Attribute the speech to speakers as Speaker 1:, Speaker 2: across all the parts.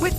Speaker 1: With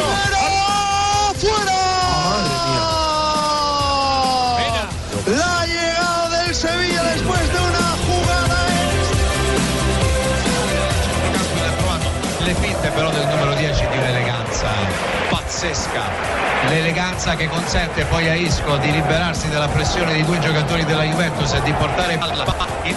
Speaker 2: ¡Fuera! ¡Fuera! La llegada del Sevilla después de una jugada
Speaker 3: finte però del numero 10 di un'eleganza pazzesca, l'eleganza che consente poi a Isco di liberarsi dalla pressione di due giocatori della Juventus e di portare palla in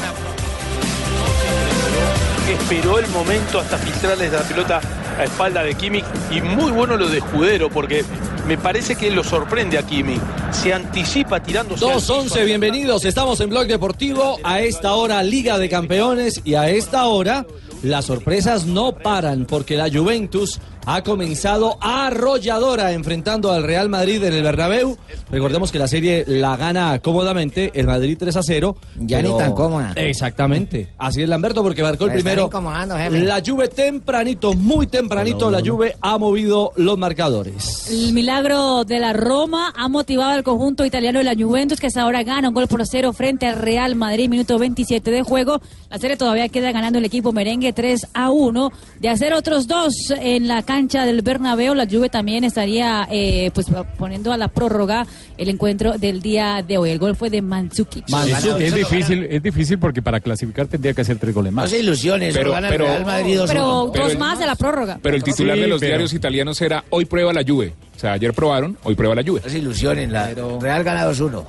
Speaker 4: esperó el momento hasta filtrarles la pelota a espalda de Kimmich y muy bueno lo de Escudero porque me parece que lo sorprende a Kimmich. Se anticipa tirándose. al piso.
Speaker 5: 2.11, bienvenidos. Estamos en Blog Deportivo. A esta hora, Liga de Campeones. Y a esta hora, las sorpresas no paran porque la Juventus ha comenzado arrolladora enfrentando al Real Madrid en el Bernabéu. Recordemos que la serie la gana cómodamente el Madrid 3 a 0.
Speaker 6: Ya ni tan cómoda. Pues
Speaker 5: Exactamente. Así es, Lamberto, porque marcó el
Speaker 6: Me están
Speaker 5: primero.
Speaker 6: incomodando, jefe.
Speaker 5: La Juve tempranito, muy tempranito, la Juve ha movido los marcadores.
Speaker 7: El milagro de la Roma ha motivado al conjunto italiano de la Juventus, que hasta ahora gana un gol por cero frente al Real Madrid, minuto 27 de juego. La serie todavía queda ganando el equipo merengue 3 a 1. De hacer otros dos en la cancha del Bernabéu, la Juve también estaría eh, pues poniendo a la prórroga el encuentro del día de hoy. El gol fue de Mandzukic.
Speaker 8: es difícil, es difícil porque para clasificar tendría que hacer tres goles más.
Speaker 7: No se ilusiones,
Speaker 9: Pero- gana el pero- Real Madrid
Speaker 7: Pero,
Speaker 9: 2-1. Pero
Speaker 7: dos
Speaker 9: el-
Speaker 7: más de la prórroga.
Speaker 9: Pero el titular
Speaker 8: Sí,
Speaker 9: de los
Speaker 8: pero-
Speaker 9: diarios italianos era hoy prueba la Juve. O sea, ayer probaron, hoy prueba la Juve.
Speaker 10: Las ilusiones, la Real gana 2-1.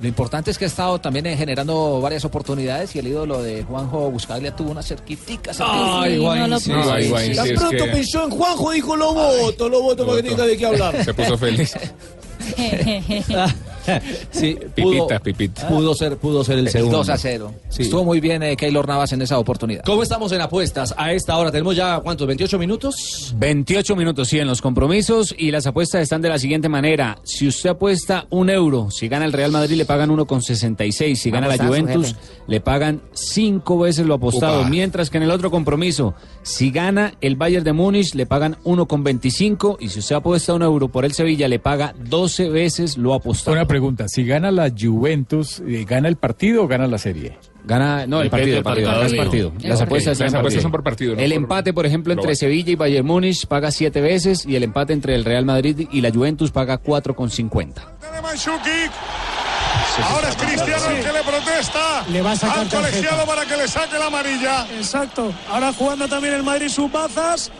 Speaker 10: Lo importante es que ha estado también eh, generando varias oportunidades y el ídolo de Juanjo Buscaglia tuvo una cerquitica. cerquitica.
Speaker 2: Ay, Higuaín, no lo sí, puedo sí, creer. Higuaín, sí, es que-
Speaker 10: en Juanjo, dijo lo voto, lo voto para que tenga de qué hablar.
Speaker 9: Se puso feliz.
Speaker 10: sí,
Speaker 9: Pipita, pipita.
Speaker 5: Pudo ser, pudo ser el
Speaker 10: El
Speaker 5: segundo.
Speaker 10: 2 a 0.
Speaker 5: Sí.
Speaker 10: Estuvo muy bien eh, Keylor Navas en esa oportunidad.
Speaker 5: ¿Cómo estamos en apuestas a esta hora? Tenemos ya, ¿cuántos? ¿28 minutos?
Speaker 11: 28 minutos, sí, en los compromisos y las apuestas están de la siguiente manera. Si usted apuesta un euro, si gana el Real Madrid le pagan 1,66, si gana la
Speaker 12: Vamos, Sanz,
Speaker 11: Juventus
Speaker 12: jefe.
Speaker 11: le pagan cinco veces lo apostado,
Speaker 12: Upa.
Speaker 11: mientras que en el otro compromiso, si gana el Bayern de Múnich le pagan 1,25 y si usted apuesta un euro por el Sevilla le paga 12 veces lo apostado.
Speaker 8: Una pregunta, si gana la Juventus, eh, ¿gana el partido o gana la serie?
Speaker 11: Gana, no, el partido, el partido, el partido. Las apuestas,
Speaker 8: las apuestas
Speaker 9: son por partido, no
Speaker 11: El
Speaker 9: por-
Speaker 11: empate, por ejemplo, entre
Speaker 9: global.
Speaker 11: Sevilla y Bayern Múnich paga siete veces y el empate entre el Real Madrid y la Juventus paga 4,50.
Speaker 13: de Manchukic. Ahora es Cristiano el que le protesta
Speaker 11: Le va a sacar
Speaker 13: al colegiado
Speaker 11: tarjeta.
Speaker 13: para que le saque la amarilla. Exacto. Ahora jugando también el Madrid sus bazas.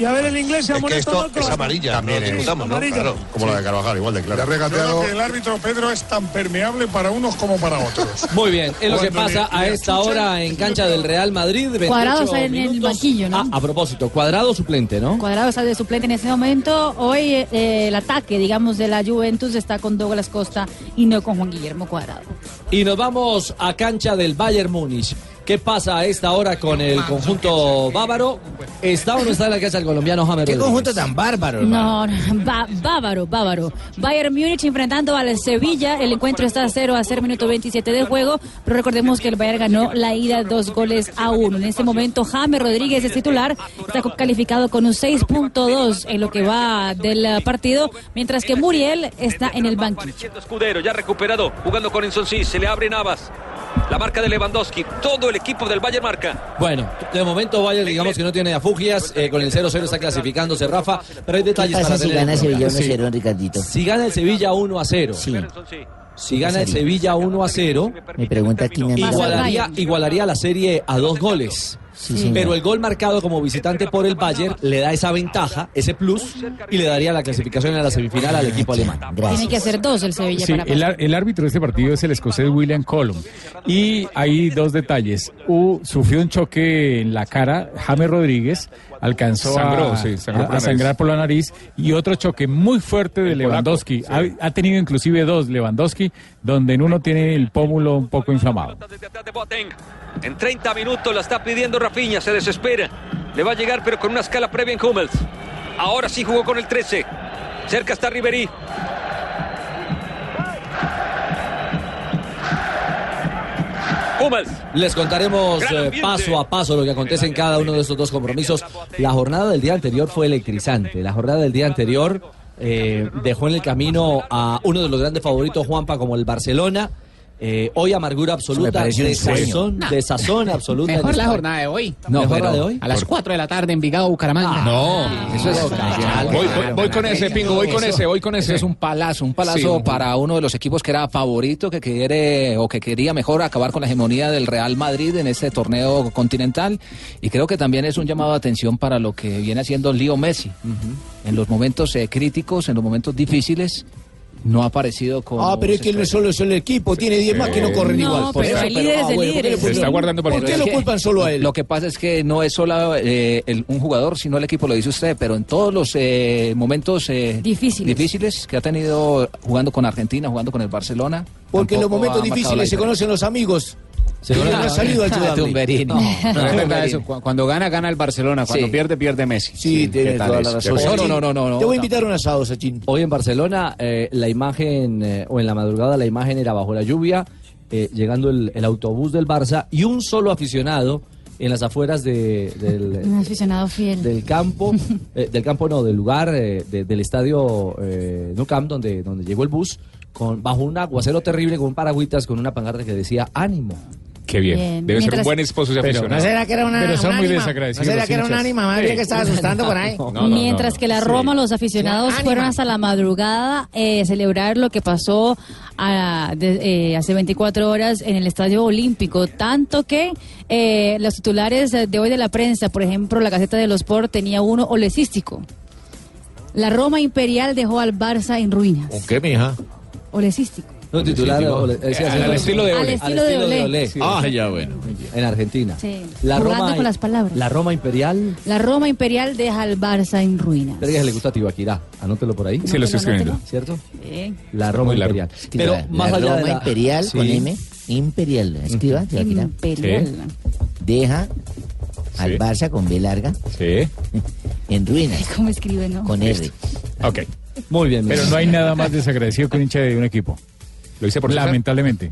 Speaker 13: Y a ver el inglés
Speaker 14: Es que esto es amarilla, también
Speaker 13: Sí,
Speaker 14: discutamos, ¿no?
Speaker 13: amarilla.
Speaker 14: Claro, como la de Carvajal, igual de claro.
Speaker 13: Yo creo que el árbitro Pedro es tan permeable para unos como para otros.
Speaker 5: Muy bien, es lo que
Speaker 13: Cuando
Speaker 5: pasa
Speaker 13: le-
Speaker 5: a
Speaker 13: le
Speaker 5: esta
Speaker 13: achuchan,
Speaker 5: hora en cancha del Real Madrid. 28
Speaker 7: Cuadrados en el
Speaker 5: minutos.
Speaker 7: banquillo, ¿no?
Speaker 5: Ah, a propósito, cuadrado suplente, ¿no?
Speaker 7: Cuadrado sale de suplente en ese momento. Hoy eh, el ataque, digamos, de la Juventus está con Douglas Costa y no con Juan Guillermo Cuadrado.
Speaker 5: Y nos vamos a cancha del Bayern Múnich. ¿Qué pasa a esta hora con el conjunto bávaro? ¿Está o no está en la cancha el colombiano James ¿Qué conjunto tan bárbaro?
Speaker 7: No, no, bá- bávaro, bávaro. Bayern Múnich enfrentando al Sevilla. El encuentro está a 0 a 0, minuto 27 de juego. Pero recordemos que el Bayern ganó la ida dos goles a uno. En este momento, James Rodríguez es titular. Está co- calificado con un 6.2 en lo que va del eh, partido. Mientras que Muriel está en el banquillo.
Speaker 15: Escudero ya recuperado, jugando con Insonsi, se le abre Navas. La marca de Lewandowski, todo el equipo del Bayern marca.
Speaker 5: Bueno, de momento Bayern digamos que no tiene afugias, eh, con el 0-0 está clasificándose Rafa, pero hay
Speaker 6: ¿Qué
Speaker 5: detalles
Speaker 6: pasa
Speaker 5: para
Speaker 6: si
Speaker 5: tener en
Speaker 6: gana
Speaker 5: el
Speaker 6: Sevilla
Speaker 5: programa.
Speaker 6: 1-0, Ricardito?
Speaker 5: Si gana el Sevilla 1 a 0. Si gana el Sevilla 1 a 0,
Speaker 6: Me pregunta aquí mi amigo.
Speaker 5: igualaría, igualaría la serie a dos goles.
Speaker 6: señor.
Speaker 5: Pero el gol marcado como visitante por el Bayern le da esa ventaja, ese plus, y le daría la clasificación a la semifinal al equipo alemán.
Speaker 7: Tiene que hacer dos el Sevilla
Speaker 8: Sí,
Speaker 7: para
Speaker 8: el,
Speaker 7: pasar.
Speaker 8: ar- el árbitro de este partido es el escocés William Colum. Y hay dos detalles. U, sufrió un choque en la cara, James Rodríguez alcanzó
Speaker 9: Sangró,
Speaker 8: a,
Speaker 9: sí, sangró
Speaker 8: a-
Speaker 9: por la
Speaker 8: a sangrar por la nariz. Y otro choque muy fuerte de Lewandowski. Ha, ha tenido inclusive dos Lewandowski, donde en uno tiene el pómulo un poco inflamado.
Speaker 16: En 30 minutos la está pidiendo Rafinha, se desespera. Le va a llegar, pero con una escala previa en Hummels. Ahora sí jugó con el 13. Cerca está Ribery. Hummels.
Speaker 5: Les contaremos
Speaker 16: Gran
Speaker 5: eh,
Speaker 16: ambiente.
Speaker 5: paso a paso lo que acontece en cada uno de estos dos compromisos. La jornada del día anterior fue electrizante. La jornada del día anterior eh, dejó en el camino a uno de los grandes favoritos, Juanpa, como el Barcelona. Eh, hoy amargura absoluta,
Speaker 10: pareció un sueño.
Speaker 5: desazón,
Speaker 10: No.
Speaker 5: desazón absoluta.
Speaker 10: Mejor la
Speaker 5: Desazón.
Speaker 10: jornada de hoy.
Speaker 5: No, ¿Mejor la
Speaker 10: pero
Speaker 5: de hoy? Ah.
Speaker 10: A las 4 de la tarde en Vigado, Bucaramanga.
Speaker 17: No,
Speaker 10: eso es.
Speaker 17: Voy- voy- voy con ese, Pingo, voy con ese, voy con ese.
Speaker 10: Es un palazo, un palazo
Speaker 17: Sí.
Speaker 10: para uno de los equipos que era favorito, que quiere o que quería mejor acabar con la hegemonía del Real Madrid en este torneo continental. Y creo que también es un llamado de atención para lo que viene haciendo Leo Messi. En los momentos eh, críticos, en los momentos difíciles, no ha aparecido con.
Speaker 12: Ah, pero es que no es solo, solo el equipo, tiene 10 más
Speaker 10: Eh,
Speaker 12: que no corren igual. Por eso, ah, bueno, ¿por qué le culpan- ¿Por qué lo culpan solo a él?
Speaker 10: Lo que pasa es que no es solo eh, el- un jugador, sino el equipo, lo dice usted, pero en todos los eh, momentos eh, difíciles. que ha tenido jugando con Argentina, jugando con el Barcelona.
Speaker 12: Porque en los
Speaker 10: tampoco
Speaker 12: momentos
Speaker 10: ha marcado la
Speaker 12: difíciles se
Speaker 10: diferencia.
Speaker 12: conocen los amigos.
Speaker 10: Se
Speaker 12: Y él
Speaker 10: conoce-
Speaker 12: no ha salido a ayudarle.
Speaker 10: Tumberini.
Speaker 12: No,
Speaker 10: No,
Speaker 12: no,
Speaker 11: es verdad
Speaker 12: Tumberini.
Speaker 11: eso. Cu- Cuando gana, gana el Barcelona. Cuando
Speaker 17: Sí.
Speaker 11: pierde, pierde Messi.
Speaker 12: Sí,
Speaker 11: ¿qué
Speaker 12: tienes
Speaker 11: tal
Speaker 12: toda
Speaker 11: es?
Speaker 12: la razón.
Speaker 11: De acuerdo.
Speaker 12: Sachin, Te voy a invitar a un asado, Sachin.
Speaker 5: Hoy en Barcelona, eh, la imagen, eh, o en la madrugada, la imagen era bajo la lluvia, eh, llegando el, el autobús del Barça y un solo aficionado en las afueras de- del,
Speaker 7: Un aficionado fiel.
Speaker 5: del campo, eh, del campo no, del lugar, eh, de- del estadio eh, Nou Camp, donde, donde llegó el bus, con, bajo un aguacero terrible, con un paragüitas, con una pancarta que decía ánimo.
Speaker 9: Qué bien.
Speaker 5: Bien.
Speaker 9: Debe ser
Speaker 5: Mientras-
Speaker 9: un buen esposo ese
Speaker 5: Pero,
Speaker 9: aficionado.
Speaker 5: ¿no será
Speaker 6: que era una-
Speaker 8: Pero son
Speaker 6: una
Speaker 8: muy
Speaker 6: ánima?
Speaker 8: desagradecidos.
Speaker 6: ¿No será que era
Speaker 8: hinchas.
Speaker 6: una ánima? Más bien que estaba asustando por ahí.
Speaker 8: No, no, no,
Speaker 7: Mientras
Speaker 8: no.
Speaker 7: que la Roma, los aficionados fueron hasta la madrugada eh, celebrar lo que pasó a- de- eh, hace 24 horas en el Estadio Olímpico, tanto que eh, los titulares eh, de hoy de la prensa, por ejemplo, la Gaceta de los Sport tenía uno olesístico. La Roma imperial dejó al Barça en ruinas.
Speaker 18: ¿Con qué, mija?
Speaker 7: Olesístico.
Speaker 5: No, titular,
Speaker 18: estilo-
Speaker 5: ole- eh, sí,
Speaker 18: Al
Speaker 5: así-
Speaker 18: estilo de
Speaker 5: al
Speaker 18: Ole.
Speaker 5: estilo de Ole.
Speaker 18: Sí. Ah, ya, bueno.
Speaker 5: En Argentina.
Speaker 7: Sí.
Speaker 5: La
Speaker 7: Jugando
Speaker 5: Roma,
Speaker 7: con las palabras.
Speaker 5: la Roma imperial.
Speaker 7: La Roma imperial deja al Barça en ruinas.
Speaker 5: Espera que le gusta a Tibaquirá. Anótelo por ahí.
Speaker 7: Sí, lo estoy Anótelo, escribiendo.
Speaker 5: ¿Cierto?
Speaker 7: Bien.
Speaker 5: La Roma
Speaker 18: Muy largo.
Speaker 5: Imperial.
Speaker 6: Pero la, más allá Roma
Speaker 5: de la-
Speaker 6: Imperial
Speaker 5: Sí.
Speaker 6: con M, Imperial, escriba, te va a tirar.
Speaker 7: Imperial.
Speaker 6: Deja al
Speaker 18: Sí.
Speaker 6: Barça con B larga
Speaker 9: Sí.
Speaker 6: en ruinas
Speaker 7: ¿Cómo escribe, no?
Speaker 6: con R.
Speaker 9: Ok.
Speaker 5: Muy bien.
Speaker 8: Pero no hay nada más desagradecido que un hincha de un equipo. Lo hice
Speaker 9: por César.
Speaker 8: Lamentablemente.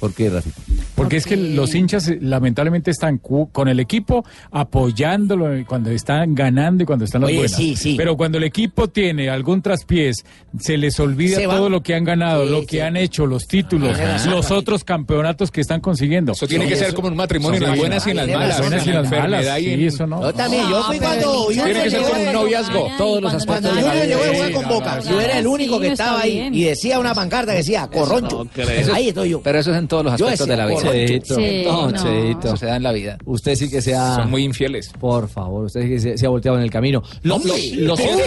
Speaker 18: ¿Por qué, Rafi?
Speaker 8: Porque es que los hinchas eh, lamentablemente están cu- con el equipo apoyándolo eh, cuando están ganando y cuando están las
Speaker 18: Oye,
Speaker 8: buenas.
Speaker 18: sí, sí.
Speaker 8: Pero cuando el equipo tiene algún traspiés, se les olvida
Speaker 18: Se van.
Speaker 8: todo lo que han ganado,
Speaker 18: Sí,
Speaker 8: lo que
Speaker 18: sí.
Speaker 8: han hecho, los títulos,
Speaker 18: Tiene razón,
Speaker 8: los otros campeonatos que están consiguiendo. Eso
Speaker 9: tiene que ser como un matrimonio, en las buenas y en las malas,
Speaker 8: buenas y
Speaker 9: en
Speaker 8: en
Speaker 9: la
Speaker 8: las malas.
Speaker 9: enfermedad y en-
Speaker 8: Sí, eso no.
Speaker 6: Yo también, yo fui cuando
Speaker 9: Tiene que ser como un noviazgo.
Speaker 6: Todos los aspectos. Cuando Junior llegó a jugar con Boca, yo era el único que estaba ahí y decía una pancarta que decía Corroncho. Ahí estoy yo.
Speaker 10: Pero eso es en todos los
Speaker 6: Yo
Speaker 10: aspectos
Speaker 6: decía,
Speaker 10: de la vida.
Speaker 5: Cheito, no, Cheito.
Speaker 10: Eso se da en la vida.
Speaker 5: Usted sí que sea.
Speaker 10: Son
Speaker 5: muy infieles. Por favor, usted sí que se, se ha volteado en el camino. Lo, lo- lo cierto-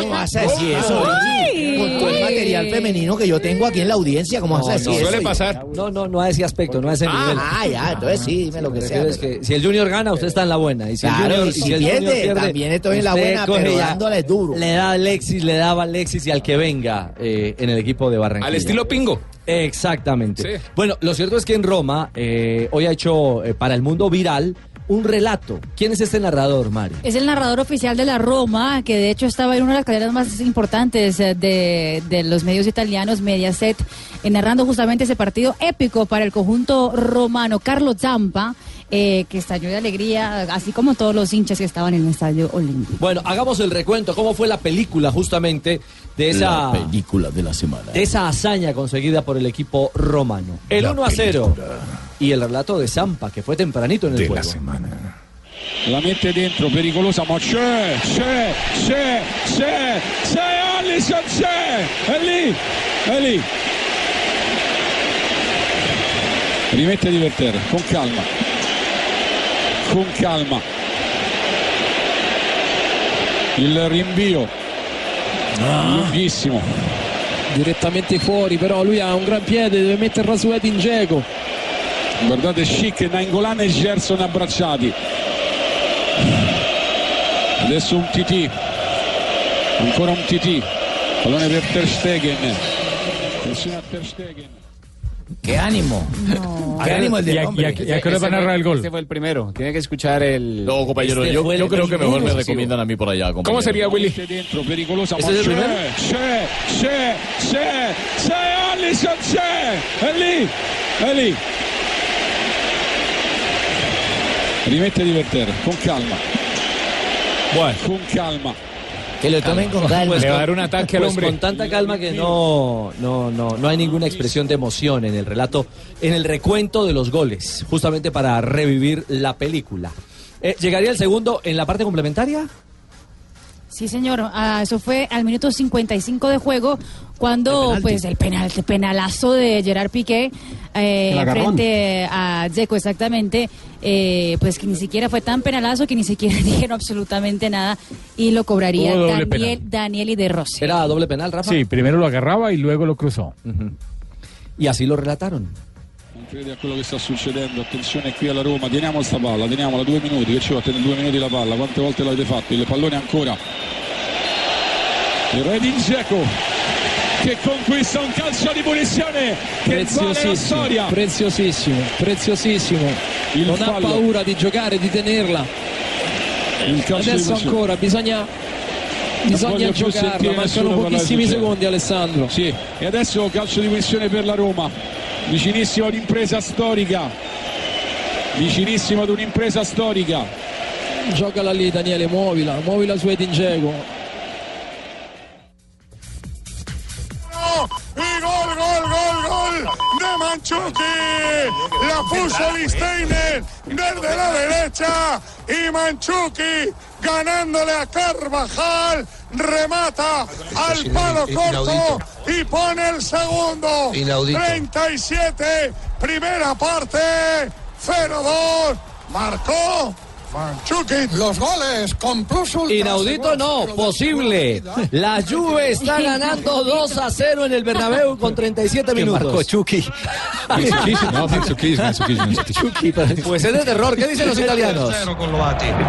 Speaker 6: No vas a decir eso, Richie. Con todo el material femenino que yo tengo aquí en la audiencia, ¿cómo vas a decir eso?
Speaker 5: pasar. No, no, no a ese aspecto, no a ese nivel.
Speaker 6: Ah, ya, entonces sí, dime lo que sea.
Speaker 5: Es que si el Junior gana, usted está en la buena. Y si el
Speaker 6: Claro,
Speaker 5: Junior,
Speaker 6: y si pierde, también estoy en la
Speaker 5: usted
Speaker 6: buena,
Speaker 5: coge
Speaker 6: pero
Speaker 5: ya-
Speaker 6: dándole duro.
Speaker 5: Le da a Alexis, le daba a Alexis y al que venga eh, en el equipo de Barranquilla.
Speaker 9: Al estilo
Speaker 5: Pingo. Exactamente. Bueno, lo cierto es que en Roma eh, hoy ha hecho eh, para el mundo viral un relato. ¿Quién es este narrador, Mario?
Speaker 7: Es el narrador oficial de la Roma, que de hecho estaba en una de las carreras más importantes eh, de, de los medios italianos, Mediaset, eh, narrando justamente ese partido épico para el conjunto romano. Carlo Zampa, eh, que estalló de alegría, así como todos los hinchas que estaban en el Estadio Olímpico.
Speaker 5: Bueno, hagamos el recuento. ¿Cómo fue la película justamente de esa,
Speaker 18: La película de la semana.
Speaker 5: de esa hazaña conseguida por el equipo romano? El 1 a 0. Y el relato de Zampa, que fue tempranito en el juego.
Speaker 19: La mette dentro, pericolosa, ma c'è, c'è, c'è, c'è, c'è, Ale! Eli Sanché. Eli, Eli. Rimettetevi per terra, con calma. Con calma. Il rinvio. Lunghissimo.
Speaker 3: Ah. Direttamente fuori, però lui ha un gran piede, deve metterla su Edin Dzeko.
Speaker 19: Guardate Schick, Nainggolan e Gerson abbracciati. Adesso un TT. Ancora un TT. Pallone per Ter Stegen. Attenzione a Ter Stegen.
Speaker 6: ¡Qué ánimo! ¡Qué ánimo el
Speaker 11: ¿Y
Speaker 6: del
Speaker 11: a-
Speaker 6: hombre!
Speaker 11: y a- y a qué hora van a narrar el gol? Este fue el primero. Tiene que escuchar el.
Speaker 18: No, compañero,
Speaker 11: Este
Speaker 18: yo,
Speaker 11: fue el
Speaker 18: yo creo que mejor me
Speaker 11: primero.
Speaker 18: recomiendan a mí por allá, compañero.
Speaker 19: ¿Cómo sería Willy? Dentro, pericolosa. eh,
Speaker 18: ¿Este es el
Speaker 19: Che,
Speaker 18: primero?
Speaker 19: Che, Che, Che, Che, Alisson, Che. Eli, Eli. Rimettetevi per terra, con calma. Bueno. Con calma.
Speaker 6: Que lo tomen con calma.
Speaker 5: Pues con- pues con tanta calma que no, no, no, no hay ninguna expresión de emoción en el relato, en el recuento de los goles, justamente para revivir la película. Eh, ¿Llegaría el segundo en la parte complementaria?
Speaker 7: Sí, señor. Ah, eso fue al minuto 55 de juego cuando
Speaker 20: penalti.
Speaker 7: pues el penal, el penalazo de Gerard Piqué eh,
Speaker 20: El agarrón.
Speaker 7: frente a Dzeko exactamente, eh, pues que ni siquiera fue tan penalazo que ni siquiera dijeron absolutamente nada y lo cobraría
Speaker 8: Hubo doble
Speaker 7: Daniel, Daniel y de Rossi.
Speaker 5: ¿Era doble penal, Rafa?
Speaker 8: Sí, primero lo agarraba y luego lo cruzó.
Speaker 5: Y así lo relataron.
Speaker 19: Non crede a quello che sta succedendo, attenzione qui alla Roma, teniamo sta palla, teniamola due minuti, che ci va a tenere due minuti la palla, quante volte l'avete fatto, il pallone ancora. Il re di Dzeko che conquista un calcio di punizione che vale la
Speaker 3: Preziosissimo,
Speaker 19: storia.
Speaker 3: preziosissimo, preziosissimo.
Speaker 19: Il
Speaker 3: non
Speaker 19: fallo.
Speaker 3: ha paura di giocare, di tenerla.
Speaker 19: Il calcio di
Speaker 3: Adesso
Speaker 19: punizione.
Speaker 3: ancora bisogna, bisogna
Speaker 19: voglio più
Speaker 3: giocarla,
Speaker 19: sentire
Speaker 3: mancano
Speaker 19: nessuno parlare
Speaker 3: pochissimi
Speaker 19: di Dzeko.
Speaker 3: secondi Alessandro.
Speaker 19: Sì, e adesso calcio di punizione per la Roma, vicinissimo ad un'impresa storica, vicinissimo ad un'impresa storica.
Speaker 3: Giocala lì Daniele, muovila, muovila su Edin Dzeko.
Speaker 13: y gol, gol, gol, gol de Manchuki. La puso Listeiner desde la derecha y Manchuki ganándole a Carvajal remata al palo corto y pone el segundo.
Speaker 14: Inaudito.
Speaker 13: 37, primera parte, 0-2, marcó. Manchuki, los goles con Plus Ultra.
Speaker 5: Inaudito no, posible. La Juve está ganando 2 a 0 en el Bernabéu con 37 minutos.
Speaker 3: marcó
Speaker 5: Chucky.
Speaker 21: No, Mazzucchismo, mazzucchismo, mazzucchismo.
Speaker 5: Pues es de terror, ¿qué dicen los italianos?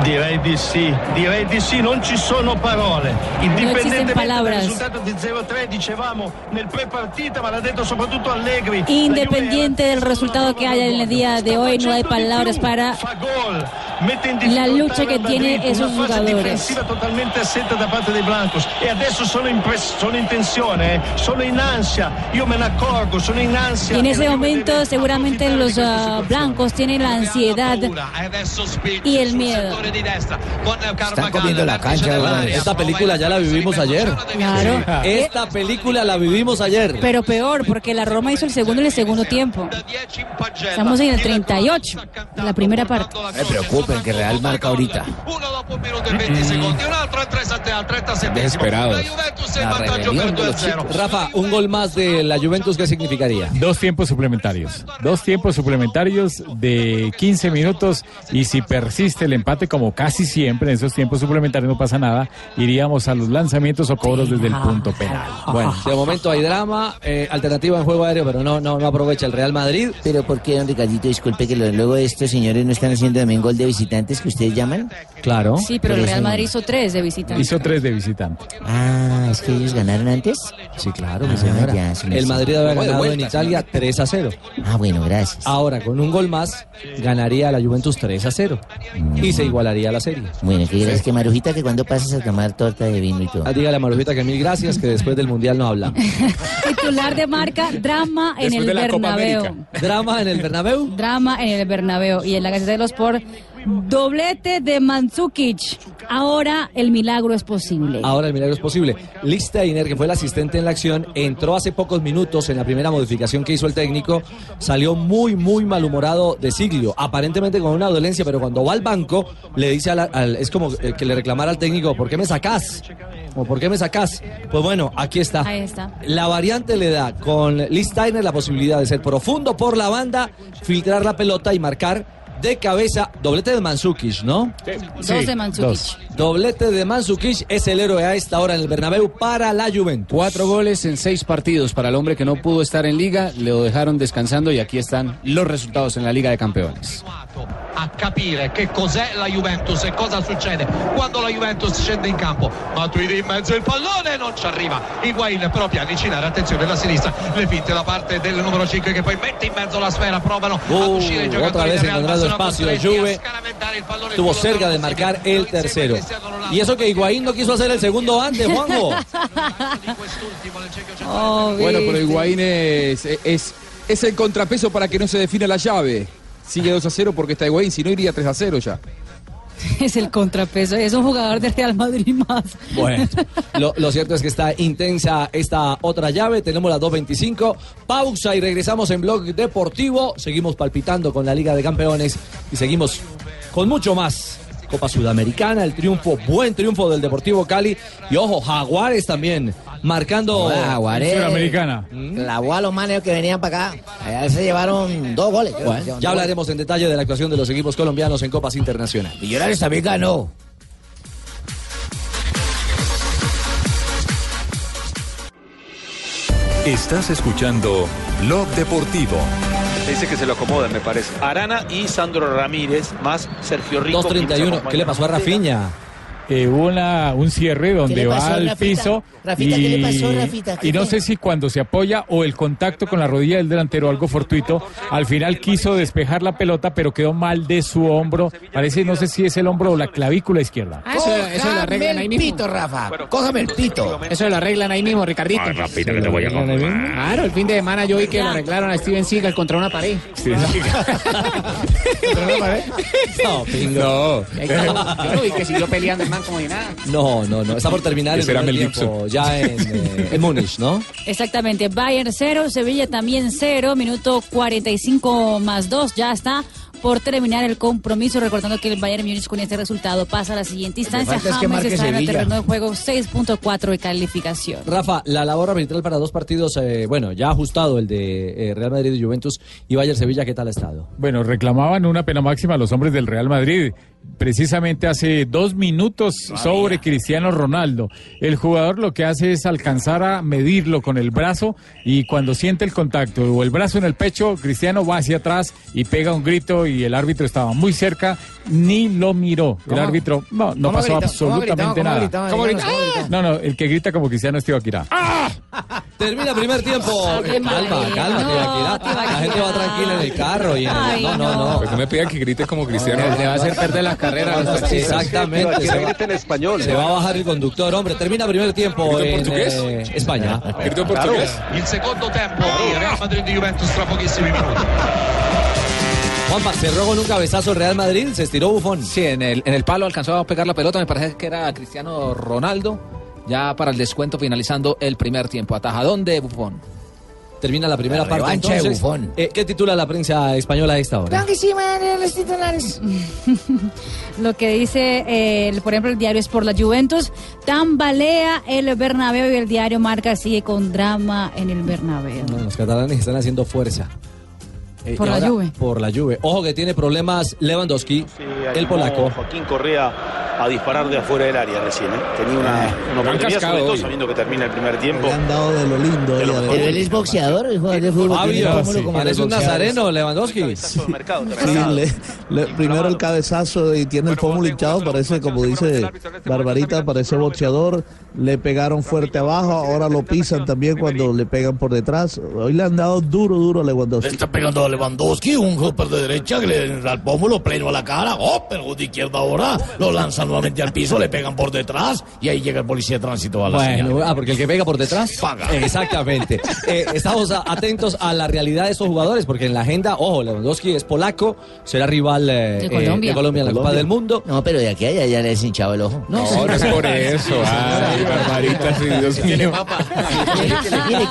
Speaker 22: Direi di sì, direi di sì, non ci sono parole. Indipendentemente dal
Speaker 7: palabras.
Speaker 22: risultato di 0-3 dicevamo nel pre-partita, ma l'ha detto soprattutto Allegri.
Speaker 7: Independiente del resultado que haya en el día de hoy, no hay palabras para la lucha que tiene
Speaker 22: Madrid,
Speaker 7: esos
Speaker 22: una fase
Speaker 7: jugadores.
Speaker 22: difensiva totalmente assente da parte dei Blancos e adesso sono in, pres- sono in tensione, eh, sono in ansia, io me ne accorgo, sono in ansia.
Speaker 7: Y en
Speaker 22: E
Speaker 7: ese
Speaker 22: la Juve
Speaker 7: momento seguramente los ah, blancos tienen la ansiedad y el miedo.
Speaker 6: Están comiendo la cancha. ¿verdad?
Speaker 5: Esta película ya la vivimos ayer. Eh,
Speaker 7: Claro.
Speaker 5: Esta película la vivimos ayer.
Speaker 7: Pero peor, porque la Roma hizo el segundo en el segundo tiempo. Estamos en el 38, de la primera parte.
Speaker 6: No me preocupen que Real marca ahorita.
Speaker 5: este,
Speaker 18: Desesperados.
Speaker 5: La rebelión de los chicos. Rafa, un gol más de la Juventus, ¿qué significaría?
Speaker 8: Dos tiempos suplementarios. Dos tiempos suplementarios de 15 minutos. Y si persiste el empate, como casi siempre en esos tiempos suplementarios no pasa nada, iríamos a los lanzamientos o cobros desde
Speaker 23: ah,
Speaker 8: el punto penal.
Speaker 5: Bueno, de momento hay drama, eh, alternativa en juego aéreo, pero no, no, no aprovecha el Real Madrid.
Speaker 6: Pero ¿por qué, don Ricardito? Disculpe que lo- luego estos señores no están haciendo también gol de visitantes que ustedes llaman.
Speaker 8: Claro.
Speaker 7: Sí, pero el Real Madrid hizo tres de visita.
Speaker 8: Hizo tres de visitante.
Speaker 6: Ah, ¿es que ellos ganaron antes? Ah,
Speaker 5: Sí, claro,
Speaker 6: mi
Speaker 5: señora. El Madrid había ganado en Italia 3 a 0.
Speaker 6: Ah, bueno, gracias.
Speaker 5: Ahora, con un gol más, ganaría la Juventus 3 a 0. Y se igualaría la serie.
Speaker 6: Bueno, que gracias que Marujita, que cuando pasas a tomar torta de vino y todo.
Speaker 5: Ah, dígale a Marujita que mil gracias, que después del Mundial no hablamos.
Speaker 7: Titular de marca, drama en el Bernabéu.
Speaker 5: Drama en el Bernabéu.
Speaker 7: Drama en el Bernabéu y en la Gaceta de los Sport Doblete de Mandzukic. Ahora el milagro es posible.
Speaker 5: Ahora el milagro es posible. Listainer, que fue el asistente en la acción, entró hace pocos minutos en la primera modificación que hizo el técnico. Salió muy, muy malhumorado de Siglio. Aparentemente con una dolencia, pero cuando va al banco, le dice al. al- es como eh, que le reclamara al técnico: ¿Por qué me sacás? ¿O por qué me sacás? Pues bueno, aquí está.
Speaker 7: Ahí está.
Speaker 5: La variante le da con Lee Steiner la posibilidad de ser profundo por la banda, filtrar la pelota y marcar de cabeza doblete de Mansukic, ¿no?
Speaker 7: Dos de Sí, Mandzukic. dos.
Speaker 5: Doblete de Mansukic es el héroe a esta hora en el Bernabéu para la Juventus.
Speaker 11: Cuatro goles en seis partidos para el hombre que no pudo estar en liga, lo dejaron descansando y aquí están los resultados en la Liga de Campeones.
Speaker 3: a capire che cos'è la Juventus e cosa succede quando la Juventus scende in campo. Matuidi in mezzo il pallone non ci arriva. Higuain però pianicinare, attenzione la sinistra, le finte da parte del numero 5 che poi mette in mezzo la sfera, provano ad uscire i
Speaker 5: Uh, otra
Speaker 3: giocatori
Speaker 5: vez
Speaker 3: del Real, ma
Speaker 5: encontrando
Speaker 3: sono
Speaker 5: espacio de
Speaker 3: costretti a
Speaker 5: Juve.
Speaker 3: scaraventare il pallone
Speaker 5: Estuvo
Speaker 3: sull'ottavo
Speaker 5: cerca de marcar el tercero. Y eso que Higuaín no quiso hacer el segundo antes, Juanjo.
Speaker 24: Bueno, pero Higuaín es, es, es el contrapeso para que no se defina la llave. Sigue 2 a 0 porque está Higuaín, si no iría 3 a 0 ya.
Speaker 7: Es el contrapeso. Es un jugador del Real Madrid más.
Speaker 5: Bueno, lo, lo cierto es que está intensa esta otra llave. Tenemos las 2.25. Pausa y regresamos en Blog Deportivo. Seguimos palpitando con la Liga de Campeones y seguimos con mucho más. Copa Sudamericana, el triunfo, buen triunfo del Deportivo Cali. Y ojo, Jaguares también, marcando.
Speaker 6: Hola, Jaguares. Sudamericana. Clavó a los manes que venían para acá. Allá se llevaron dos goles. creo.
Speaker 5: Bueno, ya hablaremos en detalle de la actuación de los equipos colombianos en Copas Internacionales.
Speaker 6: Millonarios también ganó.
Speaker 25: Estás escuchando Blog Deportivo.
Speaker 23: Dice que se lo acomodan, me parece. Arana y Sandro Ramírez, más Sergio Rico.
Speaker 8: 2.31. ¿Qué le pasó a
Speaker 5: Rafiña?
Speaker 8: Eh, una, un cierre
Speaker 23: ¿Qué
Speaker 8: donde
Speaker 23: le pasó,
Speaker 8: va al
Speaker 23: Rafita?
Speaker 8: piso
Speaker 23: Rafita,
Speaker 8: y,
Speaker 23: ¿qué le pasó, Rafita? ¿Qué
Speaker 8: y no
Speaker 23: te-
Speaker 8: sé si cuando se apoya o el contacto con la rodilla del delantero, algo fortuito, al final quiso despejar la pelota pero quedó mal de su hombro, parece no sé si es el hombro o la clavícula izquierda.
Speaker 6: Eso, eso lo arreglan ahí mismo. Ah, pito, Rafa. Cógame el pito.
Speaker 11: Eso lo arreglan ahí mismo, Ricardito.
Speaker 8: Rafita, que te voy a
Speaker 11: Claro, el fin de semana yo vi que le arreglaron a Steven Seagal contra una pared. ¿Contra una pared?
Speaker 5: No, pingo.
Speaker 11: Yo lo vi que siguió peleando el man como de nada.
Speaker 5: No, no, no. Está por terminar el
Speaker 8: Ese era
Speaker 5: primer
Speaker 8: Mel
Speaker 5: tiempo,
Speaker 8: Gibson.
Speaker 5: ya en, eh, en Múnich, ¿no?
Speaker 7: Exactamente. Bayern 0, Sevilla también 0, minuto 45 más 2. Ya está por terminar el compromiso. Recordando que el Bayern Múnich con este resultado pasa a la siguiente instancia.
Speaker 5: falta es que
Speaker 7: James
Speaker 5: marque
Speaker 7: está en el
Speaker 5: Sevilla.
Speaker 7: terreno de juego 6.4 de calificación.
Speaker 5: Rafa, la labor arbitral para dos partidos, eh, bueno, ya ajustado el de eh, Real Madrid y Juventus y Bayern Sevilla, ¿qué tal ha estado?
Speaker 8: Bueno, reclamaban una pena máxima a los hombres del Real Madrid. Precisamente hace dos minutos sobre Cristiano Ronaldo. El jugador lo que hace es alcanzar a medirlo con el brazo y cuando siente el contacto o el brazo en el pecho, Cristiano va hacia atrás y pega un grito y el árbitro estaba muy cerca, ni lo miró. El
Speaker 11: ¿Cómo?
Speaker 8: árbitro no, no
Speaker 11: ¿Cómo
Speaker 8: pasó
Speaker 11: gritó? ¿Cómo
Speaker 8: absolutamente
Speaker 11: gritó? ¿Cómo
Speaker 8: nada.
Speaker 11: gritó? Díganos, ¿cómo
Speaker 8: ¡Ah! No, no, el que grita como Cristiano es Tibaquirá.
Speaker 5: Termina primer tiempo.
Speaker 8: Ave
Speaker 5: calma,
Speaker 8: María.
Speaker 5: calma,
Speaker 8: No,
Speaker 5: Tibaquirá. La gente va tranquila en el carro y en el-
Speaker 8: Ay,
Speaker 5: no, no, no.
Speaker 9: Pues no me pidan que grites como Cristiano.
Speaker 5: Le va a hacer perder las carreras a los taxistas. Exactamente, se va-
Speaker 9: en español.
Speaker 5: Se va a bajar el conductor, hombre. Termina primer tiempo
Speaker 9: ¿Grito en
Speaker 5: en
Speaker 9: portugués?
Speaker 5: eh, España.
Speaker 8: Ah,
Speaker 3: Il secondo tempo di Real Madrid Juventus tra pochissimi minuti.
Speaker 5: Juanpa, cerró con un cabezazo el Real Madrid, se estiró Bufón.
Speaker 10: Sí, en el, en el palo alcanzó a pegar la pelota, me parece que era Cristiano Ronaldo, ya para el descuento finalizando el primer tiempo. Atajadón de Bufón.
Speaker 5: Termina la primera
Speaker 10: La
Speaker 5: parte.
Speaker 10: revancha de
Speaker 5: entonces.
Speaker 10: Buffon.
Speaker 5: Eh, ¿Qué titula la prensa española a esta hora?
Speaker 7: Blanquísima en los titulares. Lo que dice, eh, el- por ejemplo, el diario es por la Juventus. Tambalea el Bernabéu y el diario Marca sigue con drama en el Bernabéu.
Speaker 5: No, los catalanes están haciendo fuerza. Eh,
Speaker 7: Por
Speaker 5: y
Speaker 7: la
Speaker 5: ahora,
Speaker 7: Juve.
Speaker 5: Por la Juve. Ojo que tiene problemas Lewandowski, el polaco.
Speaker 4: Joaquín Correa a disparar de afuera del área recién. ¿eh? Tenía una, una
Speaker 5: lo han
Speaker 4: oportunidad,
Speaker 5: cascado
Speaker 4: sobre todo
Speaker 5: hoy.
Speaker 4: sabiendo que termina el primer tiempo.
Speaker 5: dado de lo lindo.
Speaker 4: De lo mejor.
Speaker 6: Pero él es boxeador, el jugador de fútbol. tiene
Speaker 5: Fabio,
Speaker 6: pómulo como
Speaker 5: parece
Speaker 6: los
Speaker 5: un
Speaker 6: boxeadores.
Speaker 5: nazareno Lewandowski.
Speaker 26: Sí, le- le- primero el cabezazo y tiene el pómulo hinchado, parece como dice Barbarita, parece boxeador, le pegaron fuerte abajo, ahora lo pisan también cuando le pegan por detrás, hoy le han dado duro, duro a Lewandowski.
Speaker 12: Está pegando a Oh, Lewandowski, un hopper de derecha que le da el pómulo pleno a la cara. Hopper, de izquierda ahora. Lo lanzan nuevamente al piso, le pegan por detrás y ahí llega el policía de tránsito a la
Speaker 5: Bueno,
Speaker 12: señal.
Speaker 5: ah, porque el que pega por detrás
Speaker 12: paga.
Speaker 5: Exactamente. Eh, estamos a- atentos a la realidad de estos jugadores, porque en la agenda, ojo, Lewandowski es polaco, será rival eh, eh, de Colombia en la Copa del Mundo.
Speaker 6: No, pero de aquí a allá ya le he hinchado el ojo.
Speaker 5: No, no es por eso.
Speaker 9: Ay, Barbarita, sí, Dios mío.
Speaker 6: Mire,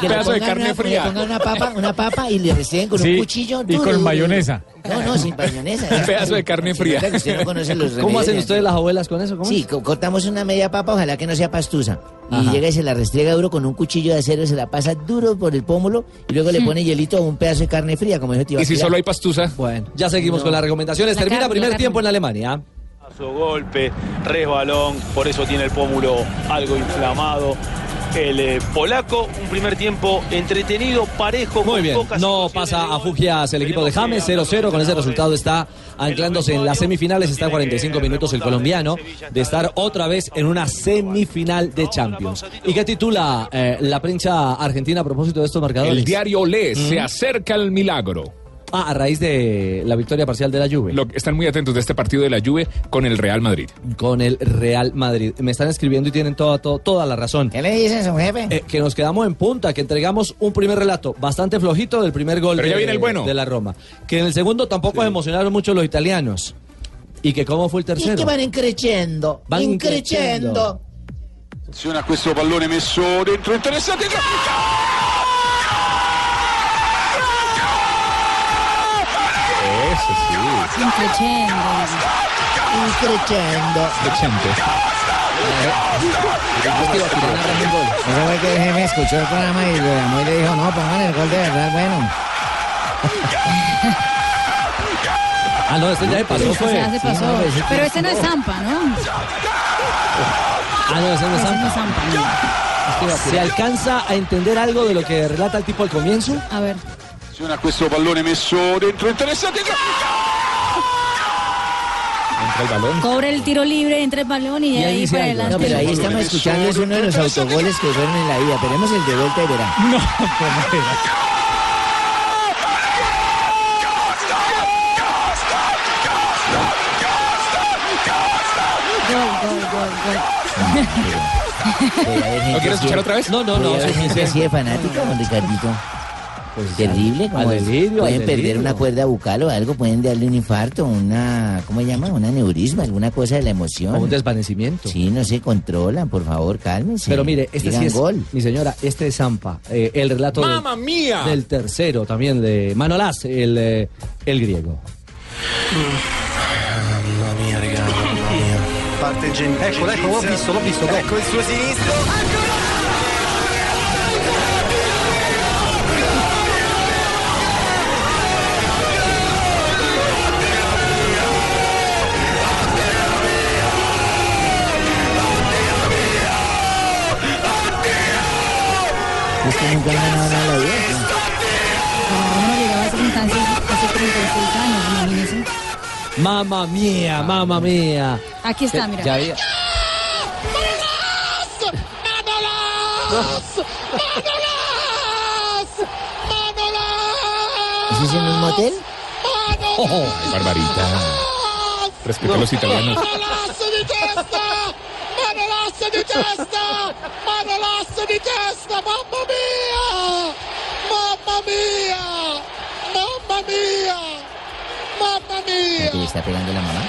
Speaker 6: que le
Speaker 9: Pedazo de
Speaker 6: pongan
Speaker 9: carne
Speaker 6: una,
Speaker 9: fría.
Speaker 6: Le pongan una papa, una papa y le reciben con
Speaker 9: Sí,
Speaker 6: un cuchillo.
Speaker 9: y con mayonesa.
Speaker 6: No, no, sin mayonesa.
Speaker 9: Un pedazo de carne
Speaker 6: Sí, verdad
Speaker 9: fría.
Speaker 6: que usted no conoce los
Speaker 5: ¿Cómo
Speaker 6: remedios
Speaker 5: hacen
Speaker 6: de
Speaker 5: ustedes las abuelas con eso? ¿Cómo
Speaker 6: Sí, co- cortamos una media papa, ojalá que no sea pastusa. Y
Speaker 5: Ajá.
Speaker 6: llega y se la restriega duro con un cuchillo de acero, se la pasa duro por el pómulo y luego le pone hielito a un pedazo de carne fría, como dijo Tío. Aguilar.
Speaker 9: pastusa?
Speaker 5: Bueno, ya seguimos
Speaker 6: No.
Speaker 5: con las recomendaciones.
Speaker 6: La
Speaker 5: Termina
Speaker 6: carne,
Speaker 5: primer
Speaker 6: la carne.
Speaker 5: tiempo en Alemania.
Speaker 4: Paso, golpe, resbalón, por eso tiene el pómulo algo inflamado. El eh, polaco, un primer tiempo entretenido, parejo,
Speaker 5: Muy
Speaker 4: con
Speaker 5: bien,
Speaker 4: pocas
Speaker 5: no pasa a Fugias el equipo de James, 0-0, con ese resultado está anclándose en las semifinales, está a 45 minutos el colombiano de estar otra vez en una semifinal de Champions. ¿Y qué titula eh, la prensa argentina a propósito de estos marcadores?
Speaker 9: El diario Olé
Speaker 5: Mm.
Speaker 9: se acerca al milagro.
Speaker 5: Ah, a raíz de la victoria parcial de la Juve.
Speaker 9: Lo- están muy atentos de este partido de la Juve con el Real Madrid.
Speaker 5: Con el Real Madrid. Me están escribiendo y tienen toda, toda, toda la razón. Eh,
Speaker 6: ¿Qué le dicen, su jefe?
Speaker 5: que nos quedamos en punta, que entregamos un primer relato bastante flojito del primer gol
Speaker 9: Pero ya
Speaker 5: de,
Speaker 9: viene el bueno.
Speaker 5: de la Roma. Que en el segundo tampoco emocionaron mucho los italianos. ¿Y que cómo fue el
Speaker 6: Y es
Speaker 5: tercero?
Speaker 6: que van increciendo,
Speaker 5: Van
Speaker 6: increciendo.
Speaker 19: Attenzione a questo pallone messo dentro interessante.
Speaker 9: Eso sí.
Speaker 6: Increciendo. Increciendo. Eso fue que el jefe escuchó el programa y lo llamó y le dijo, no, pongan el gol de verdad, bueno.
Speaker 5: Ah, no, este ya se pasó,
Speaker 7: O
Speaker 5: fue.
Speaker 7: sea, se pasó. Pero ese no es Zampa, ¿no?
Speaker 5: Ah, no, ese no es Zampa. ¿Se alcanza a entender algo de lo que relata el tipo al comienzo?
Speaker 7: A ver.
Speaker 19: Attenzione a questo pallone messo dentro interessante.
Speaker 9: Entra el balón.
Speaker 7: Cobra el tiro libre, entra el balón y, de ahí para adelante.
Speaker 6: No, pero ahí estamos escuchando, es uno de los autogoles que fueron en la vida. Tenemos el de vuelta y verá. No, eh.
Speaker 9: ¿No quieres escuchar otra vez?
Speaker 5: No, no, no,
Speaker 6: Hay gente así de fanática, don Ricardito. Terrible, como
Speaker 5: Pues, al
Speaker 6: es.
Speaker 5: delirio,
Speaker 6: pueden
Speaker 5: al
Speaker 6: perder
Speaker 5: delirio.
Speaker 6: una cuerda bucal o algo, pueden darle un infarto, una, ¿cómo se llama? Un aneurisma, alguna cosa de la emoción.
Speaker 5: O un desvanecimiento.
Speaker 6: Sí, no se controlan, por favor, cálmense.
Speaker 5: Pero mire, este
Speaker 6: Digan
Speaker 5: sí es.
Speaker 6: gol.
Speaker 5: Mi señora, este es Zampa. Eh, el relato del-
Speaker 6: ¡Mamma mía!
Speaker 5: del tercero también de Manolás, el, eh, el griego.
Speaker 22: Mamma mia, raga, mamma mia. Parte Gentilizia. Ecco, ecco, l'ho visto, l'ho visto. Ecco il suo sinistro.
Speaker 6: Es que nunca han ganado nada en la vida.
Speaker 7: Pero no llegaba a esa instancia hace 36 años, imagínense.
Speaker 5: Mamma mía, mamma mía. Eh,
Speaker 7: Aquí está, mira.
Speaker 5: Ya había-
Speaker 6: ¿Eso es en un motel?
Speaker 9: Oh, Ay, Barbarita. Respeta a los italianos.
Speaker 3: Manolasso di testa! Manolasso di testa! Manolasso di testa! Mamma mia! Mamma mia! Mamma mia! Mamma mia!
Speaker 6: ¿Qué le está pegando la mamá?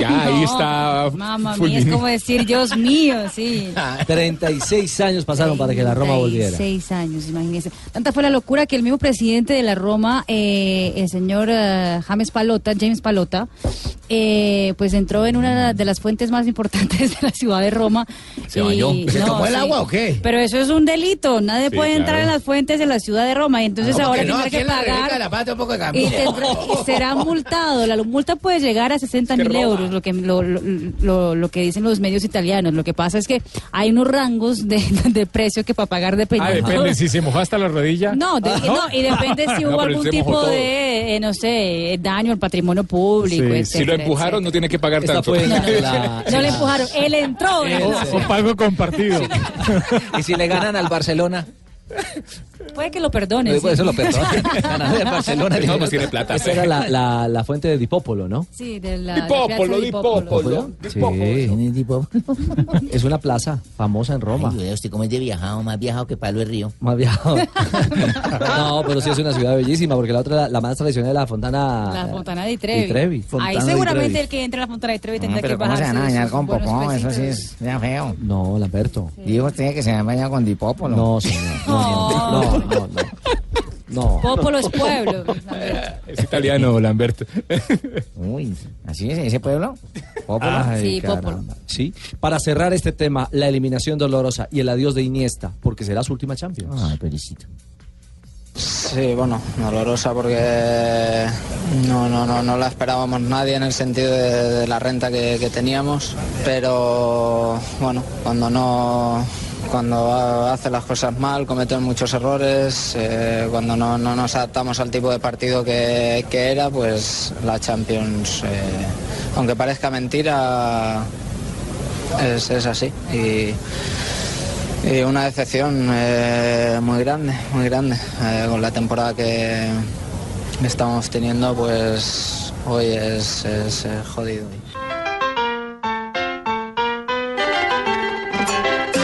Speaker 9: Ya, ahí está
Speaker 7: Mamma mía, es como decir, Dios mío, sí.
Speaker 6: Ah.
Speaker 5: 36 años pasaron para que la Roma volviera.
Speaker 7: 36 años, imagínense. Tanta fue la locura que el mismo presidente de la Roma, eh, el señor eh, James Palota, James Palota, eh, pues entró en una de las fuentes más importantes de la ciudad de Roma.
Speaker 6: ¿Se bañó? ¿Se tomó el agua o qué?
Speaker 7: Pero eso es un delito. Nadie
Speaker 6: Sí,
Speaker 7: puede entrar
Speaker 6: claro.
Speaker 7: en las fuentes de la ciudad de Roma. Y entonces
Speaker 6: Ah, ¿por
Speaker 7: ahora
Speaker 6: qué no?
Speaker 7: tendrá
Speaker 6: Aquí
Speaker 7: que
Speaker 6: en la República
Speaker 7: pagar.
Speaker 6: de la Paz tampoco
Speaker 7: y
Speaker 6: cambió.
Speaker 7: tendrá- y será multado. La multa puede llegar a 60 mil euros, lo que, lo, lo- lo- lo que dicen los medios italianos. Lo que pasa es que hay unos rangos de, de precio que para pagar
Speaker 8: Ah,
Speaker 7: dependiendo.
Speaker 8: depende, si se mojó hasta la rodilla. Ah,
Speaker 7: No, de- no, y depende si
Speaker 8: No,
Speaker 7: hubo
Speaker 8: pero
Speaker 7: algún
Speaker 8: se mojó
Speaker 7: tipo
Speaker 8: todo.
Speaker 7: de, eh, no sé, eh, daño al patrimonio público.
Speaker 9: Sí,
Speaker 7: etcétera,
Speaker 9: si lo empujaron, no tiene que pagar
Speaker 8: Esta
Speaker 9: tanto.
Speaker 8: fue la-
Speaker 7: etcétera. No le empujaron, él entró.
Speaker 8: Eh, Ah, O, o pago compartido. oh.
Speaker 10: ¿Y si le ganan al Barcelona?
Speaker 7: Puede que lo perdone.
Speaker 5: Pues, Eso lo perdona.
Speaker 7: Ganador
Speaker 5: de Barcelona.
Speaker 27: No, pues tiene plata.
Speaker 5: Esa era la, la, la fuente de Dipópolo, ¿no?
Speaker 7: Sí, de la. la piazza
Speaker 27: Dipópolo,
Speaker 7: di Popolo.
Speaker 27: Dipópolo.
Speaker 5: Sí. Es una plaza famosa en Roma.
Speaker 6: Ay, usted cómo es de viajado, más viajado que Pablo de Río.
Speaker 5: Más viajado. No, pero sí es una ciudad bellísima, porque la otra, la, la más tradicional es la Fontana.
Speaker 7: La Fontana di
Speaker 5: Di
Speaker 7: Trevi.
Speaker 5: Trevi.
Speaker 7: Ahí
Speaker 5: Fontana di
Speaker 7: seguramente
Speaker 5: Trevi.
Speaker 7: el que entre a la Fontana di Trevi tendrá que
Speaker 6: Pero ¿cómo
Speaker 7: bajar.
Speaker 6: se van a bañar con popó? Eso sí es ya feo.
Speaker 5: No, Lamberto.
Speaker 6: Digo usted que se van a bañar con dipópolo.
Speaker 5: No, señor. No, no, no. No.
Speaker 7: Popolo es pueblo.
Speaker 27: Es italiano, Lamberto.
Speaker 6: Uy, así es, ese pueblo.
Speaker 5: Ay,
Speaker 7: Sí,
Speaker 5: caramba.
Speaker 7: Popolo.
Speaker 5: Sí. Para cerrar este tema, la eliminación dolorosa y el adiós de Iniesta, porque será su última Champions.
Speaker 6: Ay, felicito.
Speaker 28: Sí, bueno, dolorosa porque no, no, no, no la esperábamos nadie en el sentido de, de la renta que, que teníamos, pero bueno, cuando no cuando ha- hace las cosas mal, cometen muchos errores, eh, cuando no, no nos adaptamos al tipo de partido que, que era, pues la Champions, eh, aunque parezca mentira, es, es así. Y, y una decepción eh, muy grande, muy grande. Eh, con la temporada que estamos teniendo, pues hoy es, es, eh, jodido.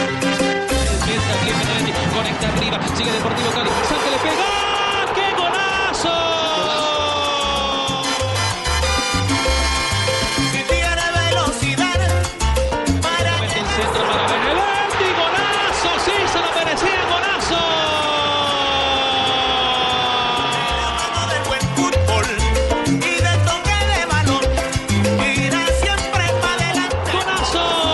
Speaker 3: Empieza bien Benedetti, conecta arriba, sigue Deportivo Cali, saque le pega. ¡Qué golazo! Si tiene velocidad para el centro para Benedetti, golazo, sí se lo merecía, golazo. del buen fútbol y del toque de balón, mira siempre para adelante. Golazo.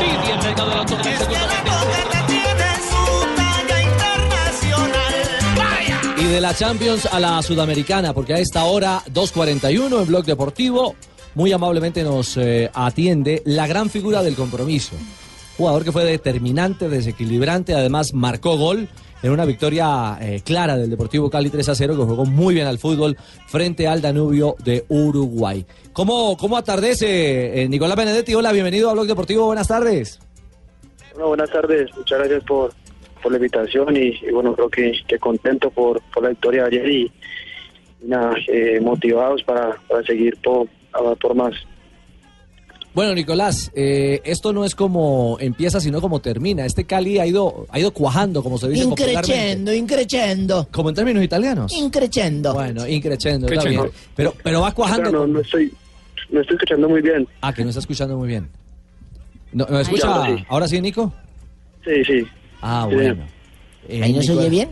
Speaker 3: Pidia el mercado de la torre.
Speaker 5: Y de la Champions a la Sudamericana, porque a esta hora 2.41 en Blog Deportivo, muy amablemente nos eh, atiende la gran figura del compromiso. Jugador que fue determinante, desequilibrante, además marcó gol en una victoria eh, clara del Deportivo Cali 3 a 0, que jugó muy bien al fútbol frente al Danubio de Uruguay. ¿Cómo, cómo atardece, eh, Nicolás Benedetti? Hola, bienvenido a Blog Deportivo, buenas tardes.
Speaker 29: Bueno, buenas tardes, muchas gracias por, por la invitación y, y bueno, creo que, que contento por, por la victoria de ayer y, y nada, eh, motivados para, para seguir por, a- por más.
Speaker 5: Bueno, Nicolás, eh, esto no es como empieza, sino como termina. Este Cali ha ido, ha ido cuajando, como se dice popularmente.
Speaker 6: Increchendo, increchendo.
Speaker 5: Como en términos italianos.
Speaker 6: Increchendo.
Speaker 5: Bueno, increchendo, está
Speaker 29: Crechendo.
Speaker 5: bien. Pero, pero va cuajando.
Speaker 29: Pero no, no estoy, no estoy escuchando muy bien.
Speaker 5: Ah, que no está escuchando muy bien. No, ¿no escucha?
Speaker 29: Ahora sí.
Speaker 5: ¿Ahora sí, Nico?
Speaker 29: Sí, sí.
Speaker 5: Ah,
Speaker 29: Sí.
Speaker 5: bueno. Eh,
Speaker 6: ¿Ahí no se
Speaker 5: Nicolás.
Speaker 6: oye bien?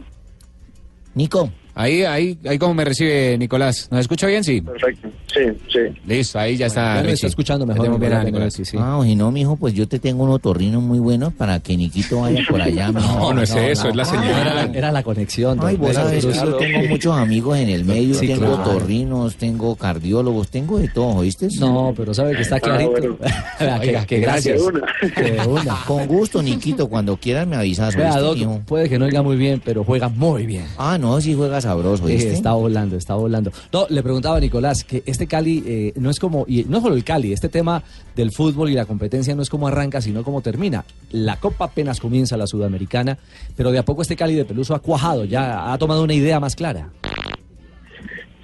Speaker 6: Nico.
Speaker 11: Ahí, ahí, ahí como me recibe Nicolás. ¿Nos escucha bien? Sí.
Speaker 29: Perfecto. Sí, sí.
Speaker 11: Listo, ahí ya está.
Speaker 5: ya me
Speaker 11: Richie.
Speaker 5: está escuchando mejor,
Speaker 11: Tenemos bien a Nicolás,
Speaker 5: Nicolás Benedetti.
Speaker 11: sí, sí.
Speaker 6: Ah, o si no, mijo, pues yo te tengo un otorrino muy bueno para que Niquito vaya por allá.
Speaker 27: No, no es eso, es la señal.
Speaker 5: Era, era la conexión.
Speaker 6: Ay,
Speaker 5: don
Speaker 6: vos
Speaker 5: Pedro.
Speaker 6: sabes que yo tengo muchos amigos en el medio,
Speaker 5: Sí,
Speaker 6: tengo
Speaker 5: claro.
Speaker 6: torrinos, tengo cardiólogos, tengo de todo, ¿oíste?
Speaker 5: No, pero sabe que está clarito.
Speaker 29: Ah, bueno.
Speaker 5: Vea, que, que gracias.
Speaker 29: De una.
Speaker 5: Que una.
Speaker 6: Con gusto, Niquito, cuando quieras me avisas,
Speaker 5: Vea,
Speaker 6: ¿oíste,
Speaker 5: Doc,
Speaker 6: mijo?
Speaker 5: puede que no oiga muy bien, pero juega muy bien.
Speaker 6: Ah, no, si juega sabroso,
Speaker 5: Sí,
Speaker 6: ¿oíste?
Speaker 5: está volando, está volando. No, le preguntaba a Nicolás que este Cali eh, no es como, y no solo el Cali, este tema del fútbol y la competencia no es como arranca, sino como termina. La Copa apenas comienza la Sudamericana, pero de a poco este Cali de Peluso ha cuajado, ya ha tomado una idea más clara.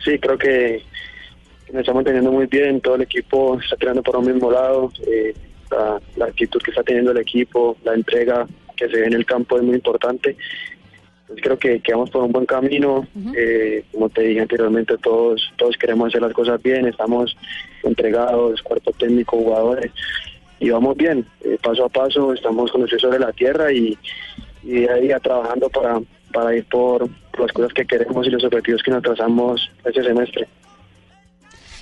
Speaker 29: Sí, creo que nos estamos teniendo muy bien, todo el equipo está tirando por un mismo lado, eh, la, la actitud que está teniendo el equipo, la entrega que se ve en el campo es muy importante. Entonces creo que, que vamos por un buen camino, eh, como te dije anteriormente, todos, todos queremos hacer las cosas bien, estamos entregados, cuerpo técnico, jugadores, y vamos bien, eh, paso a paso, estamos con el pie sobre la tierra y, y día a día trabajando para, para ir por, por las cosas que queremos y los objetivos que nos trazamos este semestre.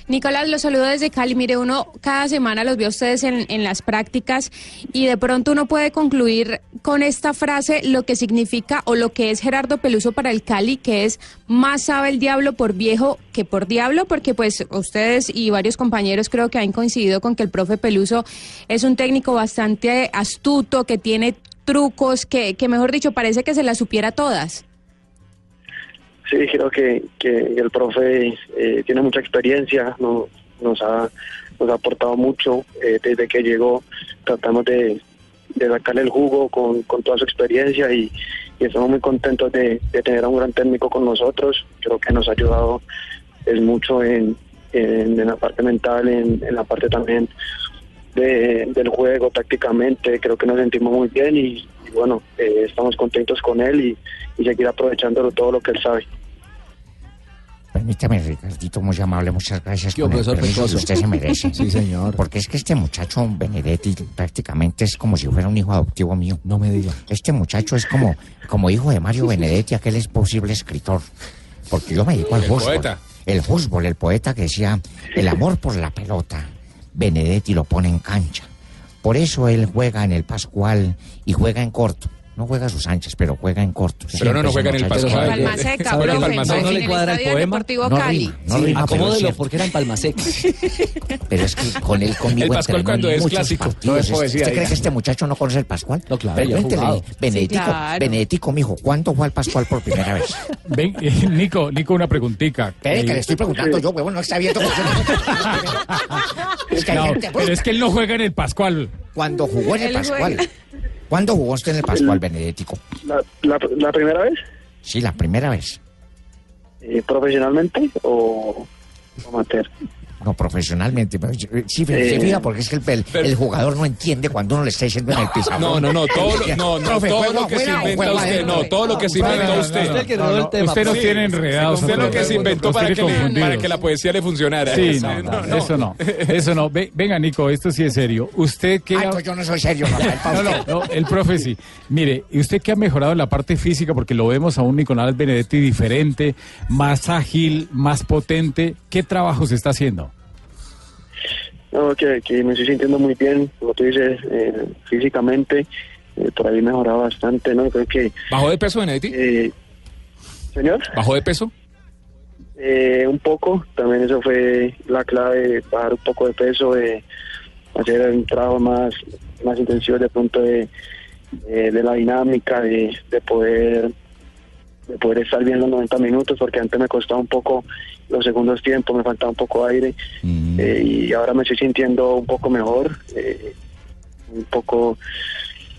Speaker 30: Nicolás, los saludo desde Cali. Mire, uno cada semana los ve a ustedes en, en las prácticas y de pronto uno puede concluir con esta frase lo que significa o lo que es Gerardo Peluso para el Cali, que es más sabe el diablo por viejo que por diablo, porque pues ustedes y varios compañeros creo que han coincidido con que el profe Peluso es un técnico bastante astuto, que tiene trucos, que, que mejor dicho, parece que se las supiera todas.
Speaker 29: Sí, creo que, que el profe eh, tiene mucha experiencia, no, nos ha nos ha aportado mucho eh, desde que llegó. Tratamos de, de sacarle el jugo con, con toda su experiencia y, y estamos muy contentos de, de, tener a un gran técnico con nosotros. Creo que nos ha ayudado es mucho en, en, en la parte mental, en, en la parte también de, del juego tácticamente. Creo que nos sentimos muy bien y, y bueno, eh, estamos contentos con él y, y seguir aprovechándolo todo lo que él sabe.
Speaker 27: Permítame, Ricardito, muy amable, muchas gracias
Speaker 5: Yo, por
Speaker 9: pues
Speaker 5: el permiso
Speaker 27: que usted se merece.
Speaker 5: sí, señor.
Speaker 27: Porque es que este muchacho Benedetti prácticamente es como si fuera un hijo adoptivo mío.
Speaker 5: No me diga.
Speaker 27: Este muchacho es como, como hijo de Mario Benedetti, aquel es posible escritor. Porque yo me dedico al
Speaker 9: el
Speaker 27: fútbol.
Speaker 9: Poeta.
Speaker 27: El fútbol, el poeta que decía, el amor por la pelota, Benedetti lo pone en cancha. Por eso él juega en el Pascual y juega en corto. No juega a sus anchas, pero juega en corto.
Speaker 9: Pero no, no juega en el Pascual.
Speaker 30: Palmaseca, profe,
Speaker 5: Palmaseca.
Speaker 30: no
Speaker 5: le cuadra
Speaker 30: le cuadra
Speaker 5: el
Speaker 30: el
Speaker 5: poema.
Speaker 30: Deportivo
Speaker 27: No
Speaker 30: Cali.
Speaker 27: rima, no rima, pero es
Speaker 5: Acomódelo
Speaker 27: cierto.
Speaker 5: porque eran palmasecas.
Speaker 27: Pero es que con él conmigo
Speaker 9: El Pascual
Speaker 27: entrenó
Speaker 9: cuando
Speaker 27: en
Speaker 9: es
Speaker 27: muchos
Speaker 9: clásico, no
Speaker 27: partidos.
Speaker 9: es poesía,
Speaker 27: ¿Usted cree
Speaker 9: diga.
Speaker 27: que este muchacho no conoce el Pascual?
Speaker 5: No, claro, ya ha
Speaker 27: Pregúntele,
Speaker 5: jugado.
Speaker 27: Benedetico,
Speaker 30: Sí, claro.
Speaker 27: Benedetico, mijo, ¿cuándo fue al Pascual por primera vez?
Speaker 8: Ven, eh, Nico, Nico, una preguntica.
Speaker 27: Espere, que
Speaker 8: Eh,
Speaker 27: le estoy preguntando yo, huevón, no está viendo. que yo no- Es que hay
Speaker 8: no,
Speaker 27: gente, pues,
Speaker 8: pero es que él no juega en el Pascual.
Speaker 27: Cuando jugó en el
Speaker 30: Él juega.
Speaker 27: Pascual. ¿Cuándo jugó usted en el Pascual, Benedetico?
Speaker 29: ¿La, la, la primera vez?
Speaker 27: Sí, la primera vez.
Speaker 29: Eh, ¿Profesionalmente o, o amateur?
Speaker 27: No, profesionalmente. pero yo- sí, pero
Speaker 29: Eh.
Speaker 27: se fija, porque es que el, el- el jugador no entiende cuando uno le está diciendo en el pizarrón.
Speaker 9: No, no, no, todo lo, no, no,
Speaker 27: Profe,
Speaker 9: todo
Speaker 27: ¿juego
Speaker 9: lo que se
Speaker 27: afuera o
Speaker 9: inventa
Speaker 27: juego
Speaker 9: usted,
Speaker 27: adentro?
Speaker 9: no, todo lo que se inventa
Speaker 5: Usted el
Speaker 9: usted.
Speaker 5: que enredó el tema.
Speaker 8: Usted nos
Speaker 5: Sí.
Speaker 8: tiene enredados.
Speaker 9: Usted lo que se
Speaker 8: Alfredo.
Speaker 9: inventó
Speaker 8: Nos
Speaker 9: para
Speaker 8: tiene
Speaker 9: que, le- para
Speaker 8: confundidos.
Speaker 9: que la poesía le funcionara.
Speaker 8: Sí, no, no, eso no, eso no. Ve- venga, Nico, esto sí es serio. Usted que...
Speaker 27: Ah,
Speaker 8: ha-
Speaker 27: pues yo no soy serio, Rafael. pa'
Speaker 8: No, no,
Speaker 27: usted.
Speaker 8: no, el profe sí. Mire, ¿y usted que ha mejorado en la parte física? Porque lo vemos a un Nicolás Benedetti diferente, más ágil, más potente. ¿Qué trabajo se está haciendo?
Speaker 29: No, que, que me estoy sintiendo muy bien, como tú dices, eh, físicamente, eh, por ahí he mejorado bastante, ¿no? Creo que,
Speaker 9: ¿Bajó de peso, Benedetti?
Speaker 29: eh, señor,
Speaker 9: ¿Bajó de peso?
Speaker 29: eh, un poco, también eso fue la clave, bajar un poco de peso, eh, hacer un trabajo más, más intensivo de pronto de, eh, de la dinámica, de, de poder de poder estar bien los 90 minutos, porque antes me costaba un poco los segundos tiempos, me faltaba un poco de aire, eh, y ahora me estoy sintiendo un poco mejor, eh, un poco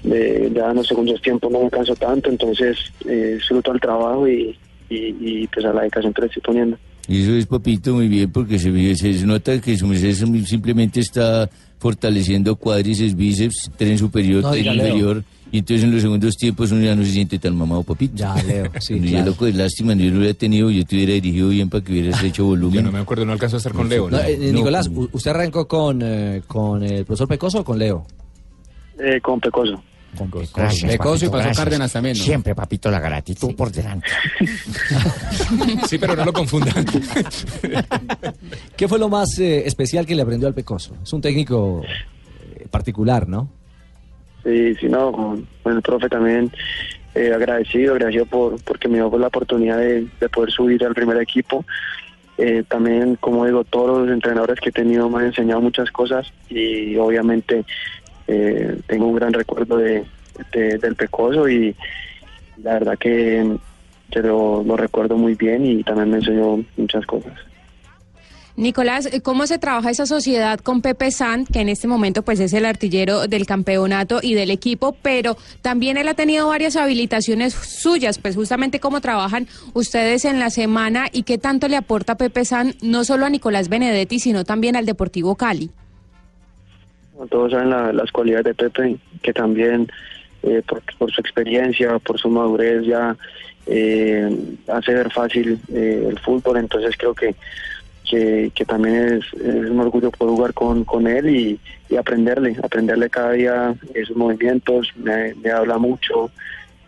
Speaker 29: de, ya en los segundos tiempos no me canso tanto, entonces eh, disfruto el trabajo y, y, y, pues a la dedicación que le estoy poniendo.
Speaker 18: Eso es, papito, muy bien, porque se, ve- se nota que su merced sim- simplemente está fortaleciendo cuádriceps, bíceps, tren superior,
Speaker 5: No,
Speaker 18: tren
Speaker 5: diga, Leo.
Speaker 18: inferior. Y entonces en los segundos tiempos uno ya no se siente tan mamado, papito.
Speaker 5: Ya, Leo, sí,
Speaker 18: Uno ya,
Speaker 5: claro.
Speaker 18: loco, es lástima, no lo hubiera tenido, yo te hubiera dirigido bien para que hubieras hecho
Speaker 9: Yo
Speaker 18: volumen.
Speaker 9: no me acuerdo, no alcanzó a estar con Leo.
Speaker 5: No,
Speaker 9: ¿no?
Speaker 5: eh,
Speaker 18: No,
Speaker 5: Nicolás,
Speaker 18: con-
Speaker 5: u- ¿usted arrancó con, eh, con el profesor Pecoso o con Leo?
Speaker 29: Eh, con Pecoso.
Speaker 27: Gracias,
Speaker 5: Pecoso y
Speaker 27: papito,
Speaker 5: Pasó
Speaker 27: gracias.
Speaker 5: Cárdenas también, ¿no?
Speaker 27: Siempre, papito, la gratitud por delante.
Speaker 9: Sí, pero no lo confundan.
Speaker 5: ¿Qué fue lo más eh, especial que le aprendió al Pecoso? Es un técnico eh, particular, ¿no?
Speaker 29: Sí, sí, no, con, con el profe también eh, agradecido, agradecido por porque me dio la oportunidad de, de poder subir al primer equipo. Eh, también, como digo, todos los entrenadores que he tenido me han enseñado muchas cosas y obviamente eh, tengo un gran recuerdo de, de- del Pecoso y la verdad que que lo- lo recuerdo muy bien y también me enseñó muchas cosas.
Speaker 30: Nicolás, ¿cómo se trabaja esa sociedad con Pepe San, que en este momento pues es el artillero del campeonato y del equipo, pero también él ha tenido varias habilitaciones suyas, pues justamente cómo trabajan ustedes en la semana y qué tanto le aporta Pepe San no solo a Nicolás Benedetti, sino también al Deportivo Cali?
Speaker 29: Bueno, Todos saben la- las cualidades de Pepe, que también eh, por, por su experiencia, por su madurez, ya eh, hace ver fácil eh, el fútbol. Entonces creo que, que, que también es, es un orgullo poder jugar con, con él y, y aprenderle, aprenderle cada día eh, sus movimientos. Me, me habla mucho,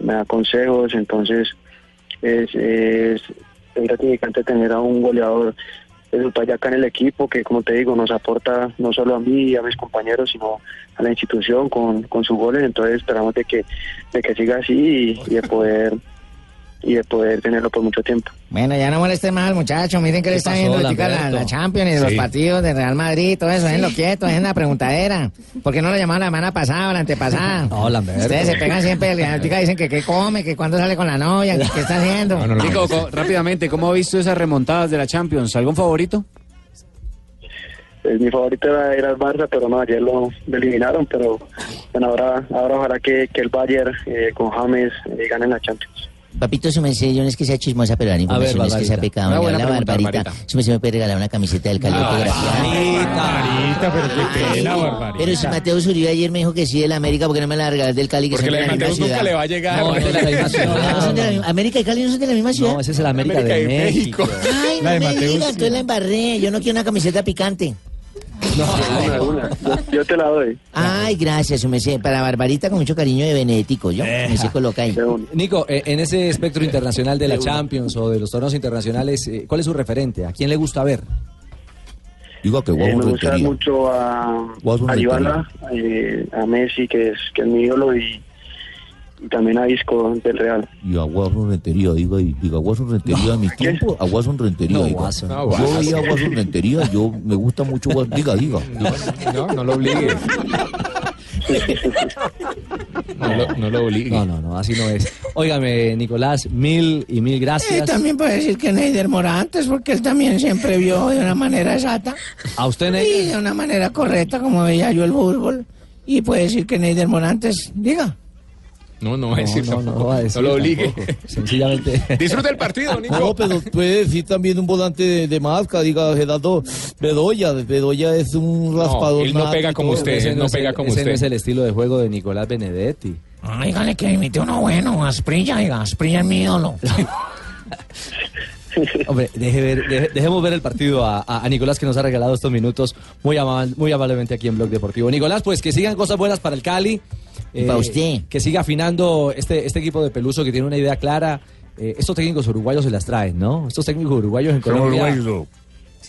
Speaker 29: me da consejos. Entonces es, es, es gratificante tener a un goleador de su talla acá en el equipo, que como te digo, nos aporta no solo a mí y a mis compañeros, sino a la institución con, con sus goles. Entonces esperamos de que, de que siga así y, y de poder y de poder tenerlo por mucho tiempo.
Speaker 27: Bueno, ya no molesten más al muchacho. Miren que
Speaker 5: ¿Qué
Speaker 27: le está
Speaker 5: pasó,
Speaker 27: viendo ahorita la,
Speaker 5: Lamberto?
Speaker 27: la Champions y los
Speaker 9: Sí.
Speaker 27: partidos de Real Madrid y todo eso. Es lo quieto, es la preguntadera. ¿Por qué no lo llamaron la semana pasada o la antepasada?
Speaker 5: No, Lamberto.
Speaker 27: Ustedes se pegan siempre. le- ahorita dicen que qué come, que cuándo sale con la novia, que qué está haciendo.
Speaker 11: Nico, co- rápidamente, ¿cómo ha visto esas remontadas de la Champions? ¿Algún favorito?
Speaker 29: eh, mi favorito era, era, el Barça, pero no, ayer lo eliminaron, pero bueno, ahora, ahora ojalá que, que el Bayern eh, con James eh, gane la Champions.
Speaker 6: Papito, su merced, yo no es que sea chismosa, pero la información ver, es que sea pecado. No, la pregunta, barbarita. barbarita. Su merced me puede regalar una camiseta del Caliente, no, gracias.
Speaker 9: Barbarita, barbarita,
Speaker 8: Ah,
Speaker 9: pero qué pena, barbarita.
Speaker 6: Pero si Mateo Zuribe ayer me dijo que sí de la América, porque no me la regalas del Cali? Que
Speaker 9: porque
Speaker 6: son
Speaker 9: la de Mateo nunca le va a llegar. No,
Speaker 6: es de la misma ciudad. América y Cali no son de la misma ciudad.
Speaker 5: No, ese es el América, América de, de, México.
Speaker 6: Ay, no me digas, tú la embarré. Yo no quiero una camiseta picante.
Speaker 29: No, una, una. Yo te la doy.
Speaker 6: Ay, gracias, su merced. Para Barbarita, con mucho cariño de Benedetico. Yo
Speaker 27: Eh.
Speaker 6: me se coloca ahí.
Speaker 5: Nico, eh, en ese espectro internacional de la Champions o de los torneos internacionales, eh, ¿cuál es su referente? ¿A quién le gusta ver?
Speaker 29: Digo que eh, me gusta mucho a, a Ivana, eh, a Messi, que es, que es mi ídolo, y, y también a Disco del Real.
Speaker 18: Y a Watson Rentería, digo, digo a Watson Rentería no, a mi tiempo, a Watson Rentería. No, Watson. No, Watson. Yo veía a Watson Rentería, yo me gusta mucho Watson, diga, diga.
Speaker 9: No, no lo obligues. No lo, no lo obligue.
Speaker 5: No, no, no, así no es. Óigame, Nicolás, mil y mil
Speaker 27: Eh,
Speaker 5: gracias.
Speaker 27: también puede decir que Neider Morantes, porque él también siempre vio de una manera exacta.
Speaker 5: ¿A usted, Neider?
Speaker 27: Y de una manera correcta, como veía yo el fútbol. Y puede decir que Neider Morantes, diga.
Speaker 9: No, no va a decir no, tampoco. No, no, va a decir no lo obligue. Tampoco.
Speaker 5: Sencillamente.
Speaker 9: Disfruta el partido, Nico.
Speaker 31: No, pero puede decir también un volante de, de marca, diga Gerardo Bedoya. Bedoya es un raspador.
Speaker 9: él no pega como usted, ese él no, pega
Speaker 5: el,
Speaker 9: como ese usted.
Speaker 5: no es el estilo de juego de Nicolás Benedetti.
Speaker 6: Ah, dígale que metió uno bueno, Asprilla, diga, Asprilla es mi ídolo.
Speaker 5: Hombre, deje ver, deje, dejemos ver el partido a, a, a, Nicolás que nos ha regalado estos minutos muy, amal, muy amablemente aquí en Blog Deportivo. Nicolás, pues que sigan cosas buenas para el Cali.
Speaker 6: Eh, para usted.
Speaker 5: Que siga afinando este, este equipo de Peluso que tiene una idea clara. Eh, estos técnicos uruguayos se las traen, ¿no? Estos técnicos uruguayos en Colombia. Uruguayos.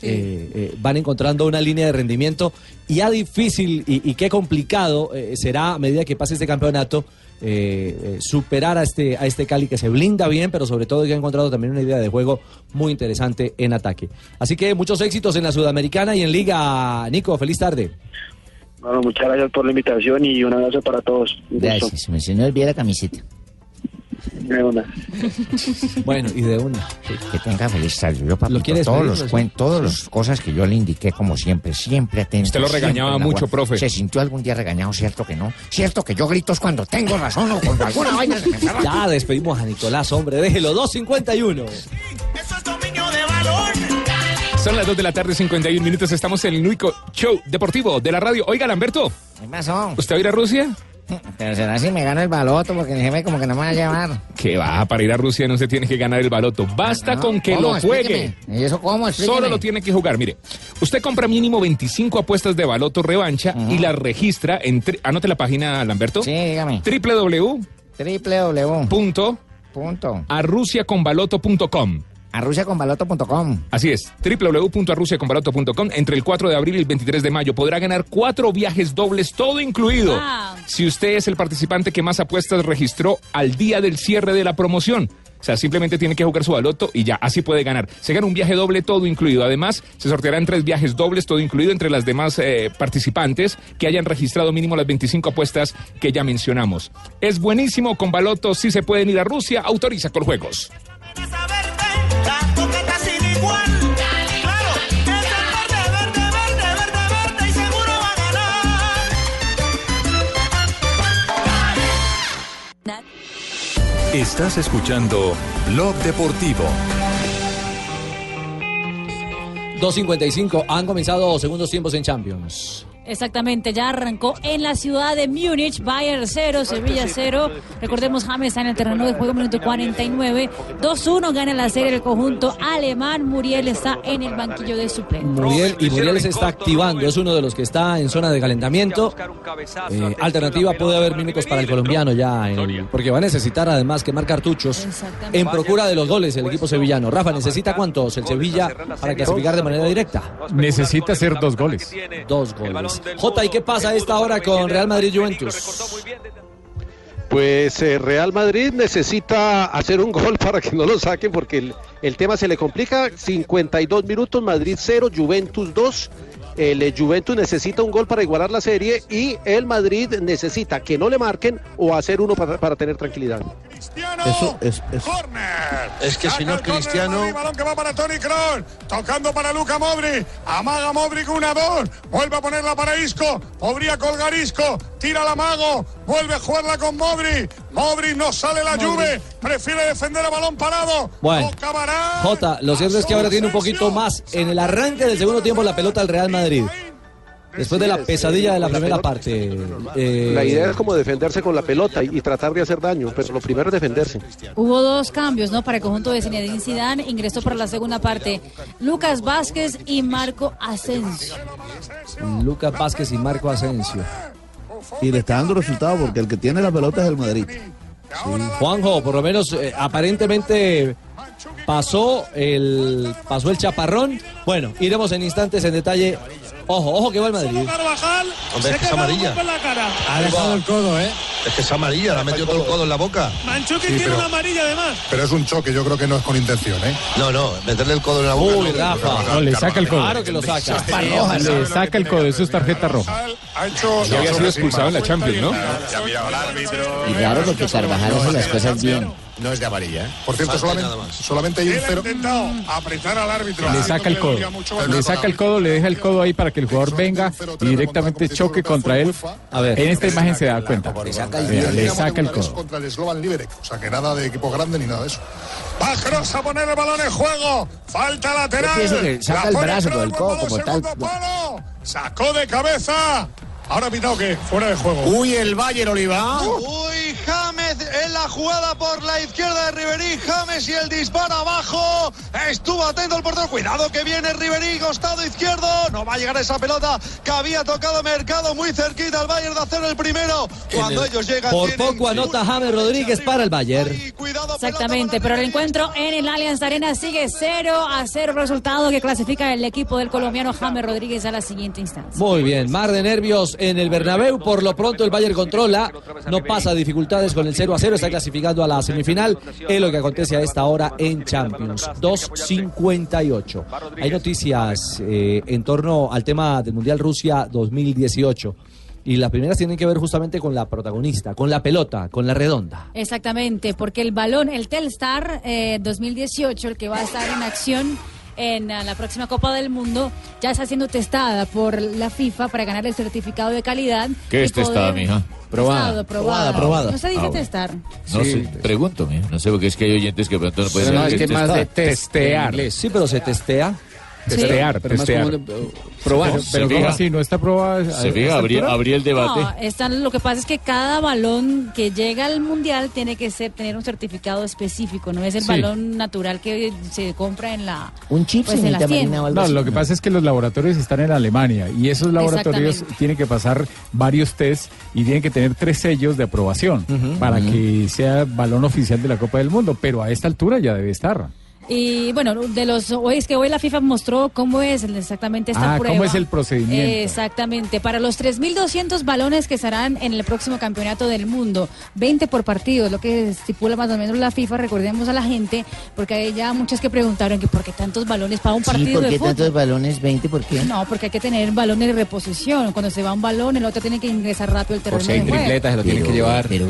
Speaker 5: Eh, van encontrando una línea de rendimiento y ya difícil y, y qué complicado eh, será a medida que pase este campeonato eh, eh, superar a este, a este Cali que se blinda bien, pero sobre todo que ha encontrado también una idea de juego muy interesante en ataque. Así que muchos éxitos en la Sudamericana y en Liga. Nico, feliz tarde.
Speaker 29: Bueno, muchas gracias por la invitación y un abrazo para todos.
Speaker 6: Gracias, me no olvide la camiseta.
Speaker 29: De una.
Speaker 5: bueno, y de una.
Speaker 6: Que tenga feliz tarde. Yo, papito, ¿Lo todos los cuentos, todas las cosas que yo le indiqué, como siempre, siempre atento.
Speaker 9: Usted lo regañaba mucho, profe.
Speaker 6: ¿Se sintió algún día regañado? ¿Cierto que no? ¿Cierto que yo grito es cuando tengo razón o cuando alguna vaina se me
Speaker 5: Ya despedimos a Nicolás, hombre, déjelo. 251.
Speaker 4: Eso es dominio de valor.
Speaker 9: Son las 2 de la tarde, 51 minutos. Estamos en el único show deportivo de la radio. Oiga, Lamberto.
Speaker 6: ¿Qué pasó?
Speaker 9: ¿Usted va a ir a Rusia?
Speaker 6: Pero será si me gana el baloto, porque el jefe como que no me va a llevar.
Speaker 9: Que va, para ir a Rusia no se tiene que ganar el baloto.
Speaker 27: Ah,
Speaker 9: Basta no, con que lo juegue.
Speaker 6: ¿Y eso cómo? Explíqueme.
Speaker 9: Solo lo tiene que jugar. Mire, usted compra mínimo 25 apuestas de baloto revancha uh -huh. y las registra en. Anote la página, Lamberto.
Speaker 6: Sí, dígame.
Speaker 9: www.
Speaker 6: www.
Speaker 9: Punto.
Speaker 6: Punto.
Speaker 9: arrusiaconbaloto.com
Speaker 6: arrusiaconbaloto.com.
Speaker 9: Así es, www.arrusiaconbaloto.com. Entre el 4 de abril y el 23 de mayo podrá ganar cuatro viajes dobles, todo incluido. Wow. Si usted es el participante que más apuestas registró al día del cierre de la promoción. O sea, simplemente tiene que jugar su baloto y ya, así puede ganar. Se gana un viaje doble, todo incluido. Además, se sortearán tres viajes dobles, todo incluido, entre las demás eh, participantes que hayan registrado mínimo las 25 apuestas que ya mencionamos. Es buenísimo con baloto, si se pueden ir a Rusia, autoriza con juegos.
Speaker 25: Estás escuchando Blog Deportivo.
Speaker 5: 2.55, han comenzado segundos tiempos en Champions.
Speaker 7: Exactamente, ya arrancó en la ciudad de Múnich, Bayern 0, Sevilla 0. Recordemos, James está en el terreno de juego, minuto 49. 2-1 gana la serie el conjunto alemán. Muriel está en el banquillo de suplentes.
Speaker 5: Muriel, y Muriel se está activando, es uno de los que está en zona de calentamiento. Eh, alternativa puede haber minutos para el colombiano ya, en, porque va a necesitar además quemar cartuchos en procura de los goles el equipo sevillano. Rafa, ¿necesita cuántos el Sevilla para clasificar de manera directa?
Speaker 9: Necesita hacer dos goles.
Speaker 5: Dos goles. J, ¿y qué pasa a esta hora con Real Madrid Juventus?
Speaker 20: Pues eh, Real Madrid necesita hacer un gol para que no lo saquen porque el, el tema se le complica. 52 minutos, Madrid 0, Juventus 2. El eh, Juventus necesita un gol para igualar la serie y el Madrid necesita que no le marquen o hacer uno para, para tener tranquilidad.
Speaker 13: Cristiano.
Speaker 26: Eso es, es.
Speaker 13: Corner.
Speaker 2: Es que
Speaker 13: Saca
Speaker 2: si no
Speaker 13: el córner
Speaker 2: Cristiano-
Speaker 13: Madrid, balón que va para Tony Kroos. Tocando para Luca Modri. Amaga Modric 1-2. Vuelve a ponerla para Isco. Podría colgar Isco. Tira al amago. Vuelve a jugarla con Modri. Modri no sale la Juve. Prefiere defender a balón parado.
Speaker 5: Bueno, Jota, lo cierto es que ahora tiene un poquito más en el arranque del segundo tiempo la pelota al Real Madrid. Después de la pesadilla de la primera parte. eh,
Speaker 20: La idea es como defenderse con la pelota y, y tratar de hacer daño, pero lo primero es defenderse.
Speaker 7: Hubo dos cambios, ¿no? Para el conjunto de Zinedine Zidane ingresó para la segunda parte Lucas Vázquez y Marco Asensio.
Speaker 5: Lucas Vázquez y Marco Asensio.
Speaker 26: Y le está dando resultado porque el que tiene la pelota es el Madrid.
Speaker 5: Mm, Juanjo, por lo menos eh, aparentemente pasó el pasó el chaparrón. Bueno, iremos en instantes en detalle. Ojo, ojo que va el Madrid.
Speaker 25: Carvajal se
Speaker 5: Hombre, es que es
Speaker 25: quema
Speaker 5: amarilla.
Speaker 25: con la cara.
Speaker 5: Ha dejado
Speaker 25: el codo, ¿eh?
Speaker 2: Es que es amarilla, le ha metido todo el codo en la boca.
Speaker 25: Manchuki
Speaker 2: Sí,
Speaker 25: tiene
Speaker 2: pero-
Speaker 25: una amarilla además.
Speaker 2: Pero es un choque, yo creo que no es con intención, ¿eh? No, no, meterle el codo en la boca.
Speaker 8: Uy, Rafa. No, le saca el codo. Claro que lo saca. Le saca el codo, eso es tarjeta roja.
Speaker 13: Ha hecho.
Speaker 8: Ya había sido expulsado en la Champions, ¿no?
Speaker 2: Ya miraba al árbitro.
Speaker 24: Y claro, porque Carvajal hace las cosas bien.
Speaker 2: No es de amarilla, ¿eh?
Speaker 13: Por cierto,
Speaker 2: Falta
Speaker 13: solamente-
Speaker 2: nada más.
Speaker 13: solamente hay un cero. intentado apretar al árbitro.
Speaker 8: Le saca el codo. Le saca el codo, le deja el codo ahí para que el jugador venga y directamente choque contra él. A ver, en esta imagen se da cuenta. Vea, Le saca el codo.
Speaker 13: Contra el Slovan Liberec. O sea, que nada de equipo grande ni nada de eso. Pájaros a poner el balón en juego. Falta
Speaker 6: Yo
Speaker 13: lateral.
Speaker 6: pienso que saca
Speaker 13: La
Speaker 6: el
Speaker 13: pone
Speaker 6: brazo,
Speaker 13: Kroos,
Speaker 6: pero el codo como tal.
Speaker 13: Sacó de cabeza. Ahora ha pitado que fuera de juego.
Speaker 2: Uy,
Speaker 13: el Bayern Oliva.
Speaker 2: Uy, James en la jugada por la izquierda de Riverí. James y el disparo abajo. Estuvo atento el portero. Cuidado que viene Riverí, costado izquierdo. No va a llegar esa pelota que había tocado Mercado muy cerquita al Bayern de hacer el primero. Cuando ellos llegan.
Speaker 5: Por
Speaker 2: tienen
Speaker 5: poco anota James Rodríguez para el Bayern.
Speaker 7: Exactamente, pero el encuentro en el Allianz Arena sigue 0 a 0 resultado que clasifica el equipo del colombiano James Rodríguez a la siguiente instancia.
Speaker 5: Muy bien, mar de nervios en el Bernabéu. Por lo pronto el Bayern controla, no pasa dificultades con el 0 a 0, está clasificando a la semifinal. Es lo que acontece a esta hora en Champions. 2.58. Hay noticias eh, en torno al tema del Mundial Rusia 2018 y las primeras tienen que ver justamente con la protagonista, con la pelota, con la redonda.
Speaker 7: Exactamente, porque el balón, el Telstar eh, 2018, el que va a estar en acción en eh, la próxima Copa del Mundo, ya está siendo testada por la FIFA para ganar el certificado de calidad.
Speaker 18: ¿Qué
Speaker 7: y
Speaker 18: es testada,
Speaker 7: poder-
Speaker 18: mija?
Speaker 7: Probada,
Speaker 18: Probada. Probada, probada.
Speaker 7: No se dice
Speaker 18: Ah, bueno.
Speaker 7: testar.
Speaker 18: No
Speaker 5: Sí.
Speaker 18: sé, pregunto, mija. No sé porque es que hay oyentes que de pronto no pueden
Speaker 5: Sí,
Speaker 18: saber qué testar.
Speaker 5: Sí, pero se testea.
Speaker 18: Sí. Testear,
Speaker 5: Pero más
Speaker 18: testear.
Speaker 5: como de-
Speaker 18: Probar.
Speaker 5: Pero-
Speaker 18: Se
Speaker 5: pero
Speaker 18: fija.
Speaker 5: ¿cómo
Speaker 8: Si no está probada.
Speaker 18: Se fija, abrí, abrí el debate.
Speaker 7: No, están, lo que pasa es que cada balón que llega al mundial tiene que ser, tener un certificado específico, no es el
Speaker 8: Sí.
Speaker 7: balón natural que se compra en la.
Speaker 24: Un chip
Speaker 7: Pues en las tiendas.
Speaker 8: No, lo que pasa es que los laboratorios están en Alemania y esos laboratorios
Speaker 7: Exactamente.
Speaker 8: tienen que pasar varios test y tienen que tener tres sellos de aprobación para que sea balón oficial de la Copa del Mundo, pero a esta altura ya debe estar.
Speaker 7: Y bueno, de los hoy es que hoy la FIFA mostró cómo es exactamente esta
Speaker 8: ah,
Speaker 7: prueba.
Speaker 8: ¿cómo es el procedimiento?
Speaker 7: Exactamente, para los 3.200 balones que estarán en el próximo campeonato del mundo, 20 por partido, es lo que estipula más o menos la FIFA, recordemos a la gente, porque hay ya muchas que preguntaron que por qué tantos balones para un
Speaker 24: Sí,
Speaker 7: partido
Speaker 24: ¿por
Speaker 7: de
Speaker 24: qué
Speaker 7: fútbol.
Speaker 24: tantos balones? ¿20? ¿Por qué?
Speaker 7: No, porque hay que tener balones de reposición. Cuando se va un balón, el otro tiene que ingresar rápido al terreno de juego.
Speaker 6: se lo tienen que llevar.
Speaker 7: bueno.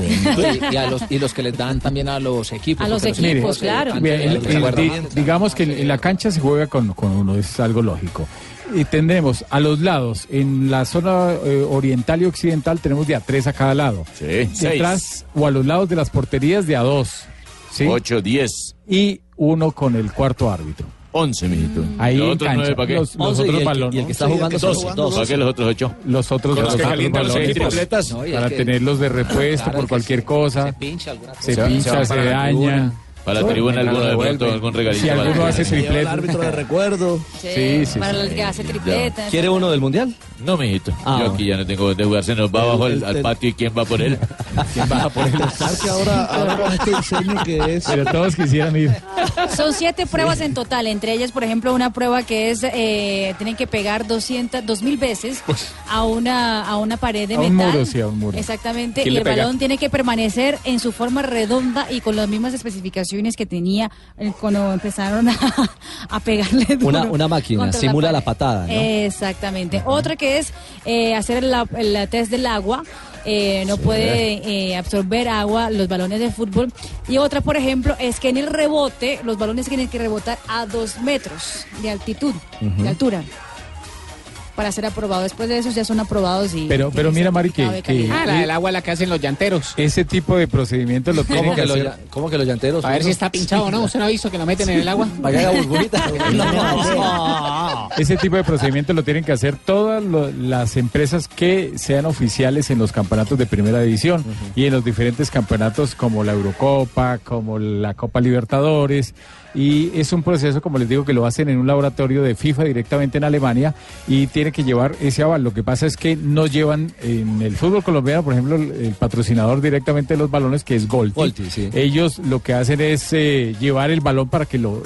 Speaker 6: y, a los, y los que les dan también a los equipos.
Speaker 7: A los
Speaker 6: porque
Speaker 7: equipos,
Speaker 6: eh,
Speaker 7: claro.
Speaker 6: antes
Speaker 8: Bien,
Speaker 6: de los
Speaker 8: el- el-
Speaker 6: acuerdos.
Speaker 8: di- digamos que en, en la cancha se juega con, con uno, es algo lógico. Y tendremos a los lados, en la zona eh, oriental y occidental tenemos de a tres a cada lado. Detrás
Speaker 18: Seis.
Speaker 8: o a los lados de las porterías de a dos. ¿sí?
Speaker 18: Ocho, diez,
Speaker 8: Y uno con el cuarto árbitro.
Speaker 18: once, mijito.
Speaker 8: Ahí
Speaker 18: los
Speaker 8: en
Speaker 18: otros
Speaker 8: cancha.
Speaker 18: nueve, ¿para qué?
Speaker 8: Los- los Once y otros el que- balones. y el que está jugando son
Speaker 18: doce.
Speaker 8: dos.
Speaker 18: ¿Para qué los otros ocho?
Speaker 8: Los otros
Speaker 18: Con los que
Speaker 8: otros
Speaker 18: calientan los
Speaker 8: balones,
Speaker 18: tripletas.
Speaker 8: para
Speaker 18: No, y es que-
Speaker 8: tenerlos de repuesto por cualquier cosa. Se
Speaker 6: pincha, alguna
Speaker 8: se,
Speaker 18: cosa. Se van
Speaker 8: pincha, se
Speaker 18: para la
Speaker 8: daña.
Speaker 18: tribuna. Para la tribuna
Speaker 8: Mientras
Speaker 18: alguno de
Speaker 8: lo
Speaker 18: pronto,
Speaker 8: devuelven.
Speaker 18: algún regalito
Speaker 8: Si
Speaker 18: para la
Speaker 8: alguno
Speaker 18: tribuna.
Speaker 8: hace
Speaker 18: Lleva el
Speaker 8: tripleta.
Speaker 18: árbitro de
Speaker 26: recuerdo.
Speaker 8: Sí, sí,
Speaker 7: Para
Speaker 8: sí.
Speaker 7: los que hace tripletas.
Speaker 18: ¿Quiere
Speaker 5: uno del mundial? Ah,
Speaker 18: No, mijito. Yo aquí ya no tengo donde jugar. Se nos va abajo al, al patio y quién va por él. ¿Quién va por él?
Speaker 26: Que ahora, ahora este diseño que es.
Speaker 8: Pero todos quisieran ir.
Speaker 7: Son siete pruebas en total, entre ellas, por ejemplo, una prueba que es, eh, tienen que pegar 200, 2000 veces a una, a una pared de
Speaker 8: Pues. A un
Speaker 7: metal.
Speaker 8: muro, sí, a un muro.
Speaker 7: Exactamente,
Speaker 8: ¿Quién
Speaker 7: y
Speaker 8: le
Speaker 7: el
Speaker 8: pega?
Speaker 7: balón tiene que permanecer en su forma redonda y con las mismas especificaciones que tenía eh, cuando empezaron a, a pegarle duro
Speaker 5: Una, una máquina,
Speaker 7: contra
Speaker 5: simula
Speaker 7: pared.
Speaker 5: la patada, ¿no?
Speaker 7: Exactamente. Otra que es eh, hacer la- el test del agua. eh, no sí. puede eh, absorber agua los balones de fútbol. Y otra, por ejemplo, es que en el rebote, los balones tienen que rebotar a dos metros de altitud, uh -huh. de altura para ser aprobado. Después de eso ya son aprobados y.
Speaker 8: Pero, pero mira, Mari, que, que,
Speaker 11: Ah, la del agua la que hacen los llanteros.
Speaker 8: Ese tipo de procedimientos lo tienen
Speaker 5: que,
Speaker 8: que
Speaker 5: hacer. Los, ¿Cómo que los llanteros?
Speaker 11: A ver si está pinchado o no. Usted no ha visto que lo meten sí. en el agua.
Speaker 5: Para que haga burbujita.
Speaker 8: no. Ese tipo de procedimientos lo tienen que hacer todas lo, las empresas que sean oficiales en los campeonatos de primera división uh -huh. y en los diferentes campeonatos como la Eurocopa, como la Copa Libertadores y es un proceso, como les digo, que lo hacen en un laboratorio de FIFA directamente en Alemania y tiene que llevar ese aval. Lo que pasa es que no llevan en el fútbol colombiano, por ejemplo, el patrocinador directamente de los balones, que es Golti. Golti
Speaker 9: Eh,
Speaker 8: sí. Ellos lo que hacen es eh, llevar el balón para que lo,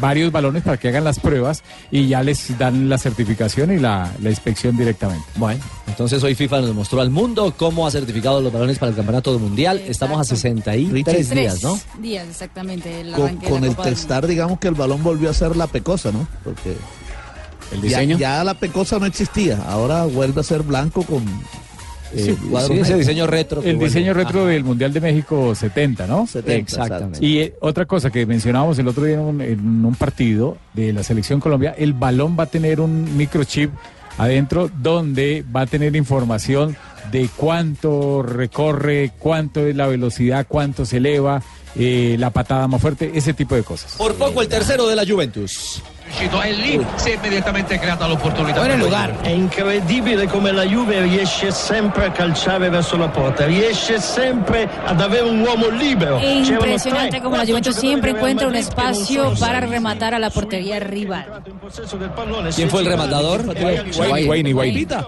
Speaker 8: varios balones para que hagan las pruebas y ya les dan la certificación y la, la inspección directamente.
Speaker 5: Bueno, entonces hoy FIFA nos mostró al mundo cómo ha certificado los balones para el campeonato mundial. Exacto. Estamos a 63 días, ¿no?
Speaker 7: Días, exactamente. El
Speaker 26: con, con el estar, digamos que el balón volvió a ser la pecosa, ¿no? Porque el diseño ya, ya la pecosa no existía, ahora vuelve a ser blanco con
Speaker 5: eh, sí, sí, ese diseño retro.
Speaker 8: El diseño vuelve. retro Ajá. del Mundial de México 70, ¿no?
Speaker 5: 70, Exactamente.
Speaker 8: Y eh, otra cosa que mencionábamos el otro día en un, en un partido de la selección Colombia, el balón va a tener un microchip adentro donde va a tener información de cuánto recorre, cuánto es la velocidad, cuánto se eleva, eh, la patada más fuerte, ese tipo de cosas.
Speaker 5: Por poco el tercero de la Juventus.
Speaker 3: Lì si è immediatamente creata l'opportunità.
Speaker 6: Buon lugar.
Speaker 32: È incredibile come la Juve riesce sempre a calciare verso la porta, riesce sempre ad avere un uomo libero.
Speaker 7: È impressionante come la Juventus sempre encuentra un espacio para rematar a la portería rival.
Speaker 5: ¿Quién fue el rematador?
Speaker 8: Wayne Guainita.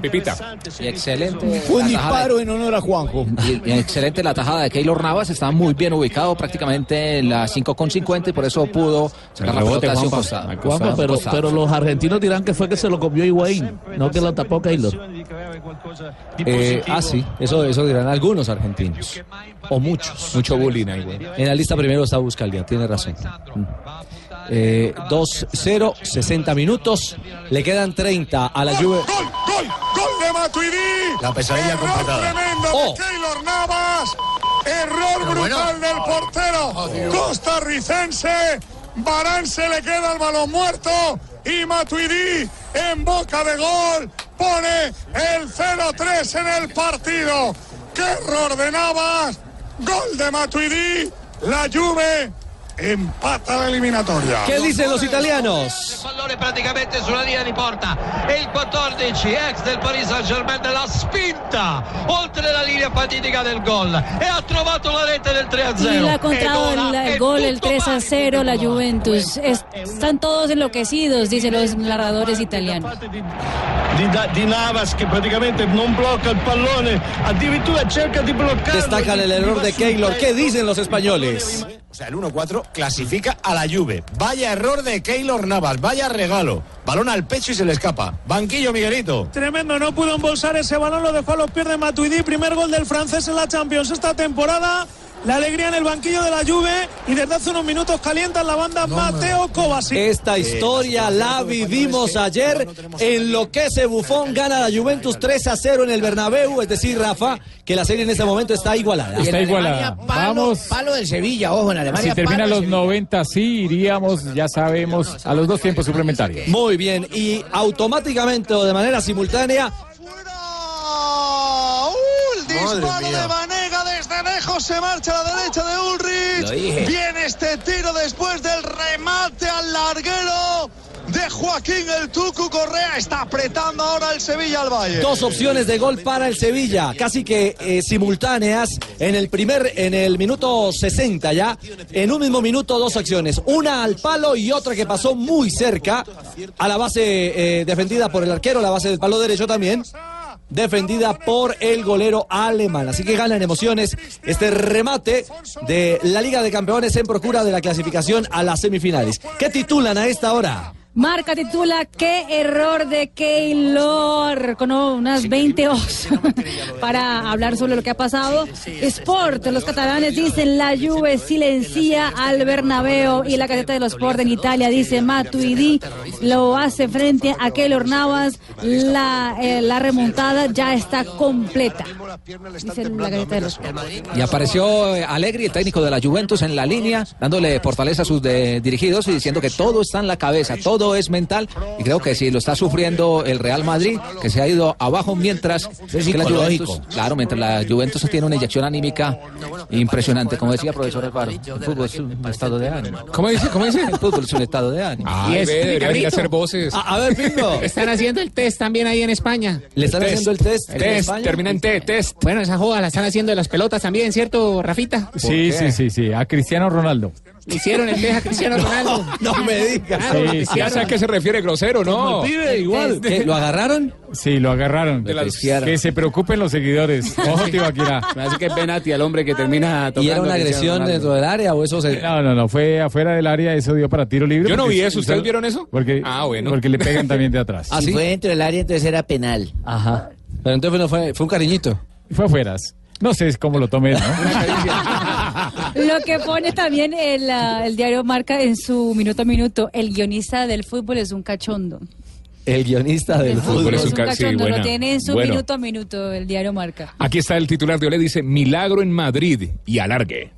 Speaker 5: Pipita.
Speaker 6: Y excelente. Fue un disparo en honor a Juanjo.
Speaker 5: Y, excelente la tajada de Keylor Navas, está muy bien ubicado, prácticamente en la 5.50 y por eso pudo sacar la pelota
Speaker 26: Juanjo, pero, pero, los argentinos dirán que fue que se lo comió Higuaín, no que lo tapó Keylor.
Speaker 5: Eh, ah, sí, eso, eso dirán algunos argentinos. O muchos.
Speaker 8: Mucho bullying
Speaker 5: En la lista primero está Buscalia, tiene razón. Mm. Eh, 2-0, 60 minutos. Le quedan 30 a la Juve.
Speaker 13: ¡Gol, gol, gol de Matuidi!
Speaker 6: La pesadilla
Speaker 13: Error
Speaker 6: completada.
Speaker 13: tremendo oh. de Keylor Navas. Error pero brutal bueno. del portero oh, costarricense. Barán se le queda el balón muerto y Matuidi en boca de gol pone el 0-3 en el partido. ¡Qué error de Navas! Gol de Matuidi, la Juve empata la eliminatoria.
Speaker 5: ¿Qué dicen los italianos?
Speaker 3: Pallone praticamente sulla linea di porta e il 14 ex del Paris Saint-Germain la spinta oltre la linea fatidica del gol e ha trovato la rete del 3-0.
Speaker 7: Y ha contado el, el gol el 3-0 la Juventus. Es, están todos enloquecidos, dicen los narradores italianos.
Speaker 32: Di, di Navas che praticamente non blocca il pallone, addirittura cerca di bloccare.
Speaker 5: Destacan el error de Keylor. ¿Qué dicen los españoles?
Speaker 6: O sea, el 1-4 clasifica a la Juve. Vaya error de Keylor Navas, vaya regalo. Balón al pecho y se le escapa. Banquillo, Miguelito.
Speaker 32: Tremendo, no pudo embolsar ese balón, lo dejó a los pies de Matuidi. Primer gol del francés en la Champions esta temporada. La alegría en el banquillo de la Juve y desde hace unos minutos calientan la banda no, Mateo Kovacic.
Speaker 5: Esta historia la vivimos ayer. Enloquece Bufón, gana la Juventus 3 a 0 en el Bernabéu. Es decir, Rafa, que la serie en este momento está igualada.
Speaker 8: Está igualada.
Speaker 6: Palo, Vamos. Palo del Sevilla, ojo, en Alemania.
Speaker 8: Si termina los 90, sí iríamos, ya sabemos, a los dos tiempos suplementarios.
Speaker 5: Muy bien, y automáticamente o de manera simultánea.
Speaker 2: ¡Uh! El disparo de Vanega desde lejos se marcha a la derecha de Ulrich. Viene este tiro después del remate al larguero de Joaquín el Tucu Correa. Está apretando ahora el Sevilla al Valle.
Speaker 5: Dos opciones de gol para el Sevilla, casi que eh, simultáneas en el primer, en el minuto 60 ya. En un mismo minuto, dos acciones. Una al palo y otra que pasó muy cerca a la base eh, defendida por el arquero, la base del palo derecho también defendida por el golero alemán. Así que ganan emociones este remate de la Liga de Campeones en procura de la clasificación a las semifinales. ¿Qué titulan a esta hora?
Speaker 7: Marca titula Qué error de Keylor con unas 20 os para hablar sobre lo que ha pasado. Sport, los catalanes dicen la Juve silencia al Bernabéu y la caseta de los Sport en Italia dice Matuidi lo hace frente a Keylor Navas. La, eh, la remontada ya está completa. Dice la caseta de los Sport.
Speaker 5: Y apareció eh, Alegri, el técnico de la Juventus, en la línea, dándole fortaleza a sus de- dirigidos y diciendo que todo está en la cabeza, todo es mental. Y creo que si lo está sufriendo el Real Madrid, que se ha ido abajo mientras que la Juventus, claro, mientras la Juventus tiene una inyección anímica impresionante. Como decía el profesor Alvaro, el fútbol es un estado de ánimo.
Speaker 10: ¿Cómo dice? ¿Cómo dice?
Speaker 5: El fútbol es un estado de ánimo.
Speaker 10: Ay, Y es- ve, debería venir a hacer voces.
Speaker 5: A, a ver, Pingo.
Speaker 10: Están haciendo el test también ahí en España.
Speaker 5: Le están
Speaker 10: Test.
Speaker 5: haciendo el test. en
Speaker 10: Test,
Speaker 5: España.
Speaker 10: termina en T, test. Bueno, esa joda la están haciendo de las pelotas también, ¿cierto, Rafita?
Speaker 8: Sí, sí, sí, sí, a Cristiano Ronaldo.
Speaker 10: Le hicieron el test a Cristiano Ronaldo.
Speaker 5: No me digas.
Speaker 8: Sí,
Speaker 10: Claro,
Speaker 8: sí.
Speaker 10: ya
Speaker 8: Ya
Speaker 10: sabes
Speaker 8: sabes
Speaker 10: que
Speaker 8: que
Speaker 9: se refiere grosero,
Speaker 10: ¿no?
Speaker 5: ¿Qué, ¿Lo agarraron?
Speaker 8: Sí, lo agarraron.
Speaker 5: Lo testearon.
Speaker 8: Que se preocupen los seguidores. Ojo, Tibaquirá.
Speaker 10: Me hace que es Benati, el hombre que termina tocando.
Speaker 5: ¿Y era
Speaker 10: a
Speaker 5: una
Speaker 10: Cristiano
Speaker 5: agresión
Speaker 10: Ronaldo.
Speaker 5: dentro del área o eso se.?
Speaker 8: No, no, no, fue afuera del área, eso dio para tiro libre.
Speaker 10: Yo no
Speaker 8: porque-
Speaker 10: vi eso, ¿ustedes vieron eso?
Speaker 8: Porque,
Speaker 10: Ah, bueno.
Speaker 8: Porque le pegan también de atrás.
Speaker 24: si fue dentro del área, entonces era penal.
Speaker 5: ¿Ah, Ajá. Pero entonces no fue, fue un cariñito.
Speaker 8: Fue afueras. No sé cómo lo tomé, ¿no?
Speaker 7: Lo que pone también el, ah, el diario Marca en su minuto a minuto, el guionista del fútbol es un cachondo.
Speaker 5: El guionista del
Speaker 9: fútbol es un ca- sí,
Speaker 7: cachondo,
Speaker 9: buena.
Speaker 7: lo tiene en su
Speaker 9: Bueno.
Speaker 7: minuto a minuto el diario Marca.
Speaker 9: Aquí está el titular de Ole, dice milagro en Madrid y alargue.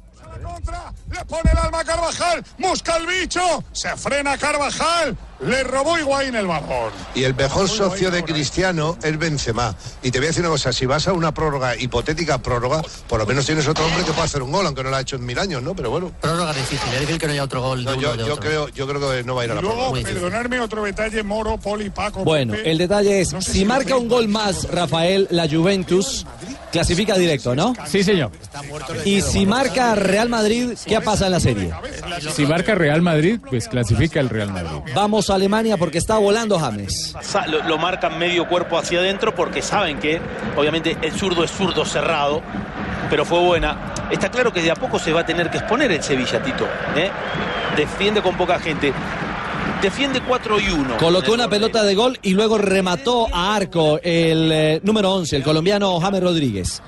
Speaker 13: Le pone el alma a Carvajal, busca el bicho, se frena Carvajal, le robó Higuaín el balón.
Speaker 14: Y el mejor socio de Cristiano es Benzema. Y te voy a decir una cosa, si vas a una prórroga, hipotética prórroga, por lo menos tienes otro hombre que puede hacer un gol, aunque no lo ha hecho en mil años, ¿no? Pero bueno. Prórroga difícil,
Speaker 33: ¿eh?
Speaker 14: es difícil que no haya otro gol. yo, yo creo, yo creo que no va a ir a la
Speaker 13: Luego,
Speaker 14: prórroga.
Speaker 13: perdonarme otro detalle, Moro, Poli, Paco.
Speaker 5: Bueno,
Speaker 13: Pepe.
Speaker 5: el detalle es: si marca un gol más Rafael, la Juventus clasifica directo, ¿no?
Speaker 8: Sí, señor.
Speaker 5: Y si marca Real Madrid, ¿qué pasa en la serie?
Speaker 8: Si marca Real Madrid, pues clasifica el Real Madrid.
Speaker 5: Vamos a Alemania porque está volando James.
Speaker 4: Sa- Lo, lo marcan medio cuerpo hacia adentro porque saben que, obviamente, el zurdo es zurdo cerrado, pero fue buena. Está claro que de a poco se va a tener que exponer el Sevilla, Tito. ¿eh? Defiende con poca gente. Defiende 4 y 1.
Speaker 5: Colocó una pelota de gol y luego remató a arco el eh, número 11, el colombiano James Rodríguez.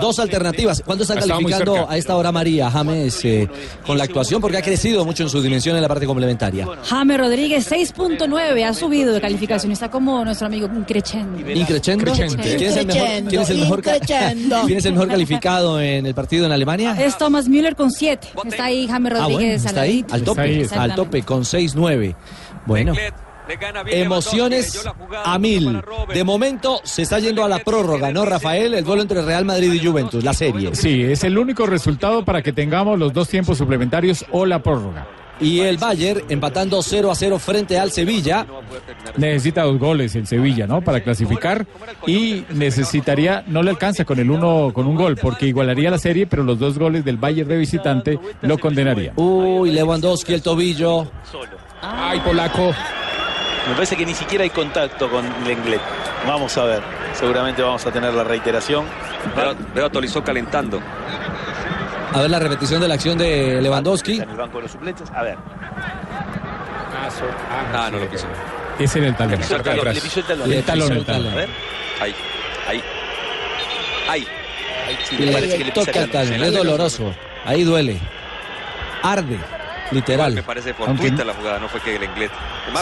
Speaker 5: Dos alternativas. ¿Cuánto está
Speaker 11: Estaba muy
Speaker 5: calificando
Speaker 11: cerca.
Speaker 5: a esta hora María James eh, con la actuación? Porque ha crecido mucho en su dimensión en la parte complementaria.
Speaker 7: James Rodríguez 6.9 ha subido de calificación, está como nuestro amigo Crescendo.
Speaker 5: ¿Increchendo? ¿Quién es el mejor, quién es el mejor ca-
Speaker 7: Increchendo.
Speaker 5: quién es el mejor calificado en el partido en Alemania?
Speaker 7: Es Thomas Müller con 7. Está ahí James
Speaker 5: Ah, bueno,
Speaker 7: Rodríguez
Speaker 5: está ahí,
Speaker 7: ladito.
Speaker 5: al tope, al
Speaker 7: Exactamente.
Speaker 5: tope, con 6-9. Bueno, emociones a mil. De momento se está yendo a la prórroga, ¿no, Rafael? El duelo entre Real Madrid y Juventus, la serie.
Speaker 8: Sí, es el único resultado para que tengamos los dos tiempos suplementarios o la prórroga.
Speaker 5: Y el Bayern empatando 0 a 0 frente al Sevilla.
Speaker 8: Necesita dos goles el Sevilla, ¿no? Para clasificar y necesitaría, no le alcanza con el uno, con un gol, porque igualaría la serie, pero los dos goles del Bayern de visitante lo condenaría.
Speaker 9: Uh,
Speaker 5: Uy, Lewandowski el tobillo.
Speaker 8: Ay, polaco.
Speaker 4: Me parece que ni siquiera hay contacto con Lenglet. Vamos a ver. Seguramente vamos a tener la reiteración. Veo a Tolizó calentando.
Speaker 5: A ver la repetición de la acción de Lewandowski.
Speaker 4: En el banco de los suplentes. A ver.
Speaker 9: Ah, no lo quiso.
Speaker 8: Es en el talón.
Speaker 4: Le pisó el talón, le pisó el talón.
Speaker 8: El talón, el
Speaker 4: A
Speaker 8: talón.
Speaker 4: ver. Ahí, ahí. Ahí. Ahí sí,
Speaker 5: Y
Speaker 4: me parece
Speaker 5: le
Speaker 4: que le pisa
Speaker 5: toca el
Speaker 4: el talón.
Speaker 5: talón, es doloroso. Ahí duele. Arde, literal.
Speaker 34: parece
Speaker 8: fortuita Aunque-
Speaker 34: la jugada, no fue que el inglés.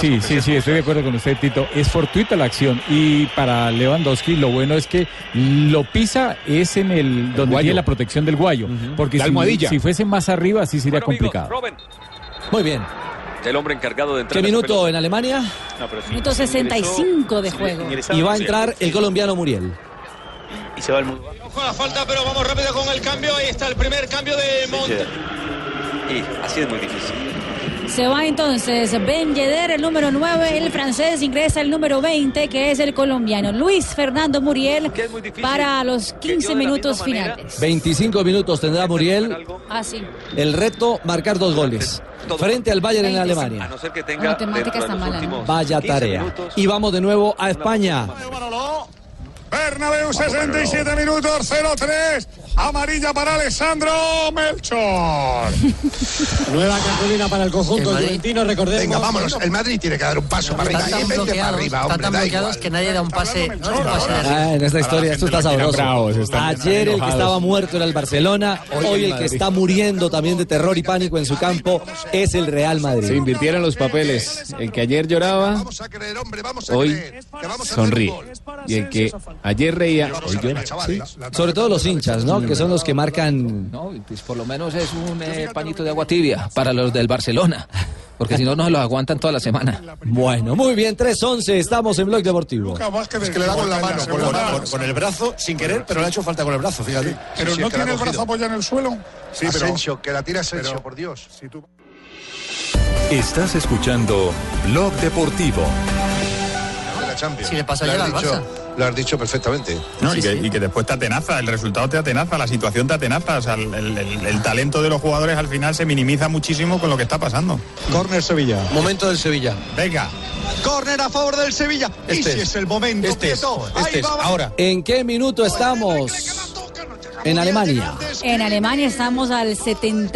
Speaker 8: Sí, sí, sí, estoy de acuerdo con usted, Tito. Es fortuita la acción y para Lewandowski lo bueno es que lo pisa es en el donde
Speaker 9: guayo.
Speaker 8: tiene la protección del guayo, porque
Speaker 9: La
Speaker 8: si-
Speaker 9: almohadilla.
Speaker 8: si fuese más arriba sí sería complicado.
Speaker 5: Muy bien.
Speaker 34: El hombre encargado de
Speaker 5: ¿Qué minuto en Alemania?
Speaker 7: Minuto 65 de juego.
Speaker 5: Y va a entrar el colombiano Muriel.
Speaker 4: Y se va el
Speaker 35: Juega falta, pero vamos rápido con el cambio. Ahí está el primer cambio de Monte.
Speaker 34: Y así es muy difícil.
Speaker 7: Se va entonces Ben Yedder, el número 9, el francés ingresa el número 20, que es el colombiano Luis Fernando Muriel, para los 15 minutos finales. Ah,
Speaker 5: 25 minutos
Speaker 4: Este
Speaker 5: tendrá Muriel.
Speaker 7: Así.
Speaker 5: El reto, marcar dos goles. Frente al Bayern en Alemania.
Speaker 34: no ser que tenga
Speaker 7: matemática está mala. ¿no?
Speaker 5: Vaya
Speaker 34: 15
Speaker 5: tarea.
Speaker 34: minutos.
Speaker 5: Y vamos de nuevo a España.
Speaker 13: Bernabéu, 67 minutos, 0-3. Amarilla para Alessandro Melchor.
Speaker 33: Nueva cartulina para el conjunto
Speaker 13: ¿El Madrid?
Speaker 33: juventino, recordemos.
Speaker 14: Venga, vámonos. El Madrid tiene que dar un paso para arriba.
Speaker 33: Están
Speaker 14: Y
Speaker 33: tan
Speaker 14: vente para
Speaker 33: bloqueados,
Speaker 14: arriba,
Speaker 33: están
Speaker 14: hombre.
Speaker 33: tan
Speaker 14: da
Speaker 33: bloqueados
Speaker 14: igual.
Speaker 33: que nadie da un pase. No, un pase de arriba.
Speaker 5: Ah, en esta historia esto está sabroso.
Speaker 9: bravos,
Speaker 5: Ayer el que estaba muerto era el Barcelona,
Speaker 9: Hoy
Speaker 5: hoy
Speaker 9: el
Speaker 5: el que
Speaker 9: Madrid.
Speaker 5: está muriendo también de terror y pánico en su campo es el Real Madrid.
Speaker 11: Se invirtieron los papeles. El que ayer lloraba, hoy sonríe. Y el que ayer reía, hoy llora. Sí.
Speaker 5: Sobre todo los hinchas, ¿no? Que son los que marcan
Speaker 17: No, pues por lo menos es un eh, pañito de agua tibia para los del Barcelona, porque si no, no se los aguantan toda la semana.
Speaker 5: Bueno, muy bien, 3-11, estamos en Blog Deportivo.
Speaker 14: Es que le da con la mano, con, la mano, con- con el brazo, sin querer, pero le ha hecho falta con el brazo, fíjate.
Speaker 13: Pero no tiene el brazo apoyado en el suelo.
Speaker 14: Sí,
Speaker 13: pero-
Speaker 14: Asensio, que la tira Asensio,
Speaker 13: pero-
Speaker 14: por Dios.
Speaker 30: Estás escuchando Blog Deportivo.
Speaker 14: De la Champions.
Speaker 33: Si le pasa
Speaker 14: Lo
Speaker 33: ayer
Speaker 14: has
Speaker 33: al
Speaker 14: dicho-
Speaker 33: Barça.
Speaker 14: Lo has dicho perfectamente.
Speaker 27: No, y, que, y que después Pues te atenaza, el resultado te atenaza, la situación te atenaza, o sea, el, el- el- el talento de los jugadores al final se minimiza muchísimo con lo que está pasando.
Speaker 13: Corner Sevilla.
Speaker 27: Momento del Sevilla. Venga.
Speaker 2: Córner a favor del Sevilla. y
Speaker 27: Este
Speaker 2: si
Speaker 27: es.
Speaker 2: es el momento,
Speaker 27: Este es.
Speaker 2: quieto.
Speaker 27: Este
Speaker 2: Ahí
Speaker 27: es.
Speaker 2: va.
Speaker 27: Ahora.
Speaker 5: ¿En qué minuto estamos? En Alemania.
Speaker 7: En Alemania estamos al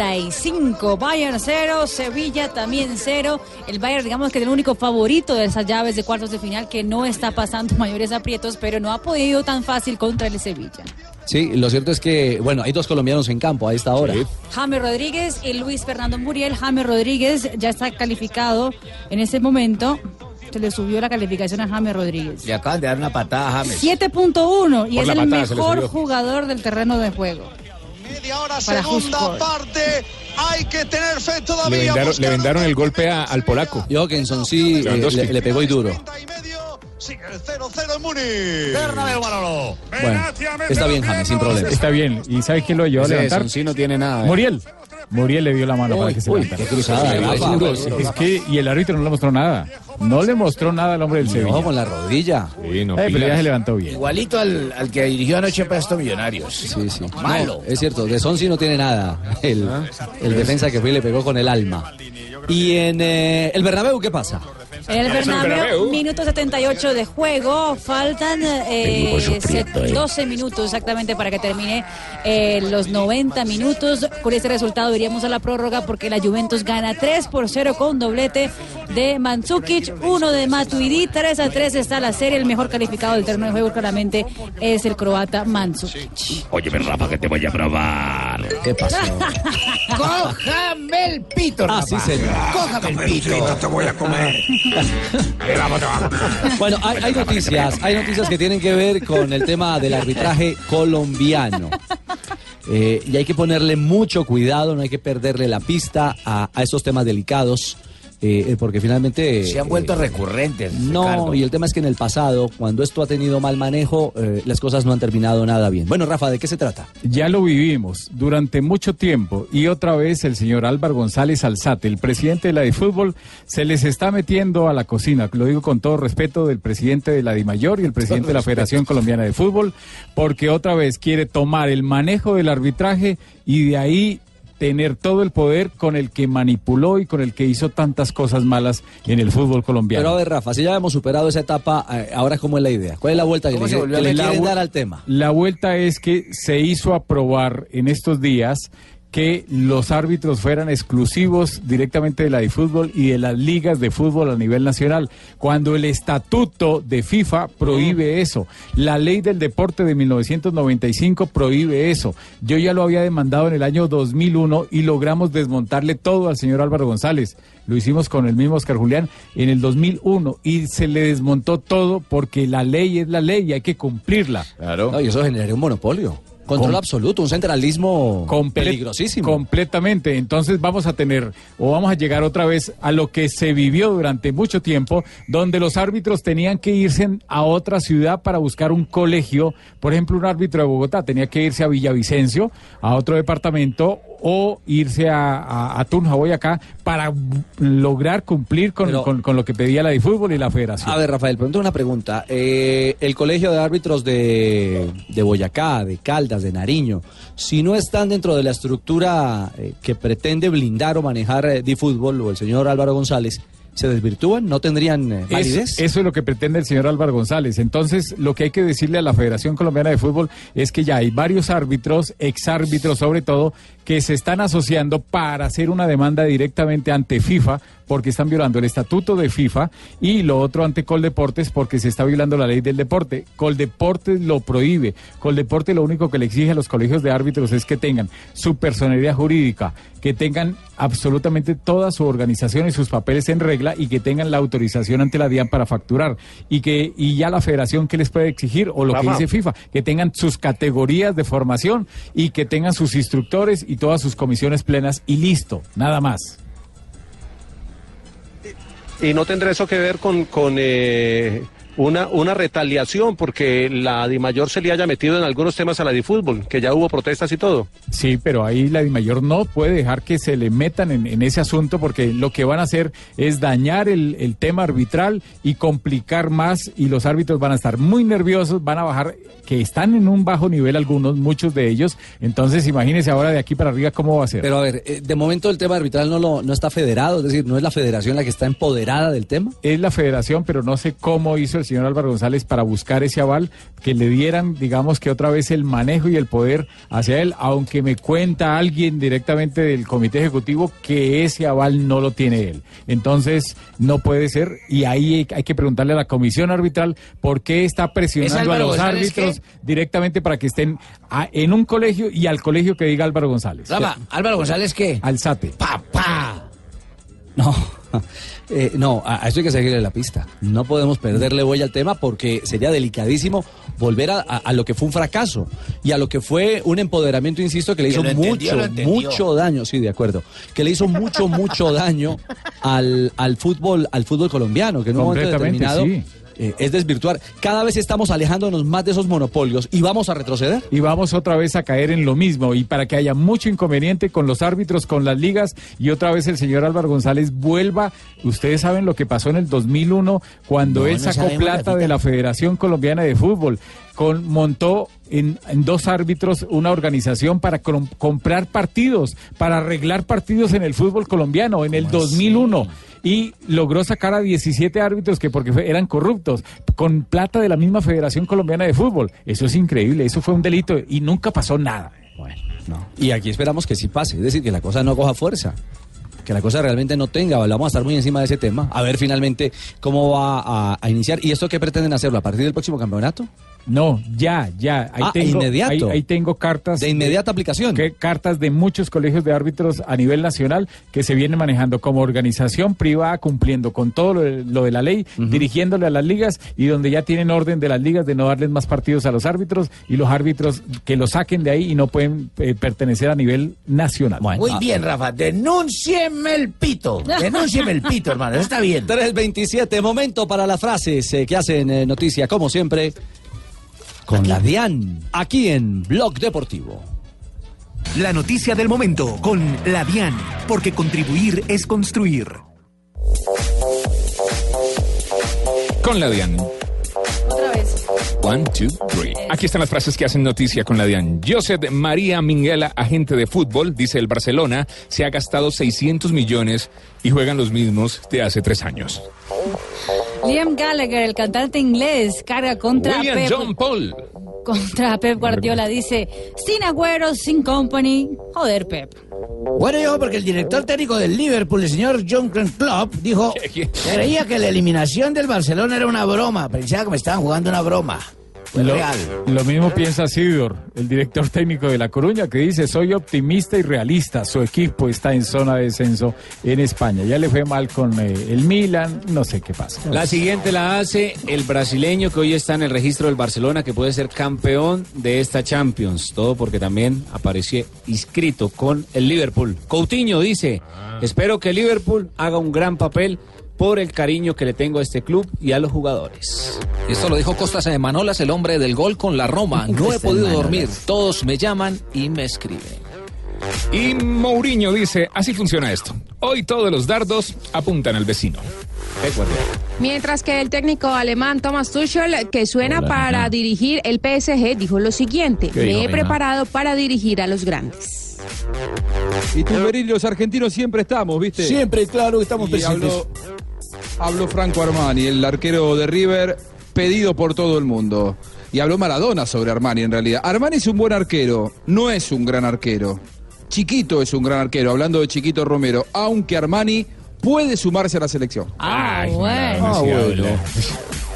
Speaker 7: 75, Bayern 0, Sevilla también 0. El Bayern, digamos que es el único favorito de esas llaves de cuartos de final que no está pasando mayores aprietos, pero no ha podido tan fácil contra el Sevilla.
Speaker 5: Sí, lo cierto es que, bueno, hay dos colombianos en campo a esta hora.
Speaker 7: James Rodríguez y Luis Fernando Muriel. James Rodríguez ya está calificado en este momento. Se le subió la calificación a James Rodríguez.
Speaker 12: Le acaban de dar una patada a James.
Speaker 7: 7.1 y
Speaker 12: Por
Speaker 7: es
Speaker 12: la
Speaker 7: el
Speaker 12: patada se le
Speaker 7: mejor
Speaker 12: subió.
Speaker 7: jugador del terreno de juego.
Speaker 2: Ahora
Speaker 7: Para
Speaker 2: segunda
Speaker 7: Huskor.
Speaker 2: parte. Hay que tener fe
Speaker 9: Le
Speaker 2: todavía.
Speaker 9: vendaron, le vendaron el golpe a- al polaco.
Speaker 5: Jokinson sí
Speaker 9: eh, Lewandowski.
Speaker 5: le- le pegó y duro.
Speaker 2: Sigue el 0-0 en Múnich. Bernabéu Manolo.
Speaker 5: Bueno, está bien, James, sin problema.
Speaker 8: Está bien. ¿Y sabe quién lo llevó a
Speaker 11: Ese
Speaker 8: levantar?
Speaker 11: Soncino no tiene nada. ¿eh?
Speaker 8: Muriel. Muriel le dio la mano para que se
Speaker 11: uy,
Speaker 8: levantara.
Speaker 11: qué cruzada,
Speaker 8: Sí,
Speaker 11: ¿eh? ¿verdad?
Speaker 8: es
Speaker 11: Papá,
Speaker 8: duro.
Speaker 11: duro.
Speaker 8: Es que, y el árbitro no le mostró nada. No le mostró nada al hombre del Sevilla.
Speaker 5: con la rodilla.
Speaker 8: Sí, no, eh, pero ya se levantó bien.
Speaker 12: Igualito al, al que dirigió anoche para estos millonarios.
Speaker 5: Sí, sí.
Speaker 12: Malo.
Speaker 5: No, es cierto, de Sonsi no tiene nada. El, el defensa que fue y le pegó con el alma. Y en eh, el Bernabéu, ¿qué pasa?
Speaker 7: En el
Speaker 5: Es el Bernabéu.
Speaker 7: Bernabéu, minuto 78 de juego, faltan eh,
Speaker 5: El grupo sufriendo,
Speaker 7: set-
Speaker 5: eh.
Speaker 7: 12 minutos exactamente para que termine eh, los 90 minutos. Con este resultado iríamos a la prórroga porque la Juventus gana 3 por 0 con doblete de Mandzukic, uno de Matuidi, 3 a 3 está la serie, el mejor calificado del terreno de juego claramente es el croata Mandzukic.
Speaker 12: Oye, mi Rafa, que te voy a probar.
Speaker 5: ¿Qué
Speaker 12: Cójame el pito,
Speaker 5: Ah,
Speaker 12: Rafa.
Speaker 5: sí, señor.
Speaker 12: Cójame el pito.
Speaker 5: te voy a comer. Eh, Bueno, hay, hay noticias, hay noticias que tienen que ver con el tema del arbitraje colombiano. Eh, y hay que ponerle mucho cuidado, no hay que perderle la pista a, a estos temas delicados, eh, eh, porque finalmente...
Speaker 12: Se han vuelto
Speaker 5: eh,
Speaker 12: recurrentes.
Speaker 5: No,
Speaker 12: Ricardo.
Speaker 5: y el tema es que en el pasado, cuando esto ha tenido mal manejo, eh, las cosas no han terminado nada bien. Bueno, Rafa, ¿de qué se trata?
Speaker 8: Ya lo vivimos durante mucho tiempo y otra vez el señor Álvaro González Alzate, el presidente de la de fútbol, se les está metiendo a la cocina. Lo digo con todo respeto del presidente de la DIMAYOR y el presidente de la Federación Colombiana de Fútbol, porque otra vez quiere tomar el manejo del arbitraje y de ahí tener todo el poder con el que manipuló y con el que hizo tantas cosas malas en el fútbol colombiano.
Speaker 5: Pero a ver, Rafa, si ya hemos superado esa etapa, eh, ahora cómo es la idea? ¿Cuál es la vuelta que le,
Speaker 8: ¿Cómo se volvió
Speaker 5: que
Speaker 8: a
Speaker 5: le
Speaker 8: meter?
Speaker 5: quieren
Speaker 8: La vu-
Speaker 5: dar al tema?
Speaker 8: La vuelta es que se hizo aprobar en estos días que los árbitros fueran exclusivos directamente de la de fútbol y de las ligas de fútbol a nivel nacional, cuando el estatuto de FIFA prohíbe eso, la ley del deporte de 1995 prohíbe eso. Yo ya lo había demandado en el año 2001 y logramos desmontarle todo al señor Álvaro González. Lo hicimos con el mismo Oscar Julián en el 2001 y se le desmontó todo porque la ley es la ley y hay que cumplirla.
Speaker 5: No, y eso generaría un monopolio. Control
Speaker 8: Com-
Speaker 5: absoluto, un centralismo
Speaker 8: Comple-
Speaker 5: peligrosísimo.
Speaker 8: Completamente. Entonces vamos a tener o vamos a llegar otra vez a lo que se vivió durante mucho tiempo, donde los árbitros tenían que irse en- a otra ciudad para buscar un colegio. Por ejemplo, un árbitro de Bogotá tenía que irse a Villavicencio, a otro departamento o irse a, a, a Tunja, Boyacá, para bu- lograr cumplir con, con- con lo que pedía la de fútbol y la federación.
Speaker 5: A ver, Rafael, pronto una pregunta. Eh, el colegio de árbitros de, de Boyacá, de Caldas, de Nariño, si no están dentro de la estructura eh, que pretende blindar o manejar eh, DiFútbol o el señor Álvaro González, se desvirtúan, no tendrían eh, validez.
Speaker 8: Es- eso es lo que pretende el señor Álvaro González. Entonces, lo que hay que decirle a la Federación Colombiana de Fútbol es que ya hay varios árbitros, exárbitros sobre todo, que se están asociando para hacer una demanda directamente ante FIFA porque están violando el estatuto de FIFA y lo otro ante Coldeportes porque se está violando la ley del deporte. Coldeportes lo prohíbe. Coldeporte lo único que le exige a los colegios de árbitros es que tengan su personalidad jurídica, que tengan absolutamente toda su organización y sus papeles en regla y que tengan la autorización ante la DIAN para facturar y que y ya la federación que les puede exigir o lo que
Speaker 26: Rafa.
Speaker 8: dice FIFA, que tengan sus categorías de formación y que tengan sus instructores y todas sus comisiones plenas y listo, nada más.
Speaker 25: y no tendrá eso que ver con, con eh, una, una retaliación porque la DiMayor se le haya metido en algunos temas a la DiFútbol, que ya hubo protestas y todo.
Speaker 8: Sí, pero ahí la DIMAYOR no puede dejar que se le metan en, en ese asunto porque lo que van a hacer es dañar el, el tema arbitral y complicar más y los árbitros van a estar muy nerviosos, van a bajar, que están en un bajo nivel algunos, muchos de ellos. Entonces imagínense ahora de aquí para arriba cómo va a ser.
Speaker 5: Pero a ver, eh, de momento el tema arbitral no, lo, no está federado, es decir, no es la federación la que está empoderada del tema.
Speaker 8: es la federación, pero no sé cómo hizo el señor Álvaro González para buscar ese aval, que le dieran, digamos que otra vez el manejo y el poder hacia él, aunque me cuenta alguien directamente del comité ejecutivo que ese aval no lo tiene él. Entonces, no puede ser, y ahí hay- hay que preguntarle a la comisión arbitral por qué está presionando a
Speaker 3: Álvaro
Speaker 8: los
Speaker 3: González
Speaker 8: árbitros directamente para que estén a- en un colegio y al colegio que diga Álvaro González.
Speaker 3: Rafa, ¿Álvaro González qué?
Speaker 8: Alzate.
Speaker 3: ¡Papá!
Speaker 5: No, eh, no, a, a eso hay que seguirle la pista. No podemos perderle huella al tema porque sería delicadísimo volver a, a- a lo que fue un fracaso y a lo que fue un empoderamiento, insisto, que le
Speaker 3: Que
Speaker 5: hizo
Speaker 3: lo entendió, lo
Speaker 5: mucho,
Speaker 3: entendió.
Speaker 5: mucho daño, sí, de acuerdo, que le hizo mucho, mucho daño al, al fútbol, al fútbol colombiano, que en un momento
Speaker 8: Completamente,
Speaker 5: determinado
Speaker 8: sí.
Speaker 5: eh, es desvirtuar. Cada vez estamos alejándonos más de esos monopolios y vamos a retroceder.
Speaker 8: y vamos otra vez a caer en lo mismo y para que haya mucho inconveniente con los árbitros, con las ligas y otra vez el señor Álvaro González vuelva. Ustedes saben lo que pasó en el 2001 cuando
Speaker 26: No,
Speaker 8: él
Speaker 26: no
Speaker 8: sacó
Speaker 26: sabemos,
Speaker 8: plata de la Federación Colombiana de Fútbol. Con, montó en, en dos árbitros una organización para com- comprar partidos, para arreglar partidos en el fútbol colombiano en el 2001 y logró sacar a 17 árbitros que porque fue- eran corruptos con plata de la misma Federación Colombiana de Fútbol. Eso es increíble, eso fue un delito y nunca pasó nada.
Speaker 5: Y aquí esperamos que sí pase, es decir, que la cosa no coja fuerza, que la cosa realmente no tenga, vamos a estar muy encima de ese tema, a ver finalmente cómo va a, a iniciar. ¿Y esto qué pretenden hacerlo a partir del próximo campeonato?
Speaker 8: No, ya, ya. Ahí
Speaker 5: Ah,
Speaker 8: tengo,
Speaker 5: inmediato.
Speaker 8: Ahí, ahí tengo cartas.
Speaker 5: De inmediata aplicación.
Speaker 8: que- cartas de muchos colegios de árbitros a nivel nacional que se vienen manejando como organización privada, cumpliendo con todo lo, de- lo de la ley, dirigiéndole a las ligas y donde ya tienen orden de las ligas de no darles más partidos a los árbitros y los árbitros que los saquen de ahí y no pueden eh, pertenecer a nivel nacional.
Speaker 5: ah.
Speaker 3: Muy
Speaker 6: Ah.
Speaker 3: bien, Rafa, denúncieme el pito. Denúncieme el pito, hermano, eso está bien.
Speaker 5: 327, momento para las frases eh, que hacen eh, noticia, como siempre, con la DIAN, aquí en Blog Deportivo.
Speaker 18: La noticia del momento con la DIAN, porque contribuir es construir.
Speaker 9: Con la DIAN.
Speaker 7: Otra vez.
Speaker 9: One, two, three. Aquí están las frases que hacen noticia con la DIAN. Josep María Minguela, agente de fútbol, dice el Barcelona se ha gastado 600 millones y juegan los mismos de hace tres años.
Speaker 7: Liam Gallagher, el cantante inglés, carga contra
Speaker 9: William
Speaker 7: Pep,
Speaker 9: John Paul.
Speaker 7: contra Pep Guardiola. Dice, sin agüero, sin company. Joder, Pep.
Speaker 3: Bueno, yo, porque el director técnico del Liverpool, el señor John Klopp, dijo creía que la eliminación del Barcelona era una broma. Pensaba que me estaban jugando una broma. Fue
Speaker 8: Lo,
Speaker 3: real.
Speaker 8: lo mismo piensa Sidor, el director técnico de La Coruña, que dice, soy optimista y realista, su equipo está en zona de descenso en España. Ya le fue mal con eh, el Milan, no sé qué pasa.
Speaker 11: La siguiente la hace el brasileño que hoy está en el registro del Barcelona, que puede ser campeón de esta Champions. Todo porque también apareció inscrito con el Liverpool. Coutinho dice, espero que Liverpool haga un gran papel por el cariño que le tengo a este club y a los jugadores.
Speaker 17: Esto lo dijo Costas de Manolas, el hombre del gol con la Roma. No he
Speaker 11: Costas
Speaker 17: podido
Speaker 11: Manolas.
Speaker 17: dormir. Todos me llaman y me escriben.
Speaker 9: Y Mourinho dice, así funciona esto. Hoy todos los dardos apuntan al vecino.
Speaker 20: Mientras que el técnico alemán Thomas Tuchel, que suena
Speaker 9: Hola,
Speaker 20: para
Speaker 9: ajá.
Speaker 20: dirigir el PSG, dijo lo siguiente:
Speaker 19: ¿Qué
Speaker 20: Me
Speaker 19: dijo,
Speaker 20: he
Speaker 19: Reina?
Speaker 20: preparado para dirigir a los grandes.
Speaker 19: Y tú, Meril, los argentinos siempre estamos, ¿viste?
Speaker 20: Siempre,
Speaker 19: claro,
Speaker 20: estamos
Speaker 19: y
Speaker 20: presentes.
Speaker 19: habló-
Speaker 24: Habló Franco Armani, el arquero de River, pedido por todo el mundo. Y habló Maradona sobre Armani en realidad. Armani es un buen arquero, no es un gran arquero. Chiquito es un gran arquero, hablando de Chiquito Romero, aunque Armani puede sumarse a la selección.
Speaker 7: Ah, bueno.
Speaker 24: Ah, bueno.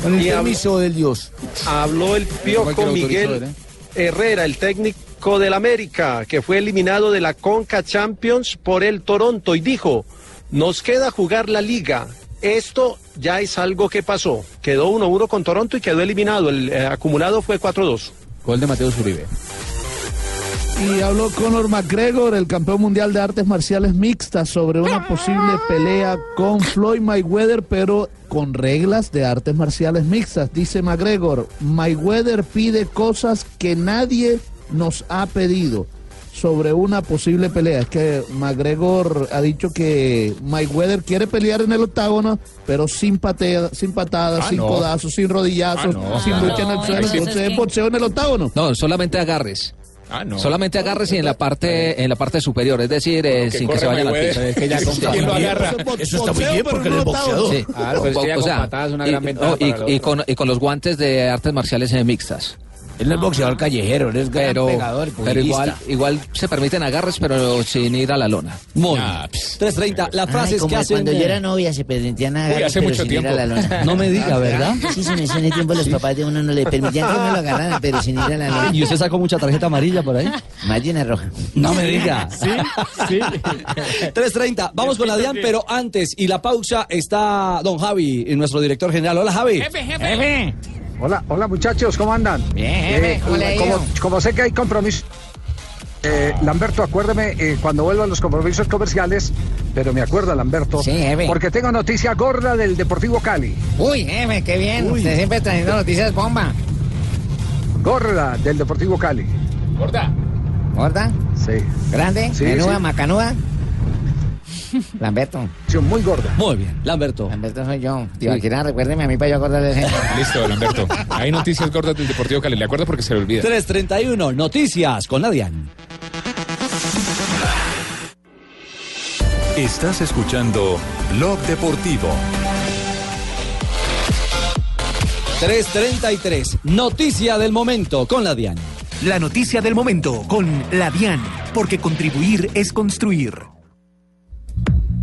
Speaker 12: Con el
Speaker 24: Y hab-
Speaker 12: permiso del Dios.
Speaker 20: Habló el Piojo
Speaker 24: Cualquier autorizó él,
Speaker 20: Miguel Herrera, el técnico del América, que fue eliminado de la Conca Champions por el Toronto y dijo, nos queda jugar la liga. Esto ya es algo que pasó. Quedó 1-1 con Toronto y quedó eliminado. El eh, acumulado fue 4-2.
Speaker 10: Gol de Mateo Zuribe.
Speaker 26: Y habló Conor McGregor, el campeón mundial de artes marciales mixtas, sobre una posible pelea con Floyd Mayweather, pero con reglas de artes marciales mixtas. Dice McGregor, Mayweather pide cosas que nadie nos ha pedido sobre una posible pelea. Es que McGregor ha dicho que Mayweather quiere pelear en el octágono, pero sin, patea, sin patadas,
Speaker 10: Ah,
Speaker 26: sin
Speaker 10: no.
Speaker 26: codazos, sin rodillazos,
Speaker 10: no.
Speaker 26: sin
Speaker 10: Ah,
Speaker 26: lucha
Speaker 10: no,
Speaker 26: en el suelo.
Speaker 10: entonces
Speaker 26: Entonces
Speaker 10: ¿qué?
Speaker 26: es boxeo en el octágono.
Speaker 10: No, solamente agarres.
Speaker 26: no. pues,
Speaker 10: Solamente agarres y en la parte en la parte superior, es decir, eh,
Speaker 26: que
Speaker 10: sin que
Speaker 26: corre
Speaker 10: se vaya la
Speaker 26: Mayweather.
Speaker 10: pinza.
Speaker 26: Es que ya con ¿Quién lo agarra?
Speaker 12: Eso está muy bien porque él es boxeador.
Speaker 10: Sí.
Speaker 11: Claro, pero es que ya
Speaker 10: Ah, pues O
Speaker 11: con
Speaker 10: sea,
Speaker 11: patadas es una
Speaker 10: y-
Speaker 11: gran ventaja
Speaker 10: no, y-
Speaker 11: para el
Speaker 10: y
Speaker 11: otro.
Speaker 10: con- y con los guantes de artes marciales eh, mixtas.
Speaker 12: Él no es boxeador callejero, él es gran
Speaker 10: pero,
Speaker 12: pegador,
Speaker 10: pero
Speaker 12: pugilista.
Speaker 10: igual, igual se permiten agarres, pero sin ir a la lona. Muy.
Speaker 26: Ah,
Speaker 10: 3.30, las
Speaker 6: Ay, como cuando yo era novia se permitían agarrar
Speaker 10: hace
Speaker 6: pero
Speaker 10: mucho
Speaker 6: sin ir
Speaker 10: tiempo.
Speaker 6: a la lona.
Speaker 10: No me diga, ¿verdad?
Speaker 6: Sí, sí, en ese tiempo los papás de uno no le permitían que uno lo agarraran, pero sin ir a la lona.
Speaker 10: ¿Y usted sacó mucha tarjeta amarilla por ahí?
Speaker 6: Más de una roja.
Speaker 10: No me diga. Sí,
Speaker 5: sí.
Speaker 10: 3.30, vamos con la DIAN, pero antes y la pausa está don Javi, nuestro director general. Hola Javi.
Speaker 17: Hola, hola muchachos, ¿cómo andan? Bien,
Speaker 10: jefe, ¿cómo le ha ido?
Speaker 17: como, como sé que hay compromiso. eh, Lamberto, acuérdeme eh, cuando vuelvan los compromisos comerciales, pero me acuerda Lamberto, porque tengo noticia gorda del Deportivo Cali.
Speaker 27: Uy, jefe, qué bien.
Speaker 17: Uy.
Speaker 27: Usted siempre trayendo noticias bomba.
Speaker 17: Gorda del Deportivo Cali.
Speaker 27: Gorda. Gorda.
Speaker 17: Sí.
Speaker 27: Grande.
Speaker 17: Sí,
Speaker 27: menuda,
Speaker 17: sí.
Speaker 27: macanuda. Lamberto.
Speaker 17: Muy gorda.
Speaker 10: Muy bien, Lamberto.
Speaker 27: Lamberto soy yo. Tibaquirá, recuérdeme a mí para yo acordarle el ejemplo.
Speaker 9: Listo, Lamberto. Hay noticias gordas del Deportivo Cali. Le acuerdo porque se le olvida.
Speaker 10: 3.31, noticias con la DIAN.
Speaker 25: Estás escuchando Blog Deportivo.
Speaker 5: 333, noticia del momento con la DIAN.
Speaker 36: La noticia del momento con la DIAN, porque contribuir es construir.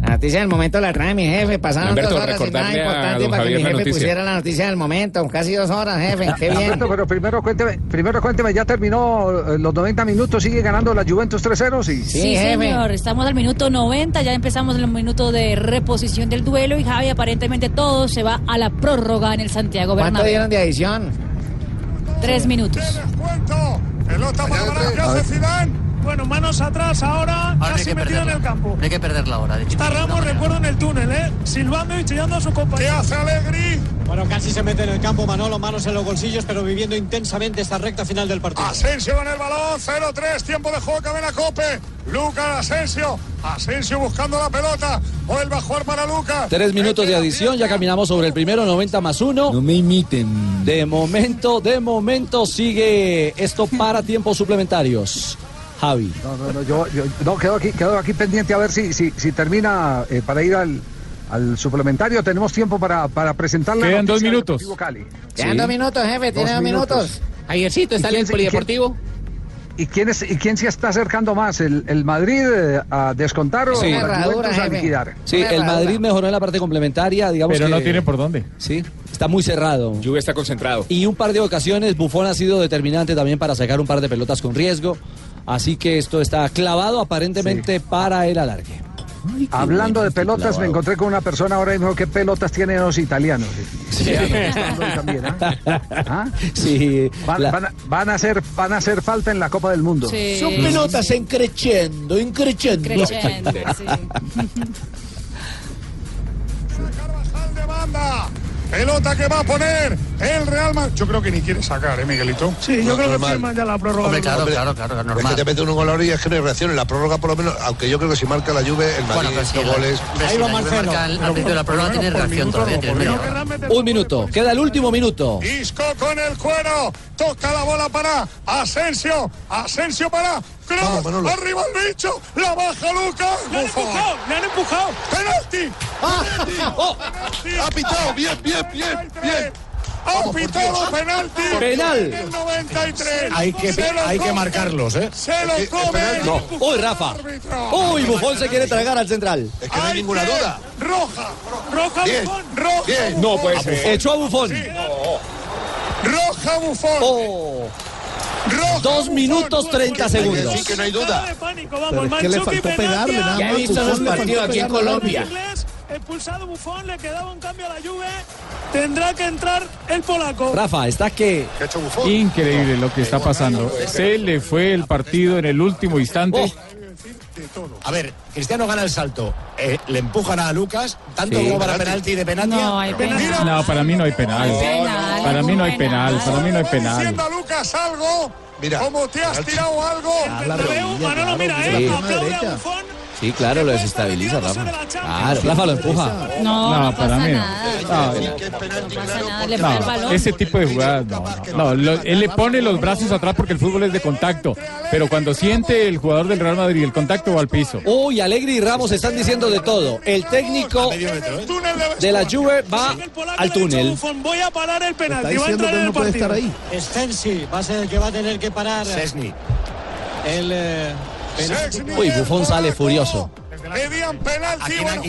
Speaker 27: La noticia del momento la trae mi jefe. Pasaron
Speaker 36: Lamberto,
Speaker 27: dos horas sin nada
Speaker 36: recordarle a
Speaker 27: importante
Speaker 36: don
Speaker 27: para que
Speaker 36: Javier
Speaker 27: mi
Speaker 36: la
Speaker 27: jefe
Speaker 36: noticia.
Speaker 27: pusiera la noticia del momento. Casi dos horas, jefe. Qué bien.
Speaker 17: Lamberto, pero primero cuénteme, primero cuénteme, ya terminó eh, los 90 minutos, sigue ganando la Juventus 3-0, sí.
Speaker 7: Sí, señor, estamos al minuto 90, ya empezamos el minuto de reposición del duelo y Javi aparentemente todo se va a la prórroga en el Santiago
Speaker 27: ¿Cuánto
Speaker 7: Bernabéu.
Speaker 27: dieron de adición?
Speaker 7: Tres minutos.
Speaker 13: Pelota para Varane, que
Speaker 27: A ver.
Speaker 13: hace Zidane. Bueno, manos atrás ahora,
Speaker 37: Ahora no hay
Speaker 13: casi
Speaker 37: que
Speaker 13: metido en
Speaker 37: perderla.
Speaker 13: el campo.
Speaker 37: No hay que perderla ahora. De
Speaker 13: Está Ramos, recuerdo, en el túnel, ¿eh? Silbando y chillando a su compañero. ¿Qué hace Alegri?
Speaker 24: Bueno, casi se mete en el campo Manolo, manos en los bolsillos, pero viviendo intensamente esta recta final del partido.
Speaker 13: Asensio con el balón, 0-3, tiempo de juego, cadena Cope. Lucas Asensio, Asensio buscando la pelota, vuelve a jugar para Lucas.
Speaker 5: Tres minutos de adición, ya caminamos sobre el primero, 90 más uno. No me imiten. De momento, de momento sigue esto para tiempos suplementarios. Javi.
Speaker 17: No, no, no, yo, yo- no, quedo aquí, quedo aquí pendiente a ver si, si, si termina eh, para ir al, al suplementario. Tenemos tiempo para, para presentar la
Speaker 8: Quedan
Speaker 17: noticia
Speaker 8: dos
Speaker 17: del
Speaker 8: minutos.
Speaker 17: Deportivo Cali.
Speaker 27: Quedan dos minutos, jefe. Tiene
Speaker 17: Dos
Speaker 27: dos minutos.
Speaker 17: minutos.
Speaker 27: Javiercito,
Speaker 17: ¿Y quién se- y quién- ¿Y quién, es, ¿Y quién se está acercando más? ¿El, el Madrid eh, a descontar o
Speaker 5: Sí.
Speaker 17: la
Speaker 5: Una
Speaker 17: Juventus
Speaker 5: herradura,
Speaker 17: a
Speaker 5: jefe.
Speaker 17: liquidar?
Speaker 5: Sí, el Madrid mejoró en la parte complementaria, digamos
Speaker 8: Pero
Speaker 5: que-
Speaker 8: no tiene por dónde.
Speaker 5: Sí, está muy cerrado.
Speaker 9: Juve está concentrado.
Speaker 5: Y un par de ocasiones Bufón ha sido determinante también para sacar un par de pelotas con riesgo. Así que esto está clavado aparentemente para el alargue.
Speaker 17: Hablando de pelotas, me encontré con una persona ahora y me dijo, ¿qué pelotas tienen los italianos?
Speaker 5: Sí.
Speaker 17: ¿Ah?
Speaker 5: Sí,
Speaker 17: van,
Speaker 5: la-
Speaker 17: van a, van a hacer, van a hacer falta en la Copa del Mundo.
Speaker 12: Son pelotas encrechendo, encrechendo.
Speaker 13: Encrechendo, Banda. Pelota que va a poner el Real Madrid. Yo creo que ni quiere sacar, ¿eh, Miguelito? Sí, yo creo que firman ya la prórroga.
Speaker 14: claro,
Speaker 17: normal.
Speaker 14: Es que te mete uno con la orilla, es que no hay reacción. En la prórroga, por lo menos, aunque yo creo que si marca la Juve, el Madrid,
Speaker 5: pero si
Speaker 14: no
Speaker 5: la-
Speaker 14: goles.
Speaker 5: pero si Ahí va la Juve Marcelo. marca al- al principio de la prórroga, tiene reacción todavía, tiene media hora. Un minuto, queda el último minuto.
Speaker 13: Isco con el cuero. toca la bola para Asensio, Asensio para Kroos, arriba el bicho, la baja Lucas. ¡Le han empujado! ¡Le han empujado! ¡Penalti! Ah, oh, ¡Ha pitado! ¡Bien, bien, bien! ¡Bien! ¡Ha pitado penalti!
Speaker 18: Penal.
Speaker 13: ¡El 93!
Speaker 18: Hay que-
Speaker 13: Se lo
Speaker 18: hay que
Speaker 13: come.
Speaker 18: marcarlos, ¿eh?
Speaker 13: ¡Se lo come!
Speaker 18: No. Uy, Rafa. Uy, Bufón se quiere tragar al central. Es que no hay ninguna duda.
Speaker 13: Roja, roja Bufón, roja
Speaker 18: No
Speaker 13: puede
Speaker 18: ser. Echó a Bufón.
Speaker 13: Roja Bufón.
Speaker 5: Oh.
Speaker 18: Dos minutos 30 segundos.
Speaker 14: Sí, que no hay duda.
Speaker 18: Pero es que le faltó pegarle, nada
Speaker 3: Ya he
Speaker 18: más,
Speaker 3: visto
Speaker 18: Bufón,
Speaker 3: esos
Speaker 18: le faltó
Speaker 3: partidos aquí en
Speaker 18: pegarle.
Speaker 3: Colombia.
Speaker 13: Expulsado Bufón, le quedaba un cambio a la Juve. Tendrá que entrar el polaco.
Speaker 18: Rafa, está que.
Speaker 8: Increíble lo que está pasando. Se le fue el partido en el último instante.
Speaker 18: A ver, Cristiano gana el salto. eh, le empujan a Lucas, tanto
Speaker 8: Sí.
Speaker 18: como para penalti de penalti.
Speaker 7: No, hay pena.
Speaker 8: No, para mí no hay penal.
Speaker 7: Hay penal,
Speaker 8: Para mí no hay penal, para mí no hay penal.
Speaker 13: Diciendo a Lucas algo, como te has tirado algo. Bernabéu, Manolo, mira, eh, aplaude a Bufón.
Speaker 17: Sí, claro, lo desestabiliza, Rafa. Claro.
Speaker 5: Rafa lo empuja.
Speaker 7: No,
Speaker 8: No,
Speaker 7: no,
Speaker 8: para
Speaker 7: pasa
Speaker 8: mí no.
Speaker 7: nada.
Speaker 8: No,
Speaker 7: No pasa nada, le pone el
Speaker 8: No,
Speaker 7: balón.
Speaker 8: ese tipo de jugadas, no. no. No, lo- él le pone los brazos atrás porque el fútbol es de contacto. Pero cuando siente el jugador del Real Madrid el contacto, va al piso.
Speaker 5: Uy, Alegre y Ramos están diciendo de todo. El técnico de la Juve va al túnel.
Speaker 13: Voy a parar el penalti. va
Speaker 5: Está
Speaker 13: a
Speaker 5: diciendo
Speaker 13: entrar en
Speaker 5: que él
Speaker 13: el
Speaker 5: no puede
Speaker 13: partido.
Speaker 5: estar ahí.
Speaker 6: Stensi va a ser el que va a tener que parar. Sesni. El. eh, penalti.
Speaker 5: Uy, Bufón sale furioso.
Speaker 13: Pedían penalti. bueno.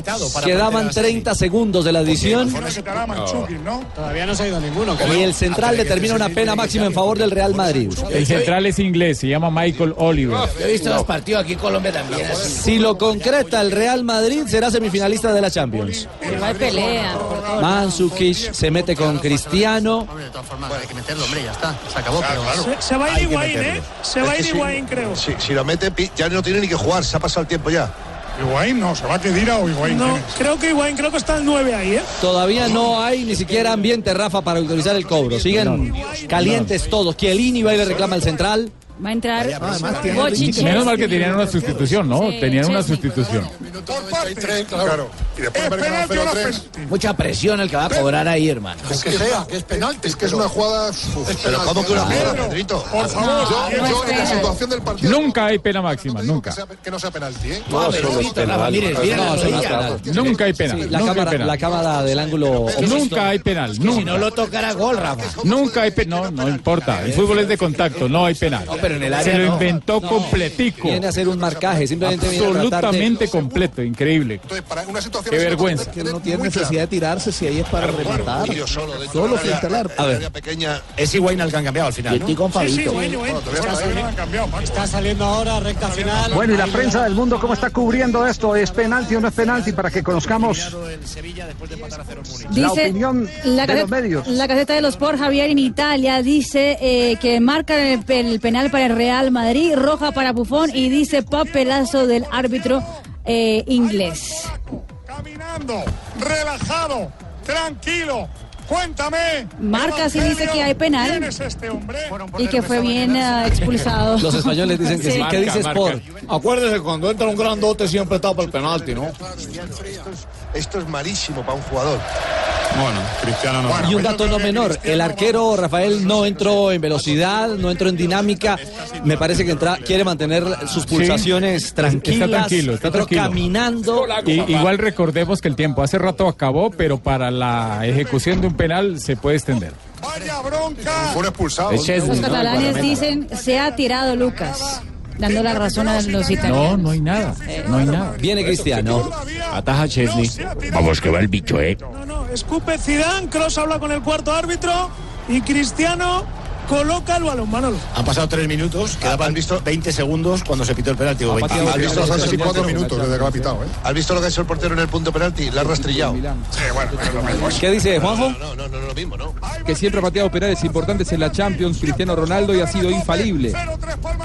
Speaker 5: Quedaban 30 segundos de la edición
Speaker 6: Todavía no se ha ido ninguno.
Speaker 5: y el central determina una pena máxima en favor del Real Madrid.
Speaker 8: El central es inglés, se llama Michael Oliver.
Speaker 3: Yo he visto los partidos aquí en Colombia también. así.
Speaker 5: Si lo concreta el Real Madrid, será semifinalista de la Champions.
Speaker 7: Pero hay pelea. por todos lados.
Speaker 5: Mansukic se mete con Cristiano.
Speaker 6: De todas formas, hay que meterlo, hombre, ya está. Se acabó.
Speaker 13: Se, se va a ir Higuaín, ¿eh? Se va a ir Higuaín, creo.
Speaker 14: Si, si lo mete, pi- ya no tiene ni que jugar, se ha pasado el tiempo ya.
Speaker 13: Higuaín no, se va a Kedira o Higuaín.
Speaker 14: No,
Speaker 13: creo que Higuaín, creo que está el 9 ahí, ¿eh?
Speaker 5: Todavía no hay ni siquiera ambiente, Rafa, para autorizar el cobro. Siguen calientes todos. Chiellini va y le reclama al central.
Speaker 7: Va a entrar Bochy
Speaker 8: Menos mal que tenían una sustitución, ¿no?
Speaker 7: Sí,
Speaker 8: Tenían una sustitución.
Speaker 13: Claro.
Speaker 6: Es penalti o no es
Speaker 3: Mucha presión el que va a cobrar ahí, hermano.
Speaker 6: Que sea, que es penalti. Es que es una jugada.
Speaker 14: Pero ¿cómo que una jugada,
Speaker 6: Pedro,
Speaker 14: Pedrito?
Speaker 6: por favor,
Speaker 14: Yo-
Speaker 6: no
Speaker 14: yo
Speaker 6: es
Speaker 14: en la
Speaker 6: penal.
Speaker 14: situación del partido
Speaker 8: Nunca hay pena máxima, nunca.
Speaker 14: que no sea penalti, ¿eh?
Speaker 5: No, solo es penal. No, solo es penal.
Speaker 8: Nunca hay
Speaker 5: Sí,
Speaker 8: penal.
Speaker 5: la,
Speaker 8: nunca hay
Speaker 5: cámara, la
Speaker 8: penal.
Speaker 5: cámara del ángulo.
Speaker 8: Nunca hay penal. Nunca.
Speaker 5: no lo tocara gol, Rafa.
Speaker 8: Nunca hay penal. No, no importa. El fútbol es de contacto, no hay penal.
Speaker 5: pero en el área
Speaker 8: Se lo
Speaker 5: no.
Speaker 8: inventó completico.
Speaker 5: Viene a hacer un marcaje, simplemente viene a tratar de-
Speaker 8: Absolutamente completo, increíble. Qué vergüenza.
Speaker 26: Que no tiene necesidad de tirarse si ahí es para rematar. Solo frente al arco.
Speaker 5: A ver.
Speaker 18: Es Higuaín al que han cambiado al final. ¿no?
Speaker 6: Está saliendo ahora, recta final.
Speaker 32: Bueno, y la prensa del mundo, ¿cómo está cubriendo esto? ¿Es penalti o no es penalti? Para que conozcamos la
Speaker 7: Dice
Speaker 32: opinión
Speaker 7: la
Speaker 32: de
Speaker 7: gaceta,
Speaker 32: los medios.
Speaker 7: la Gaceta de los Sport, Javier, en Italia, dice eh, que marca el, el penal para el Real Madrid, roja para Bufón y dice papelazo del árbitro eh, inglés.
Speaker 13: Caminando, relajado, tranquilo. Cuéntame.
Speaker 7: Marca si dice
Speaker 13: Evangelio,
Speaker 7: que hay penal.
Speaker 13: ¿Quién es este hombre?
Speaker 7: Y que fue bien eh, expulsado.
Speaker 5: Ah. Los españoles dicen que sí. ¿Qué dice Sport?
Speaker 18: Acuérdese, cuando entra un grandote siempre tapa el penalti, ¿no?
Speaker 14: Esto es, esto es malísimo para un jugador. pues,
Speaker 18: Bueno, Cristiano no.
Speaker 5: Y un dato no menor,
Speaker 8: este
Speaker 5: el arquero Rafael no entró en velocidad, no entró en dinámica, me parece que entra, quiere mantener sus pulsaciones
Speaker 8: Sí,
Speaker 5: tranquilas,
Speaker 8: está tranquilo, está
Speaker 5: entró
Speaker 8: tranquilo.
Speaker 5: caminando.
Speaker 8: Y- igual recordemos que el tiempo hace rato acabó, pero para la ejecución de un penal se puede extender.
Speaker 14: Fue expulsado.
Speaker 8: Es Chesney,
Speaker 7: Los
Speaker 8: ¿no?
Speaker 7: catalanes
Speaker 8: Parlamento.
Speaker 7: dicen se ha tirado Lucas, dando la razón a los italianos.
Speaker 8: No, no hay nada, no hay nada.
Speaker 5: Viene Cristiano.
Speaker 11: Ataja Chesney.
Speaker 18: Vamos, que va el bicho, ¿eh?
Speaker 13: Escupe Zidane, Cross habla con el cuarto árbitro y Cristiano coloca el balón, Manolo.
Speaker 18: Han pasado tres minutos, quedaban visto 20 segundos cuando se pitó el penalti. o 20.
Speaker 14: ¿Has visto, ¿Has visto lo ¿eh? que ha hecho el portero en el punto penalti? La ha rastrillado.
Speaker 5: ¿Qué dice Juanjo?
Speaker 24: Que siempre ha pateado penales importantes en la Champions, Cristiano Ronaldo, y ha sido infalible.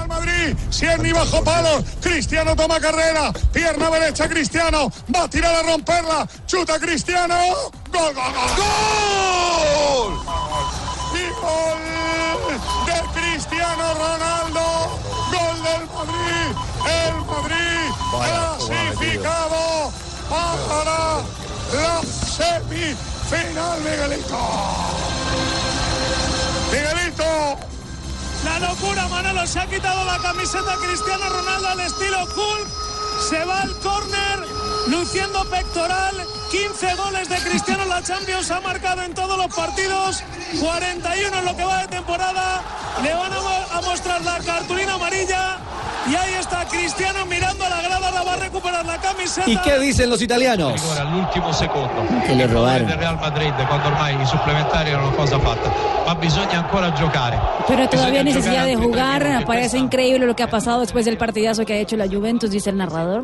Speaker 13: Madrid, Sierni bajo palos, Cristiano toma carrera, pierna derecha Cristiano, va a tirar a romperla, chuta Cristiano, gol, gol, gol, gol. Y gol de Cristiano Ronaldo, gol del Madrid, el Madrid clasificado para la semifinal, Miguelito. Miguelito. locura, Manolo. Se ha quitado la camiseta Cristiano Ronaldo al estilo cool. Se va al córner, luciendo pectoral. 15 goles de Cristiano en la Champions. Ha marcado en todos los partidos. 41 en lo que va de temporada. Le van a, mo- a mostrar la cartulina amarilla. Y ahí está Cristiano mirando a la grada. La va a recuperar la camiseta.
Speaker 5: ¿Y qué dicen los italianos?
Speaker 3: all'ultimo secondo
Speaker 5: Che le rovare.
Speaker 3: del Real Madrid quando ormai i supplementari erano cosa fatta ma bisogna ancora giocare
Speaker 7: Pero
Speaker 3: Bisogna
Speaker 7: todavía necesidad
Speaker 3: giocare
Speaker 7: de
Speaker 3: anche
Speaker 7: jugar.
Speaker 3: perché
Speaker 7: Me parece increíble lo que ha pasado después del partidazo que ha hecho la Juventus, dice el narrador.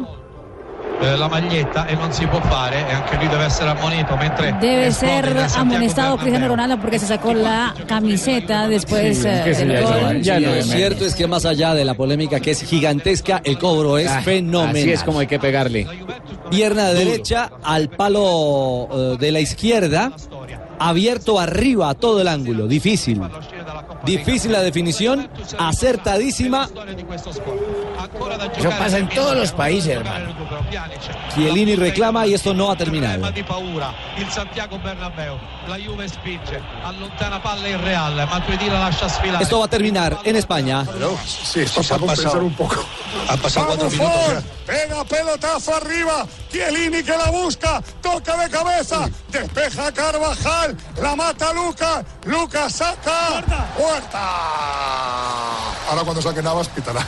Speaker 3: eh, la maglietta e non si può fare e anche lui deve essere ammonito mentre
Speaker 7: Debe
Speaker 3: esplode
Speaker 7: ser
Speaker 3: da Santiago
Speaker 7: amonestado Cristiano Ronaldo porque se sacó la camiseta después
Speaker 5: Sí,
Speaker 7: eh,
Speaker 5: que sí,
Speaker 7: del
Speaker 5: ya
Speaker 7: gol.
Speaker 5: lo- ya lo cierto es que más allá de la polémica que es gigantesca, el cobro es
Speaker 10: Ah,
Speaker 5: fenomenal.
Speaker 10: así es como
Speaker 5: hay que pegarle. Pierna derecha al palo eh, de la izquierda, abierto arriba a todo el ángulo. Difícil. Difícil la definición, acertadísima.
Speaker 38: Eso pasa en todos los países, hermano.
Speaker 5: Chiellini reclama y esto no ha terminado.
Speaker 3: di paura il Santiago Bernabeu la Juve spinge allontana palla il Real Matuidi la lascia sfilare
Speaker 5: Esto va a terminar en España.
Speaker 14: Sí, esto se ha compensado un
Speaker 5: poco.
Speaker 14: Han pasado cuatro
Speaker 5: Vamos,
Speaker 14: minutos.
Speaker 5: Ford.
Speaker 14: mira.
Speaker 13: Pega pelotazo arriba. Chiellini que la busca. Toca de cabeza. Despeja Carvajal. La mata Lucas. Lucas saca. Puerta.
Speaker 14: Ahora cuando saque Navas pitará.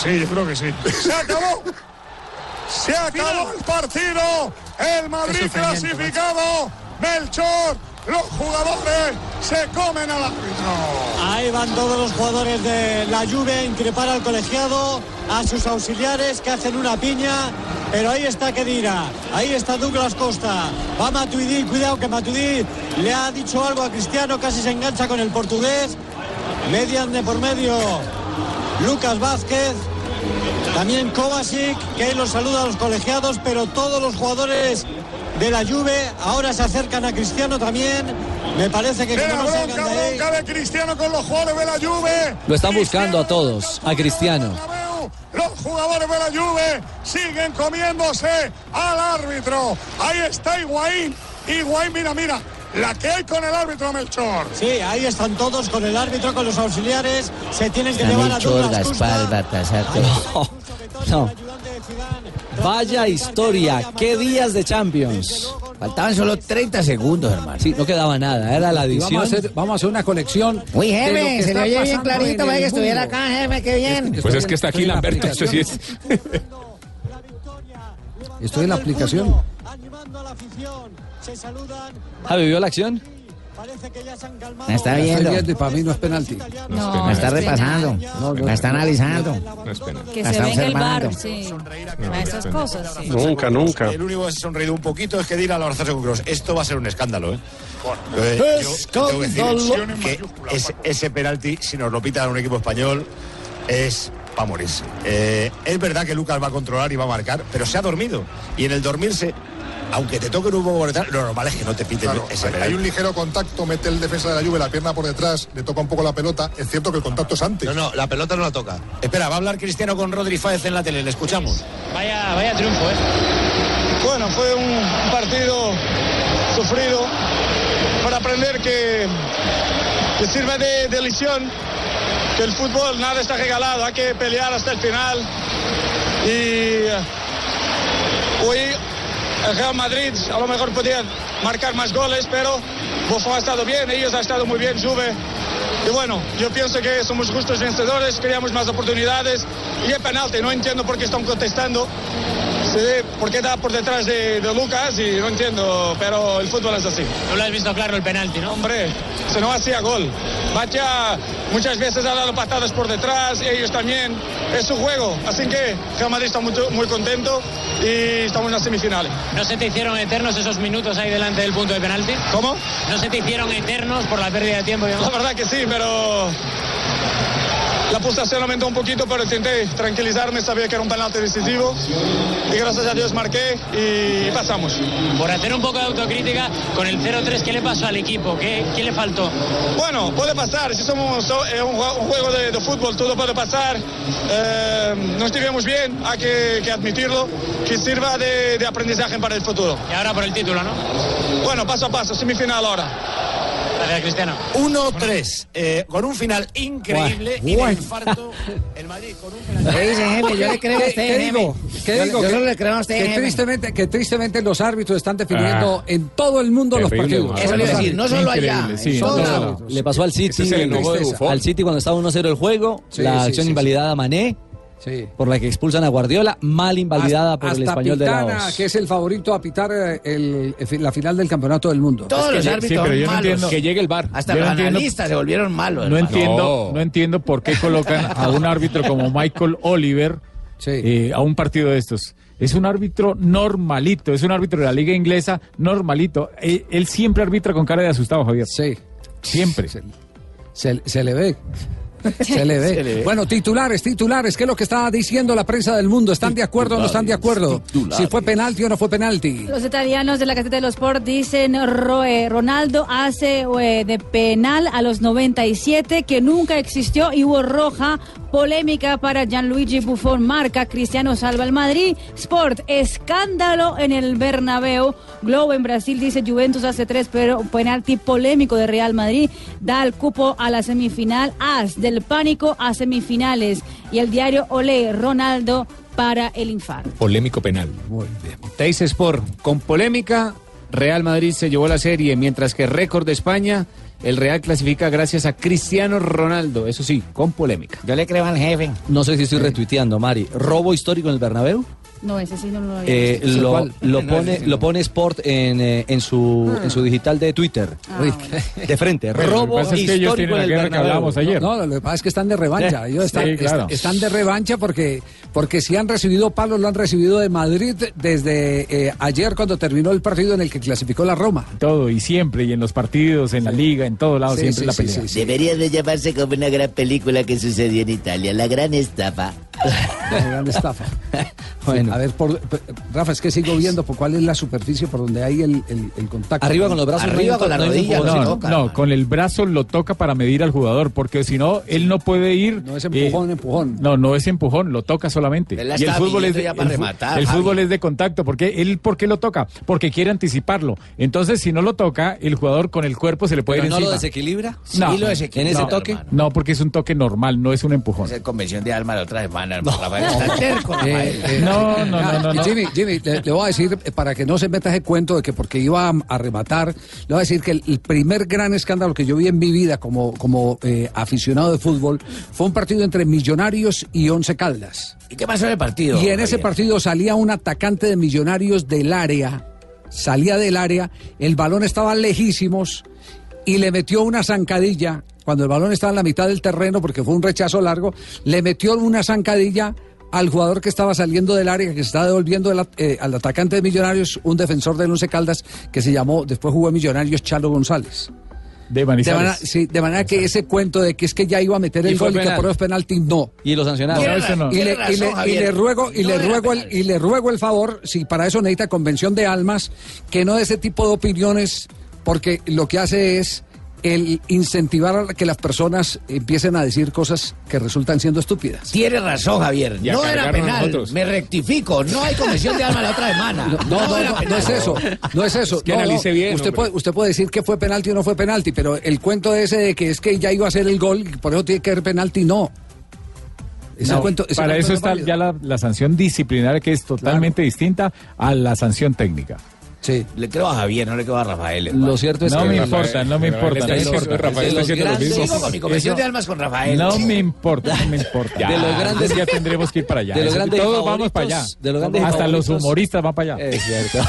Speaker 13: Sí, yo creo que sí. Se acabó. Se acabó el partido. El Madrid clasificado. Melchor. Los jugadores se comen al árbitro.
Speaker 34: Ahí van todos los jugadores de la Juve a increpar al colegiado, a sus auxiliares que hacen una piña, pero ahí está Kedira, ahí está Douglas Costa, va Matuidi, cuidado que Matuidi le ha dicho algo a Cristiano, casi se engancha con el portugués, median de por medio Lucas Vázquez, también Kovacic, que los saluda a los colegiados, pero todos los jugadores de la Juve ahora se acercan a Cristiano también, me parece que...
Speaker 13: Mira,
Speaker 34: como no se hagan
Speaker 13: bronca,
Speaker 34: de ahí-
Speaker 13: bronca de Cristiano con los jugadores de la Juve.
Speaker 5: Lo están buscando a todos, a Cristiano.
Speaker 13: Los jugadores de la Juve siguen comiéndose al árbitro. Ahí está Higuaín. Higuaín, mira, mira. La que hay con el árbitro Melchor.
Speaker 34: Sí, ahí están todos con el árbitro, con los auxiliares. Se tienen que
Speaker 6: Está
Speaker 34: llevar a
Speaker 6: Melchor,
Speaker 34: Douglas
Speaker 6: Gaspar,
Speaker 34: Costa.
Speaker 6: Baltasar,
Speaker 5: No, no. Vaya historia, qué días de Champions. Faltaban solo 30 segundos, hermano. Sí, no quedaba nada, era la adición.
Speaker 17: Vamos a hacer, vamos a hacer una conexión.
Speaker 6: Uy,
Speaker 17: de lo
Speaker 6: jefe,
Speaker 17: que
Speaker 6: se le
Speaker 17: está
Speaker 6: oye bien
Speaker 17: pasando en
Speaker 6: clarito,
Speaker 17: el
Speaker 6: vaya que estuviera
Speaker 17: mundo.
Speaker 6: acá, jefe, qué bien.
Speaker 9: Pues es que está aquí
Speaker 17: Estoy en la
Speaker 9: Lamberto, eso sí es.
Speaker 17: Estoy en la aplicación.
Speaker 34: Se saludan.
Speaker 5: ¿Ha vivido la acción?
Speaker 34: Parece que ya se han calmado.
Speaker 6: Me está viendo.
Speaker 17: y para mí no es penalti.
Speaker 6: Me está repasando, me está analizando.
Speaker 7: Que
Speaker 6: La
Speaker 7: se
Speaker 6: está
Speaker 7: venga el
Speaker 6: observando.
Speaker 7: bar, sí. A esas cosas, sí.
Speaker 20: Nunca, nunca.
Speaker 12: El único que se ha sonreído un poquito es que dirá a lanzarse con Cross. Esto va a ser un escándalo, ¿eh? Eh, yo tengo que decir
Speaker 13: Escándalo.
Speaker 12: que ese, ese penalti, si nos lo pita a un equipo español, es para morirse. Eh, es verdad que Lucas va a controlar y va a marcar, pero se ha dormido. Y en el dormirse, aunque te toque un poco lo normal es que no te piten
Speaker 14: Claro,
Speaker 12: ese
Speaker 14: hay-
Speaker 12: penalti.
Speaker 14: hay un ligero contacto, mete el defensa de la Juve la pierna por detrás, le toca un poco la pelota. Es cierto que el contacto es antes. No, no, la pelota no la toca.
Speaker 12: Espera, va a hablar Cristiano con Rodri Fáez en la tele, le escuchamos.
Speaker 34: Vaya, vaya triunfo, ¿eh? Bueno, fue un, un partido sufrido para aprender que, que sirve de, de lección, que el fútbol nada está regalado, hay que pelear hasta el final. Y eh, hoy el Real Madrid a lo mejor podía marcar más goles, pero Bofo ha estado bien, ellos han estado muy bien, Juve. Y bueno, yo pienso que somos justos vencedores, queríamos más oportunidades y el penalti, no entiendo por qué están contestando, sí, por qué está por detrás de, de Lucas y no entiendo, pero el fútbol es así. No lo has visto claro el penalti, ¿no? Hombre, si no hacía gol. Bacha muchas veces ha dado patadas por detrás, ellos también, es su juego, así que Real Madrid está mucho- muy contento y estamos en las semifinales.
Speaker 39: ¿No se te hicieron eternos esos minutos ahí delante del punto de penalti?
Speaker 34: ¿Cómo?
Speaker 39: ¿No se te hicieron eternos por la pérdida de tiempo?
Speaker 34: La verdad que sí, pero la pulsación aumentó un poquito, pero intenté tranquilizarme, sabía que era un penalti decisivo y gracias a Dios marqué y pasamos.
Speaker 39: Por hacer un poco de autocrítica, con el 0-3, ¿qué le pasó al equipo? ¿Qué, qué le faltó?
Speaker 34: Bueno, puede pasar, si somos so- eh, un, jue- un juego de, de fútbol, todo puede pasar. Eh, no estuvimos bien, hay que, que admitirlo, que sirva de, de aprendizaje para el futuro.
Speaker 39: Y ahora por el título, ¿no?
Speaker 34: Bueno, paso a paso, semifinal ahora. Gracias, Cristiano.
Speaker 4: 1-3, eh, con un final increíble y de
Speaker 34: Guay.
Speaker 4: infarto el Madrid con un penalti.
Speaker 3: ¿Qué dice, jefe? Yo le creo a
Speaker 4: ¿Qué-
Speaker 3: usted,
Speaker 4: qué
Speaker 3: jefe.
Speaker 4: digo?
Speaker 3: Yo le-
Speaker 17: digo?
Speaker 3: Yo
Speaker 17: Que-
Speaker 3: solo le creo a usted,
Speaker 17: que
Speaker 3: jefe.
Speaker 17: tristemente, que tristemente los árbitros están definiendo
Speaker 5: Ah.
Speaker 17: en todo el mundo
Speaker 5: Terrible,
Speaker 17: los partidos.
Speaker 5: Eso le iba a decir, no solo allá, Increíble, sí, en en todos todos lados. lados.
Speaker 17: Le pasó al
Speaker 5: City, al City cuando estaba 1-0 el juego,
Speaker 17: Sí,
Speaker 5: la
Speaker 17: sí,
Speaker 5: acción
Speaker 17: sí,
Speaker 5: invalidada a Mané, por la que expulsan a Guardiola, mal invalidada por el
Speaker 17: Hasta
Speaker 5: español de
Speaker 17: Pitana,
Speaker 5: la
Speaker 17: que es el favorito a pitar eh, el- el fi- la final del campeonato del mundo.
Speaker 5: Todos Es que los
Speaker 8: árbitros sí, pero yo no malos. entiendo-
Speaker 17: Que llegue el bar.
Speaker 8: Yo no entiendo- No entiendo, no. entiendo por qué colocan a un árbitro como Michael Oliver eh, a un partido de estos. Es un árbitro normalito, es un árbitro de la liga inglesa normalito. Eh, él siempre arbitra con cara de asustado, Javier.
Speaker 17: Sí.
Speaker 8: Siempre.
Speaker 17: Se, se le ve. Se le ve. Bueno, titulares, titulares. ¿Qué es lo que está diciendo la prensa del mundo? ¿Están de acuerdo o no están de acuerdo? Si fue penalti o no fue penalti.
Speaker 7: Los italianos de la caseta de los Sport dicen Roe, Ronaldo hace eh, de penal a los 97 que nunca existió y hubo roja polémica para Gianluigi Buffon marca Cristiano salva al Madrid Sport escándalo en el Bernabéu Globo en Brasil dice Juventus hace tres pero penalti polémico de Real Madrid da el cupo a la semifinal as del pánico a semifinales y el diario Olé Ronaldo para el infarto
Speaker 9: Polémico penal.
Speaker 11: Teis Sport, con polémica, Real Madrid se llevó la serie, mientras que récord de España, el Real clasifica gracias a Cristiano Ronaldo, eso sí, con polémica.
Speaker 3: Yo le creo al jefe.
Speaker 5: No sé si estoy retuiteando, Mari. ¿Robo histórico en el Bernabéu?
Speaker 7: no ese sí no lo había
Speaker 5: Eh,
Speaker 7: visto.
Speaker 5: lo, lo pone, lo pone Sport en, eh, en, su, en su digital de Twitter. De frente,
Speaker 17: Pero lo que
Speaker 5: robo
Speaker 17: pasa es que ellos
Speaker 5: histórico
Speaker 17: tienen la
Speaker 5: en el
Speaker 17: guerra que
Speaker 5: Bernabéu.
Speaker 17: hablábamos ayer. Eh, No, no, lo que pasa es que están de revancha.
Speaker 5: Sí,
Speaker 17: Ellos están,
Speaker 5: sí, claro.
Speaker 17: est- están de revancha porque, porque si han recibido palos, lo han recibido de Madrid desde eh, ayer cuando terminó el partido en el que clasificó la Roma.
Speaker 8: Todo y siempre, y en los partidos, en la liga, en todos lados,
Speaker 17: Sí,
Speaker 8: siempre
Speaker 17: sí,
Speaker 8: la
Speaker 17: sí,
Speaker 8: pelea.
Speaker 33: Debería de llamarse como una gran película que sucedió en Italia, La Gran Estafa.
Speaker 17: La gran estafa. A ver, por- por- Rafa, es que sigo viendo por cuál es la superficie por donde hay el, el- el contacto.
Speaker 8: no, no, No, no, no, con el brazo lo toca para medir al jugador, porque si no, él no puede ir. No es empujón,
Speaker 17: empujón.
Speaker 8: No, no es empujón, lo toca solamente.
Speaker 5: Él la
Speaker 8: Y el
Speaker 5: está
Speaker 8: fútbol es de,
Speaker 5: midiendo ya para
Speaker 8: el fu-
Speaker 5: rematar,
Speaker 8: el
Speaker 5: Javi.
Speaker 8: fútbol es de contacto. porque él por qué lo toca? Porque quiere anticiparlo. Entonces, si no lo toca, el jugador con el cuerpo se le puede
Speaker 5: ¿Pero
Speaker 8: ir
Speaker 5: no lo
Speaker 8: encima.
Speaker 5: desequilibra?
Speaker 8: No.
Speaker 5: Sí, lo desequilibra,
Speaker 8: No,
Speaker 5: hermano.
Speaker 8: No, porque es un toque normal, no es un empujón. Eh,
Speaker 3: Es convención de alma la otra semana, hermano. Rafael está terco,
Speaker 17: Eh,
Speaker 3: Rafael.
Speaker 8: no, no, no, no, no.
Speaker 17: Jimmy, Jimmy, le, le voy a decir, eh, para que no se meta ese cuento de que porque iba a, a rematar, le voy a decir que el, el primer gran escándalo que yo vi en mi vida como, como eh, aficionado de fútbol fue un partido entre Millonarios y Once Caldas.
Speaker 3: ¿Y qué pasó en el partido?
Speaker 17: Y en ese
Speaker 3: Javier?
Speaker 17: partido salía un atacante de Millonarios del área, salía del área, el balón estaba lejísimos y le metió una zancadilla. Cuando el balón estaba en la mitad del terreno, porque fue un rechazo largo, le metió una zancadilla al jugador que estaba saliendo del área, que se estaba devolviendo el at- eh, al atacante de Millonarios, un defensor del Once Caldas, que se llamó, después jugó en Millonarios, Chalo González.
Speaker 8: De
Speaker 17: De
Speaker 8: Manizales.
Speaker 17: manera, sí, de manera que ese cuento de que es que ya iba a meter
Speaker 5: Y
Speaker 17: el
Speaker 5: fue
Speaker 17: gol y que
Speaker 5: penal.
Speaker 17: por eso es penalti, no.
Speaker 5: Y lo sancionaron.
Speaker 17: No, eso no. Y le, y le- y le ruego y le ruego el, y le ruego el favor, si para eso necesita convención de almas, que no dé ese tipo de opiniones, porque lo que hace es el incentivar a que las personas empiecen a decir cosas que resultan siendo estúpidas.
Speaker 3: Tiene razón, Javier.
Speaker 17: Y a
Speaker 3: No era
Speaker 17: cargarnos
Speaker 3: penal.
Speaker 17: nosotros.
Speaker 3: Me rectifico. No hay convención de alma la otra semana.
Speaker 17: No, no, no,
Speaker 3: era
Speaker 17: no,
Speaker 3: penal.
Speaker 17: es eso, no es eso.
Speaker 3: Es que
Speaker 17: No, no.
Speaker 3: analice bien,
Speaker 17: usted,
Speaker 3: hombre.
Speaker 17: puede, usted puede decir que fue penalti o no fue penalti, pero el cuento ese de que es que ya iba a ser el gol y por eso tiene que ser penalti, no. Ese
Speaker 8: No,
Speaker 17: cuento- ese
Speaker 8: para
Speaker 17: cuento
Speaker 8: eso
Speaker 17: no es
Speaker 8: está
Speaker 17: válido.
Speaker 8: ya la, la sanción disciplinaria que es totalmente distinta a la sanción técnica.
Speaker 17: Sí.
Speaker 3: Le creo a Javier, no le creo a Rafael.
Speaker 8: Lo cierto es No que- me importa, no me
Speaker 12: Este,
Speaker 8: Rafael importa, está no me diciendo- importa. Rafael está diciendo lo mismo.
Speaker 3: Sigo con mi convención
Speaker 8: Eso-
Speaker 3: de almas con Rafael.
Speaker 8: No me importa, no me importa.
Speaker 5: De los
Speaker 8: Ya,
Speaker 5: grandes-
Speaker 8: ya tendremos que ir para allá.
Speaker 5: de los grandes
Speaker 8: Todos vamos
Speaker 5: favoritos-
Speaker 8: para allá.
Speaker 5: de los grandes
Speaker 8: Hasta los
Speaker 5: favoritos-
Speaker 8: humoristas van para allá. Es cierto.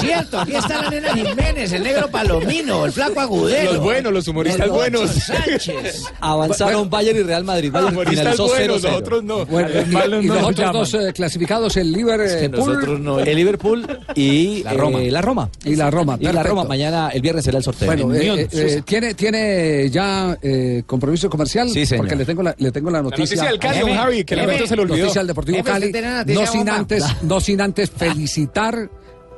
Speaker 3: Cierto, aquí está la nena Jiménez, el negro Palomino, el flaco Agudelo.
Speaker 9: Los buenos, los humoristas
Speaker 3: Los
Speaker 9: buenos.
Speaker 3: Ocho Sánchez.
Speaker 5: Avanzaron Bayern y Real Madrid.
Speaker 17: Ah,
Speaker 5: Bayern
Speaker 9: Humoristas
Speaker 5: finalizó
Speaker 9: buenos,
Speaker 5: 0-0.
Speaker 9: nosotros no.
Speaker 17: Bueno,
Speaker 9: A los
Speaker 17: y-
Speaker 9: malos
Speaker 17: y
Speaker 9: no
Speaker 17: los
Speaker 9: nos
Speaker 17: otros
Speaker 9: llaman.
Speaker 17: dos eh, clasificados, el Liverpool.
Speaker 5: El Liverpool y
Speaker 17: La Roma.
Speaker 5: eh, la Roma.
Speaker 17: Y la Roma,
Speaker 5: Y la
Speaker 17: perfecto.
Speaker 5: Roma. Mañana, el viernes será el sorteo.
Speaker 17: Bueno,
Speaker 5: En
Speaker 17: eh, eh,
Speaker 5: Nyon.
Speaker 17: eh, ¿tiene, ¿tiene ya eh, compromiso comercial?
Speaker 5: Sí, señor.
Speaker 17: Porque le tengo la, le tengo la noticia.
Speaker 5: noticia del Cali, don Javi, que el evento se le olvidó.
Speaker 17: Noticia del Deportivo
Speaker 5: Jefe,
Speaker 17: Cali.
Speaker 5: usted tiene la
Speaker 17: No
Speaker 5: noticia,
Speaker 17: sin,
Speaker 5: bomba.
Speaker 17: antes, no sin antes felicitar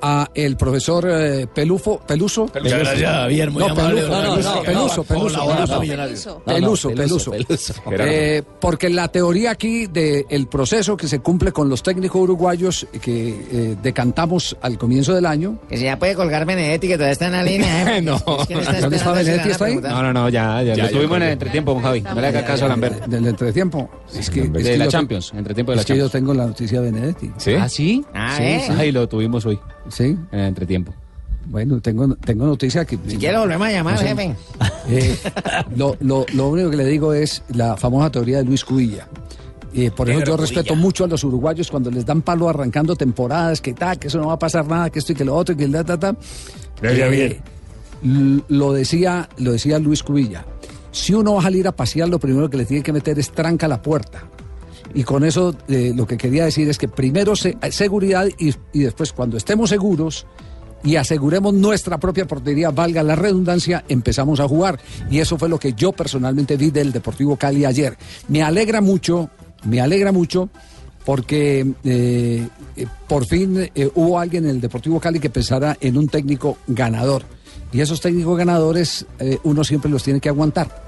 Speaker 17: a el profesor eh, Pelufo, Peluso.
Speaker 37: Muchas gracias, Javier, muy
Speaker 17: no,
Speaker 37: amable.
Speaker 17: Peluso,
Speaker 37: No, no,
Speaker 17: Peluso,
Speaker 37: no,
Speaker 17: Peluso,
Speaker 37: no,
Speaker 17: Peluso,
Speaker 37: colabora
Speaker 17: Peluso.
Speaker 37: para Millonarios.
Speaker 17: Peluso, Peluso,
Speaker 37: No, no, Peluso,
Speaker 17: Peluso.
Speaker 37: Peluso.
Speaker 17: Eh, porque la teoría aquí del proceso que se cumple con los técnicos uruguayos que eh, decantamos al comienzo del año.
Speaker 6: Que si ya puede colgar Benedetti, que todavía está en la línea. ¿eh?
Speaker 11: No.
Speaker 6: Es que no está
Speaker 17: ¿Dónde
Speaker 6: esperando,
Speaker 17: está
Speaker 6: se le
Speaker 17: Benedetti?
Speaker 6: van a
Speaker 17: ¿Está ahí?
Speaker 6: preguntar.
Speaker 11: No, no, no, Ah, ya, ya.
Speaker 17: Ya,
Speaker 11: Lo
Speaker 17: ya,
Speaker 11: tuvimos en
Speaker 17: ya.
Speaker 11: el entretiempo con Javi. No le haga caso a Lambert.
Speaker 17: Del entretiempo. Es que,
Speaker 11: De
Speaker 17: es que
Speaker 11: la
Speaker 17: yo te-
Speaker 11: Champions, entretiempo de la
Speaker 17: es que yo
Speaker 11: Champions.
Speaker 17: tengo la noticia de Benedetti.
Speaker 11: ¿Ah, sí?
Speaker 17: Ah,
Speaker 11: sí,
Speaker 17: ¿eh?
Speaker 11: sí. Ahí lo tuvimos hoy.
Speaker 17: Sí.
Speaker 11: En el entretiempo.
Speaker 17: Bueno, tengo, tengo noticia que...
Speaker 6: Si quiere, volvemos a llamar,
Speaker 17: No sé.
Speaker 6: jefe.
Speaker 17: Eh, lo, lo- lo único que le digo es la famosa teoría de Luis Cubilla. Eh, por eso
Speaker 6: Negro
Speaker 17: yo respeto mucho a los uruguayos cuando les dan palo arrancando temporadas, que tal, que eso no va a pasar nada, que esto y que lo otro, y que el da, ta, ta.
Speaker 18: Gracias, Javier.
Speaker 17: l- Lo decía, lo decía Luis Cubilla. Si uno va a salir a pasear, lo primero que le tiene que meter es tranca a la puerta. Y con eso eh, lo que quería decir es que primero se- eh, seguridad y, y después cuando estemos seguros y aseguremos nuestra propia portería, valga la redundancia, empezamos a jugar. Y eso fue lo que yo personalmente vi del Deportivo Cali ayer. Me alegra mucho, me alegra mucho porque eh, eh, por fin eh, hubo alguien en el Deportivo Cali que pensara en un técnico ganador. Y esos técnicos ganadores eh, uno siempre los tiene que aguantar.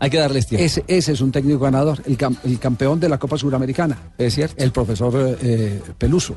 Speaker 5: Hay que darles tiempo.
Speaker 17: Ese, ese es un técnico ganador, el, cam- el campeón de la Copa Suramericana.
Speaker 5: Es cierto.
Speaker 17: El profesor eh, eh, Peluso.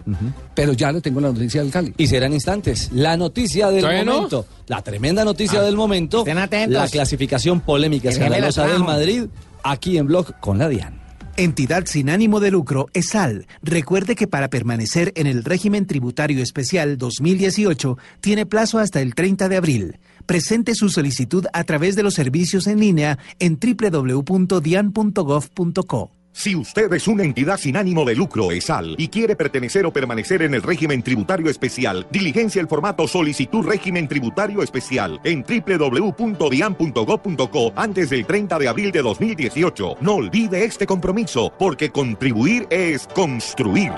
Speaker 17: Pero ya le tengo la noticia del Cali.
Speaker 5: Y serán instantes. La noticia del
Speaker 17: ¿Todavía no?
Speaker 5: momento. La tremenda
Speaker 9: Ah.
Speaker 5: noticia del momento. La clasificación polémica
Speaker 12: El jefe la
Speaker 5: escandalosa del
Speaker 12: trajo.
Speaker 5: Madrid. Aquí en Blog con la DIAN.
Speaker 12: Entidad sin ánimo de lucro, ESAL. Recuerde que para permanecer en el régimen tributario especial 2018 tiene plazo hasta el 30 de abril. Presente su solicitud a través de los servicios en línea en www.dian.gov.co.
Speaker 40: Si usted es una entidad sin ánimo de lucro ESAL y quiere pertenecer o permanecer en el régimen tributario especial, diligencia el formato solicitud régimen tributario especial en www.dian.gov.co antes del 30 de abril de 2018. No olvide este compromiso, porque contribuir es construir.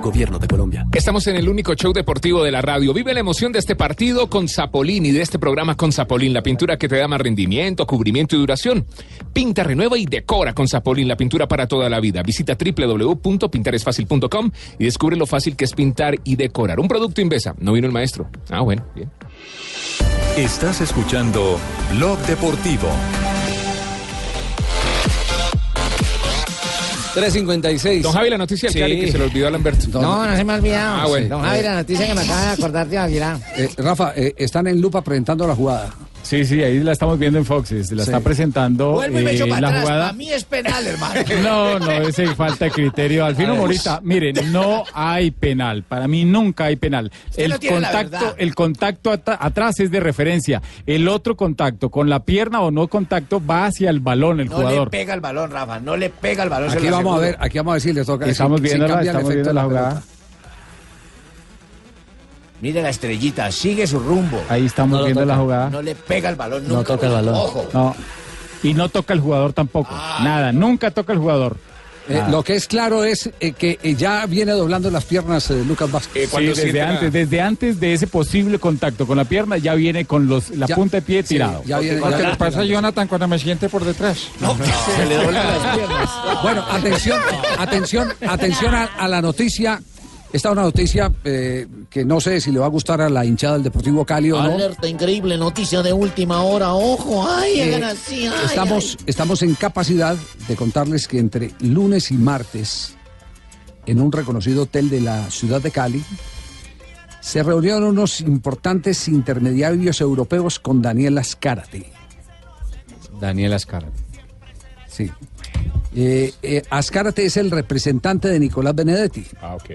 Speaker 41: Gobierno de Colombia.
Speaker 9: Estamos en el único show deportivo de la radio. Vive la emoción de este partido con Zapolín y de este programa con Zapolín, la pintura que te da más rendimiento, cubrimiento y duración. Pinta, renueva y decora con Zapolín, la pintura para toda la vida. Visita www.pintaresfacil.com y descubre lo fácil que es pintar y decorar. Un producto Invesa. No vino el maestro. Ah, bueno, bien.
Speaker 41: Estás escuchando Blog Deportivo.
Speaker 5: 356.
Speaker 9: Don Javi, la noticia del
Speaker 5: Sí.
Speaker 9: Cali que se le olvidó a Lamberto.
Speaker 6: No, no se me ha olvidado.
Speaker 9: Ah, bueno.
Speaker 6: Don Javi, la noticia que me acaba de acordar, tío Aguilar.
Speaker 17: Eh, Rafa, eh, están en lupa presentando la jugada.
Speaker 8: Sí, sí, ahí la estamos viendo en Fox. es- La está presentando
Speaker 37: Vuelvo y me
Speaker 8: eh,
Speaker 37: echo para
Speaker 8: la
Speaker 37: atrás.
Speaker 8: jugada.
Speaker 37: Para mí es penal, hermano.
Speaker 8: No, no, ese falta de criterio. Alfino
Speaker 37: A ver.
Speaker 8: Morita, miren, no hay penal. Para mí nunca hay penal.
Speaker 37: Usted no
Speaker 8: El
Speaker 37: tiene la
Speaker 8: contacto,
Speaker 37: verdad.
Speaker 8: el contacto atra- atrás es de referencia. El otro contacto, con la pierna o no contacto, va hacia el balón el
Speaker 37: No le
Speaker 8: jugador.
Speaker 37: pega el balón, Rafa. No le pega el balón. se
Speaker 17: Aquí
Speaker 37: lo
Speaker 17: vamos a ver,
Speaker 37: aseguro.
Speaker 17: aquí vamos a ver si les toca.
Speaker 8: Estamos
Speaker 17: si- si
Speaker 8: viéndola,
Speaker 17: cambia el
Speaker 8: estamos viendo
Speaker 17: efecto de
Speaker 8: la
Speaker 17: pelota.
Speaker 8: jugada.
Speaker 37: Mire la estrellita, sigue su rumbo.
Speaker 8: Ahí estamos viendo la jugada.
Speaker 37: No le pega el balón nunca.
Speaker 8: No toca el balón.
Speaker 37: Ojo. Ah,
Speaker 8: No. Y no toca el jugador tampoco. Nada, nunca toca el jugador.
Speaker 17: Eh,
Speaker 8: Nada.
Speaker 17: lo que es claro es eh, que eh, ya viene doblando las piernas eh, Lucas Vázquez.
Speaker 8: Sí, desde antes, desde antes de ese posible contacto con la pierna ya viene con los la
Speaker 17: Ya,
Speaker 8: punta de pie
Speaker 17: sí,
Speaker 8: tirado.
Speaker 17: ya viene- Porque ya- le pasa a
Speaker 8: Jonathan cuando me siente por detrás.
Speaker 17: Se le doblan las piernas. Bueno, atención, atención, atención a, a la noticia. Esta es una noticia eh, que no sé si le va a gustar a la hinchada del Deportivo Cali
Speaker 6: Ah,
Speaker 17: o no.
Speaker 42: Alerta increíble, noticia de última hora, ojo, ay,
Speaker 17: Eh,
Speaker 42: hagan así, ay,
Speaker 17: estamos, estamos en capacidad de contarles que entre lunes y martes, en un reconocido hotel de la ciudad de Cali, se reunieron unos importantes intermediarios europeos con Daniel Azcárate.
Speaker 11: Daniel Ascar.
Speaker 17: Sí. Eh, eh, Azcárate es el representante de Nicolás Benedetti.
Speaker 9: Ah, ok.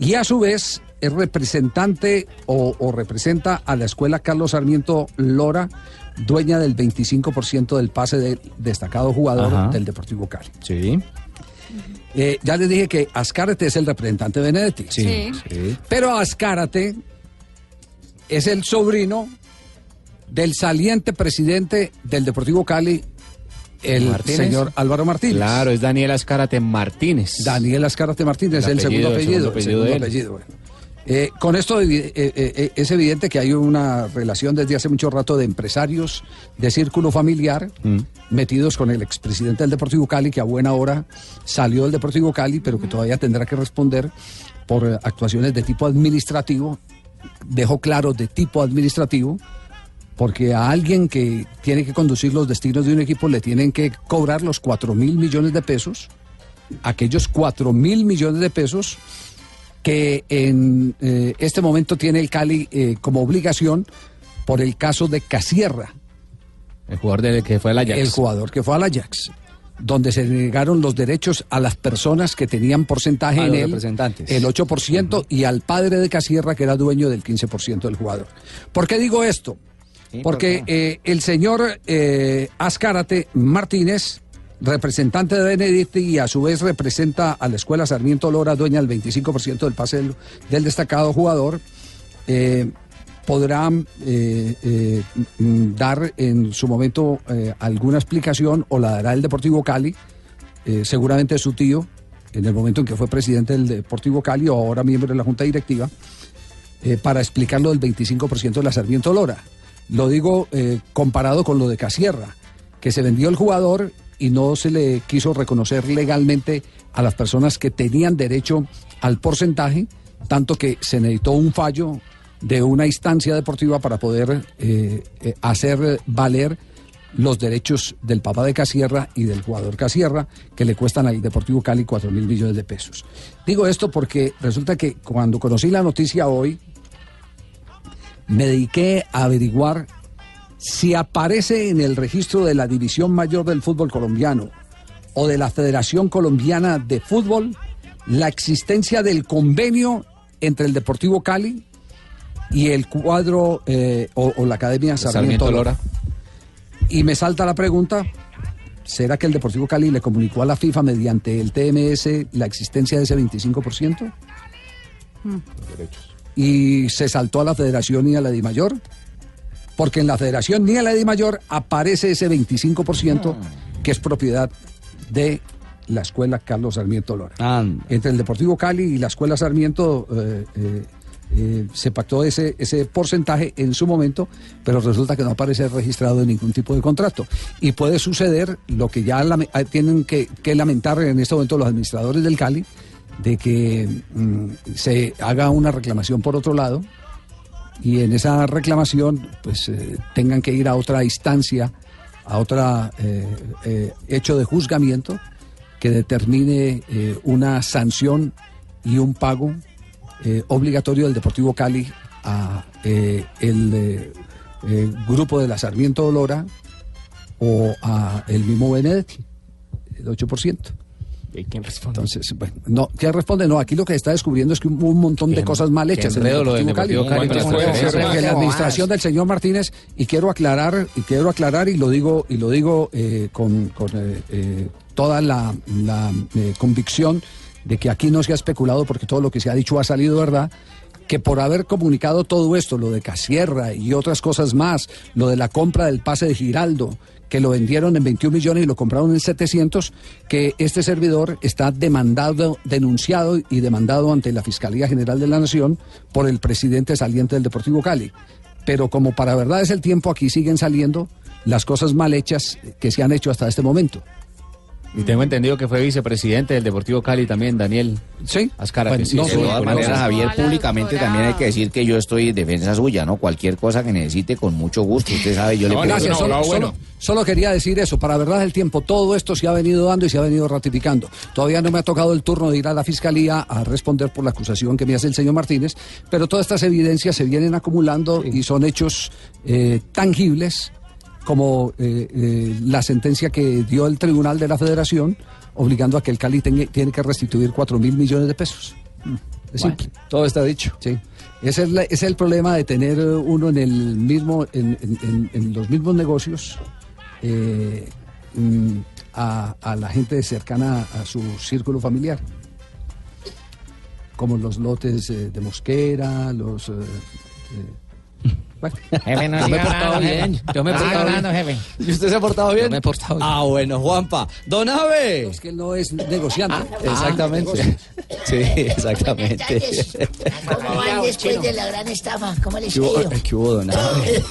Speaker 17: Y a su vez es representante o, o representa a la escuela Carlos Sarmiento Lora, dueña del 25% del pase del destacado jugador
Speaker 11: Ajá.
Speaker 17: del Deportivo Cali.
Speaker 11: Sí.
Speaker 17: Eh, ya les dije que Azcárate es el representante de Benedetti.
Speaker 11: Sí.
Speaker 17: Pero Azcárate es el sobrino del saliente presidente del Deportivo Cali, el
Speaker 11: Martínez.
Speaker 17: señor Álvaro Martínez.
Speaker 11: Claro, es Daniel Azcárate Martínez.
Speaker 17: Daniel Azcárate Martínez,
Speaker 11: El
Speaker 17: el, segundo apellido.
Speaker 11: apellido,
Speaker 17: el
Speaker 11: el
Speaker 17: segundo
Speaker 11: segundo
Speaker 17: apellido, bueno. Eh, con esto evi- eh, eh, eh, es evidente que hay una relación desde hace mucho rato de empresarios, de círculo familiar,
Speaker 10: Mm.
Speaker 17: metidos con el expresidente del Deportivo Cali, que a buena hora salió del Deportivo Cali, pero que todavía tendrá que responder por eh, actuaciones de tipo administrativo, dejo claro de tipo administrativo, porque a alguien que tiene que conducir los destinos de un equipo le tienen que cobrar los 4 mil millones de pesos, aquellos 4 mil millones de pesos que en eh, este momento tiene el Cali eh, como obligación por el caso de Casierra,
Speaker 11: El jugador del que fue el Ajax.
Speaker 17: el jugador que fue al Ajax, donde se negaron los derechos a las personas que tenían porcentaje
Speaker 5: A
Speaker 17: en
Speaker 5: los
Speaker 17: él,
Speaker 5: representantes.
Speaker 17: el 8%, y al padre de Casierra, que era dueño del 15% del jugador. ¿Por qué digo esto? Porque eh, el señor eh, Azcárate Martínez, representante de Benedetti y a su vez representa a la escuela Sarmiento Lora, dueña del 25% del pase del, del destacado jugador, eh, podrá eh, eh, mm, dar en su momento eh, alguna explicación o la dará el Deportivo Cali, eh, seguramente su tío, en el momento en que fue presidente del Deportivo Cali o ahora miembro de la Junta Directiva, eh, para explicar lo del 25% de la Sarmiento Lora. Lo digo eh, comparado con lo de Casierra, que se vendió el jugador y no se le quiso reconocer legalmente a las personas que tenían derecho al porcentaje, tanto que se necesitó un fallo de una instancia deportiva para poder eh, eh, hacer valer los derechos del papá de Casierra y del jugador Casierra, que le cuestan al Deportivo Cali 4 mil millones de pesos. Digo esto porque resulta que cuando conocí la noticia hoy, me dediqué a averiguar si aparece en el registro de la División Mayor del Fútbol Colombiano o de la Federación Colombiana de Fútbol la existencia del convenio entre el Deportivo Cali y el cuadro eh, o, o la Academia Sarmiento,
Speaker 11: Sarmiento
Speaker 17: Lora.
Speaker 11: Lora.
Speaker 17: Y me salta la pregunta, ¿será que el Deportivo Cali le comunicó a la FIFA mediante el TMS la existencia de ese 25%? y se saltó a la federación y a la Di Mayor, porque en la federación ni a la Di Mayor aparece ese 25% que es propiedad de la escuela Carlos Sarmiento Lora. Entre el Deportivo Cali y la escuela Sarmiento eh, eh, eh, se pactó ese, ese porcentaje en su momento, pero resulta que no aparece registrado en ningún tipo de contrato. Y puede suceder lo que ya lame- ah, tienen que, que lamentar en este momento los administradores del Cali, de que mm, se haga una reclamación por otro lado y en esa reclamación pues eh, tengan que ir a otra instancia, a otro hecho de juzgamiento que determine eh, una sanción y un pago eh, obligatorio del Deportivo Cali a eh, el eh, eh, grupo de la Sarmiento Olora o a el mismo Benedetti, el 8%.
Speaker 11: ¿Quién responde?
Speaker 17: Entonces, bueno, no, ¿quién responde? No, aquí lo que se está descubriendo es que hubo un montón de cosas mal hechas
Speaker 11: que
Speaker 17: en el
Speaker 11: enredo lo del
Speaker 17: Deportivo
Speaker 11: Deportivo
Speaker 17: Cali.
Speaker 11: Cali,
Speaker 17: Que
Speaker 11: con las
Speaker 17: fue-
Speaker 11: transferencias.
Speaker 17: que pues, la administración del señor Martínez, y quiero aclarar, y quiero aclarar, y lo digo, y lo digo eh, con, con, eh, eh, toda la, la, eh, convicción de que aquí no se ha especulado porque todo lo que se ha dicho ha salido verdad que por haber comunicado todo esto, lo de Casierra y otras cosas más, lo de la compra del pase de Giraldo, que lo vendieron en 21 millones y lo compraron en 700, que este servidor está demandado, denunciado y demandado ante la Fiscalía General de la Nación por el presidente saliente del Deportivo Cali. Pero como para verdad es el tiempo, aquí siguen saliendo las cosas mal hechas que se han hecho hasta este momento.
Speaker 11: Y tengo entendido que fue vicepresidente del Deportivo Cali también, Daniel.
Speaker 17: Sí.
Speaker 27: Pues,
Speaker 11: Azcárate.
Speaker 17: Bueno,
Speaker 11: sí,
Speaker 17: no
Speaker 11: sí,
Speaker 17: sé.
Speaker 11: lo
Speaker 17: De todas
Speaker 11: conozco.
Speaker 17: maneras,
Speaker 26: Javier, públicamente también hay que decir que yo estoy en defensa suya, ¿no? Cualquier cosa que necesite, con mucho gusto. Usted sabe, yo le puedo...
Speaker 17: Gracias, solo, solo- solo quería decir eso. Para verdad el tiempo, todo esto se ha venido dando y se ha venido ratificando. Todavía no me ha tocado el turno de ir a la fiscalía a responder por la acusación que me hace el señor Martínez, pero todas estas evidencias se vienen acumulando y son hechos eh, tangibles como eh, eh, la sentencia que dio el Tribunal de la Federación obligando a que el Cali tenga- tiene que restituir 4 mil millones de pesos. Mm, Es simple. Todo está dicho. Sí. Ese es, la- ese es el problema de tener eh, uno en, el mismo, en, en- en- en los mismos negocios eh, mm, a, a la gente cercana a su círculo familiar. Como los lotes eh, de Mosquera, los... eh, eh, bueno.
Speaker 10: Jefe, no
Speaker 5: Yo me he
Speaker 10: siga
Speaker 5: portado
Speaker 10: hablando, jefe.
Speaker 5: bien. Yo me he
Speaker 10: Ah,
Speaker 5: portado
Speaker 10: hablando,
Speaker 5: bien.
Speaker 10: jefe.
Speaker 5: ¿Y usted se ha portado bien? me he portado bien. Ah, bueno, Juanpa. Don Ave.
Speaker 17: Es que él no es negociante.
Speaker 33: Ah,
Speaker 5: Exactamente. Sí, exactamente.
Speaker 33: ¿Cómo van después de la gran estafa? ¿Cómo les
Speaker 5: ¿Qué hubo,
Speaker 33: quedó?
Speaker 5: qué hubo, don Ave?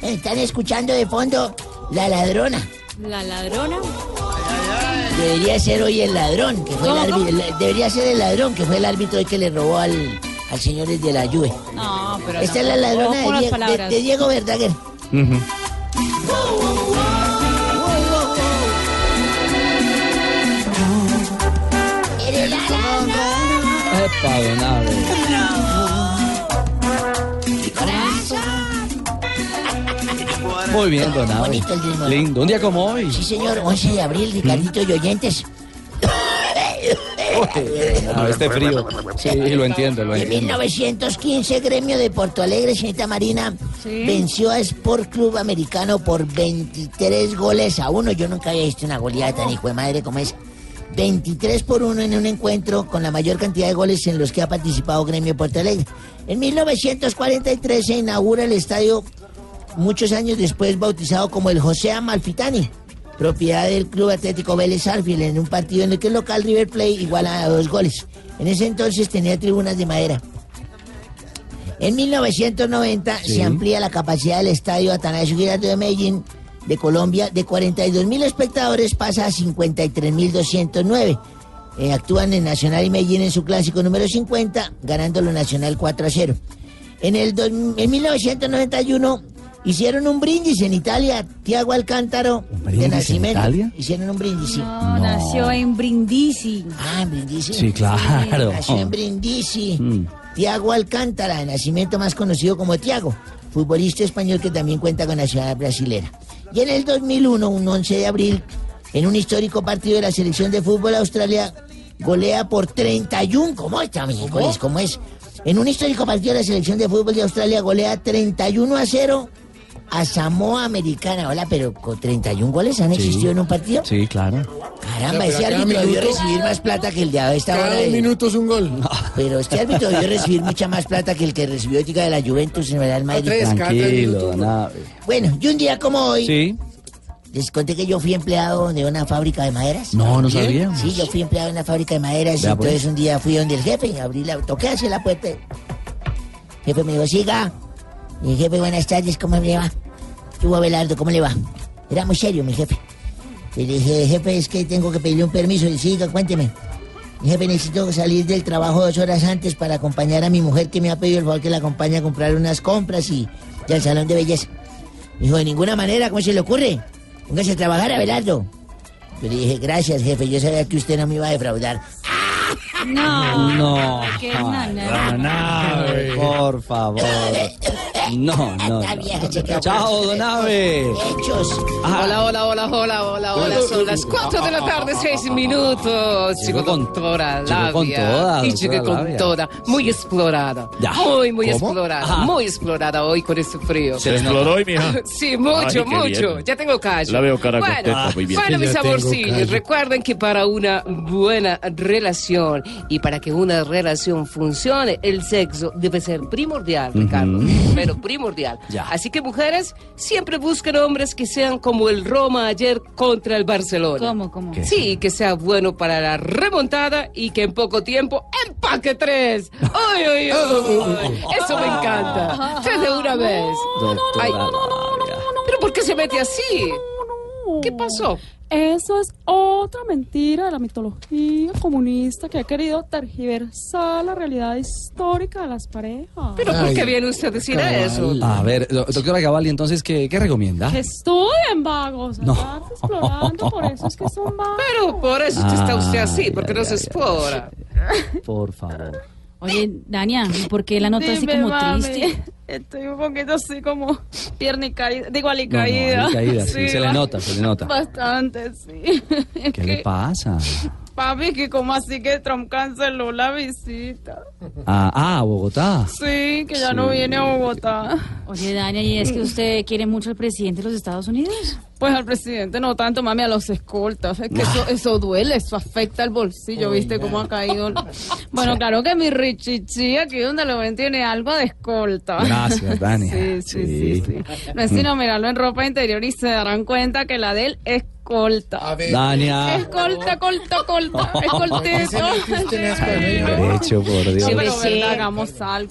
Speaker 33: Están escuchando de fondo La Ladrona.
Speaker 7: La ladrona.
Speaker 33: Debería ser hoy el ladrón, que fue el árbitro. el- Debería ser el ladrón, que fue el árbitro hoy que le robó al, al señor de la Juve.
Speaker 7: No, pero.
Speaker 33: Esta
Speaker 7: no.
Speaker 33: es la
Speaker 7: Ojo
Speaker 33: ladrona de,
Speaker 7: con las
Speaker 33: Die- de-
Speaker 7: palabras.
Speaker 33: de Diego Verdaguer.
Speaker 5: Epa,
Speaker 3: 네,
Speaker 5: don Abe.
Speaker 3: 네.
Speaker 5: Muy bien, don Abe.
Speaker 33: Bonito el ritmo, ¿no?
Speaker 5: Lindo, un día como hoy. ¿Mm?
Speaker 33: Sí, señor, 11 de abril, Ricardito y oyentes.
Speaker 5: Ah, este frío. Sí, lo entiendo, lo
Speaker 33: En
Speaker 5: entiendo.
Speaker 33: 1915, Gremio de Porto Alegre, señorita Marina, venció a Sport Club Americano por 23 goles a uno. Yo nunca había visto una goleada tan hijo de madre como esa. 23 por 1 en un encuentro con la mayor cantidad de goles en los que ha participado Gremio de Porto Alegre. En 1943 se inaugura el estadio, muchos años después bautizado como el José Amalfitani, propiedad del Club Atlético Vélez Arfield, en un partido en el que el local River Plate iguala a dos goles. En ese entonces tenía tribunas de madera. En 1990
Speaker 24: Sí.
Speaker 33: se amplía la capacidad del estadio Atanasio Girardot de Medellín de Colombia de 42.000 espectadores pasa a 53.209. Eh, actúan en Nacional y Medellín en su clásico número 50, ganándolo Nacional 4 a 0. En, el dos- en 1991 hicieron un brindis en Italia, Tiago Alcántaro, de
Speaker 5: brindis en
Speaker 33: nacimiento.
Speaker 5: Italia?
Speaker 33: Hicieron un brindis. sí.
Speaker 7: No, Nació en Brindisi.
Speaker 33: Ah, en Brindisi.
Speaker 5: Sí, claro.
Speaker 33: Nació en Brindisi.
Speaker 5: Mm.
Speaker 33: Tiago Alcántara, de nacimiento más conocido como Tiago, futbolista español que también cuenta con nacionalidad brasilera. Y en el 2001, un 11 de abril, en un histórico partido de la selección de fútbol Australia, golea por 31. ¿Cómo está, miércoles? ¿Cómo es? En un histórico partido de la selección de fútbol de Australia, golea 31 a 0 a Samoa Americana. Hola, pero con 31 goles han
Speaker 5: Sí.
Speaker 33: existido en un partido.
Speaker 5: Sí, claro.
Speaker 33: Caramba,
Speaker 5: O sea,
Speaker 33: ese
Speaker 5: pero cada
Speaker 33: Ah, árbitro debió
Speaker 5: minuto-
Speaker 33: recibir más plata que el de a esta
Speaker 5: Cada
Speaker 33: hora.
Speaker 5: dos
Speaker 33: minutos un gol. Pero este árbitro debió recibir mucha más plata que el que recibió Chica de la Juventus en el Real Madrid.
Speaker 5: Tranquilo, don Abe.
Speaker 33: Bueno, y un día como hoy,
Speaker 5: Sí.
Speaker 33: les conté que yo fui empleado de una fábrica de maderas.
Speaker 5: No, no
Speaker 33: ¿Bien?
Speaker 5: sabíamos.
Speaker 33: Sí, yo fui empleado de una fábrica de maderas.
Speaker 5: Vea, pues.
Speaker 33: entonces un día fui donde el jefe y abrí la, toqué hacia la puerta. El jefe me dijo, siga. Y el jefe, buenas tardes, ¿cómo le va? Tú, Abelardo, ¿cómo le va? Era muy serio, mi jefe. Y le dije, jefe, es que tengo que pedirle un permiso. Y siga, cuénteme. Mi jefe, necesito salir del trabajo dos horas antes para acompañar a mi mujer que me ha pedido el favor que la acompañe a comprar unas compras y, y al salón de belleza. Me Dijo, de ninguna manera, ¿cómo se le ocurre? Póngase a trabajar, Abelardo. Yo le dije, gracias, jefe, yo sabía que usted no me iba a defraudar.
Speaker 7: No.
Speaker 5: No.
Speaker 7: Qué
Speaker 5: Ay,
Speaker 7: nana.
Speaker 5: don Abe, Por favor. No, no.
Speaker 33: Está bien, se
Speaker 5: no.
Speaker 33: quedó.
Speaker 5: Chao, don Ah. Abe.
Speaker 33: Hechos.
Speaker 32: Hola, hola, hola, hola, hola, hola. Son las 4 de la tarde, 6 minutos. Llegó con toda la
Speaker 5: con toda,
Speaker 32: labia. Y llegué
Speaker 5: doctora
Speaker 32: con
Speaker 5: Labia.
Speaker 32: toda. Muy explorada.
Speaker 5: Ya.
Speaker 32: Muy, muy
Speaker 5: ¿Cómo?
Speaker 32: explorada.
Speaker 5: Ajá.
Speaker 32: Muy explorada hoy con este frío.
Speaker 12: Se le exploró hoy, mija.
Speaker 32: Sí,
Speaker 12: Ay, qué
Speaker 32: mucho, mucho.
Speaker 12: bien.
Speaker 32: Ya tengo callo.
Speaker 12: La veo cara
Speaker 32: bueno,
Speaker 12: contenta, muy bien.
Speaker 32: Bueno,
Speaker 12: Sí,
Speaker 32: mis
Speaker 12: ya tengo
Speaker 32: amorcillos,
Speaker 12: callo.
Speaker 32: recuerden que para una buena relación y para que una relación funcione, el sexo debe ser primordial, Ricardo. Pero primordial.
Speaker 20: Ya.
Speaker 32: Así que mujeres, siempre busquen hombres que sean como el Roma ayer contra el Barcelona.
Speaker 7: ¿Cómo, cómo?
Speaker 32: Sí, Sí, que sea bueno para la remontada y que en poco tiempo empaque tres. ¡Ay, ay, ay! Eso me encanta. Tres de una vez. Ay, ¿Pero por qué se mete así? ¿Qué pasó?
Speaker 35: Eso es otra mentira de la mitología comunista que ha querido tergiversar la realidad histórica de las parejas.
Speaker 32: ¿Pero por qué viene usted a decir eso?
Speaker 5: A ver, do- doctora Cavalli, entonces, ¿qué, qué recomienda?
Speaker 35: Que estudien, vagos.
Speaker 5: ¿Ah? No.
Speaker 32: Explorando, por eso es que son Pero por eso usted está
Speaker 5: Ah,
Speaker 32: usted así, porque no se explora.
Speaker 5: Por favor.
Speaker 7: Oye, Dania, ¿y ¿por qué la nota así
Speaker 35: Dime,
Speaker 7: como
Speaker 35: mami,
Speaker 7: triste?
Speaker 35: Estoy un poquito así como pierna y caída. Digo,
Speaker 5: No, no,
Speaker 35: alicaída.
Speaker 5: alicaída, sí, se le
Speaker 35: ba-
Speaker 5: nota, se le nota.
Speaker 35: Bastante, sí.
Speaker 5: ¿Qué le pasa?
Speaker 35: Papi, que como así que Trump canceló la visita.
Speaker 5: Ah, ah, a Bogotá.
Speaker 35: Sí, que ya no
Speaker 5: Sí.
Speaker 35: viene a Bogotá.
Speaker 7: Oye, Dania, ¿y es que usted quiere mucho al presidente de los Estados Unidos?
Speaker 35: Pues al presidente no tanto, mami, a los escoltas. Es que eso, eso duele, eso afecta el bolsillo, ¿viste cómo ha caído? Bueno, claro que mi Richichi, aquí donde lo ven, tiene algo de escolta.
Speaker 5: Gracias, Dania.
Speaker 35: Ah. Sí, sí, sí, sí. No es sino mirarlo en ropa interior y se darán cuenta que la de él es colta.
Speaker 5: Dania.
Speaker 35: Escolta, colta, colta, escoltito.
Speaker 5: Derecho, por Dios.
Speaker 35: No, pero verdad, hagamos algo.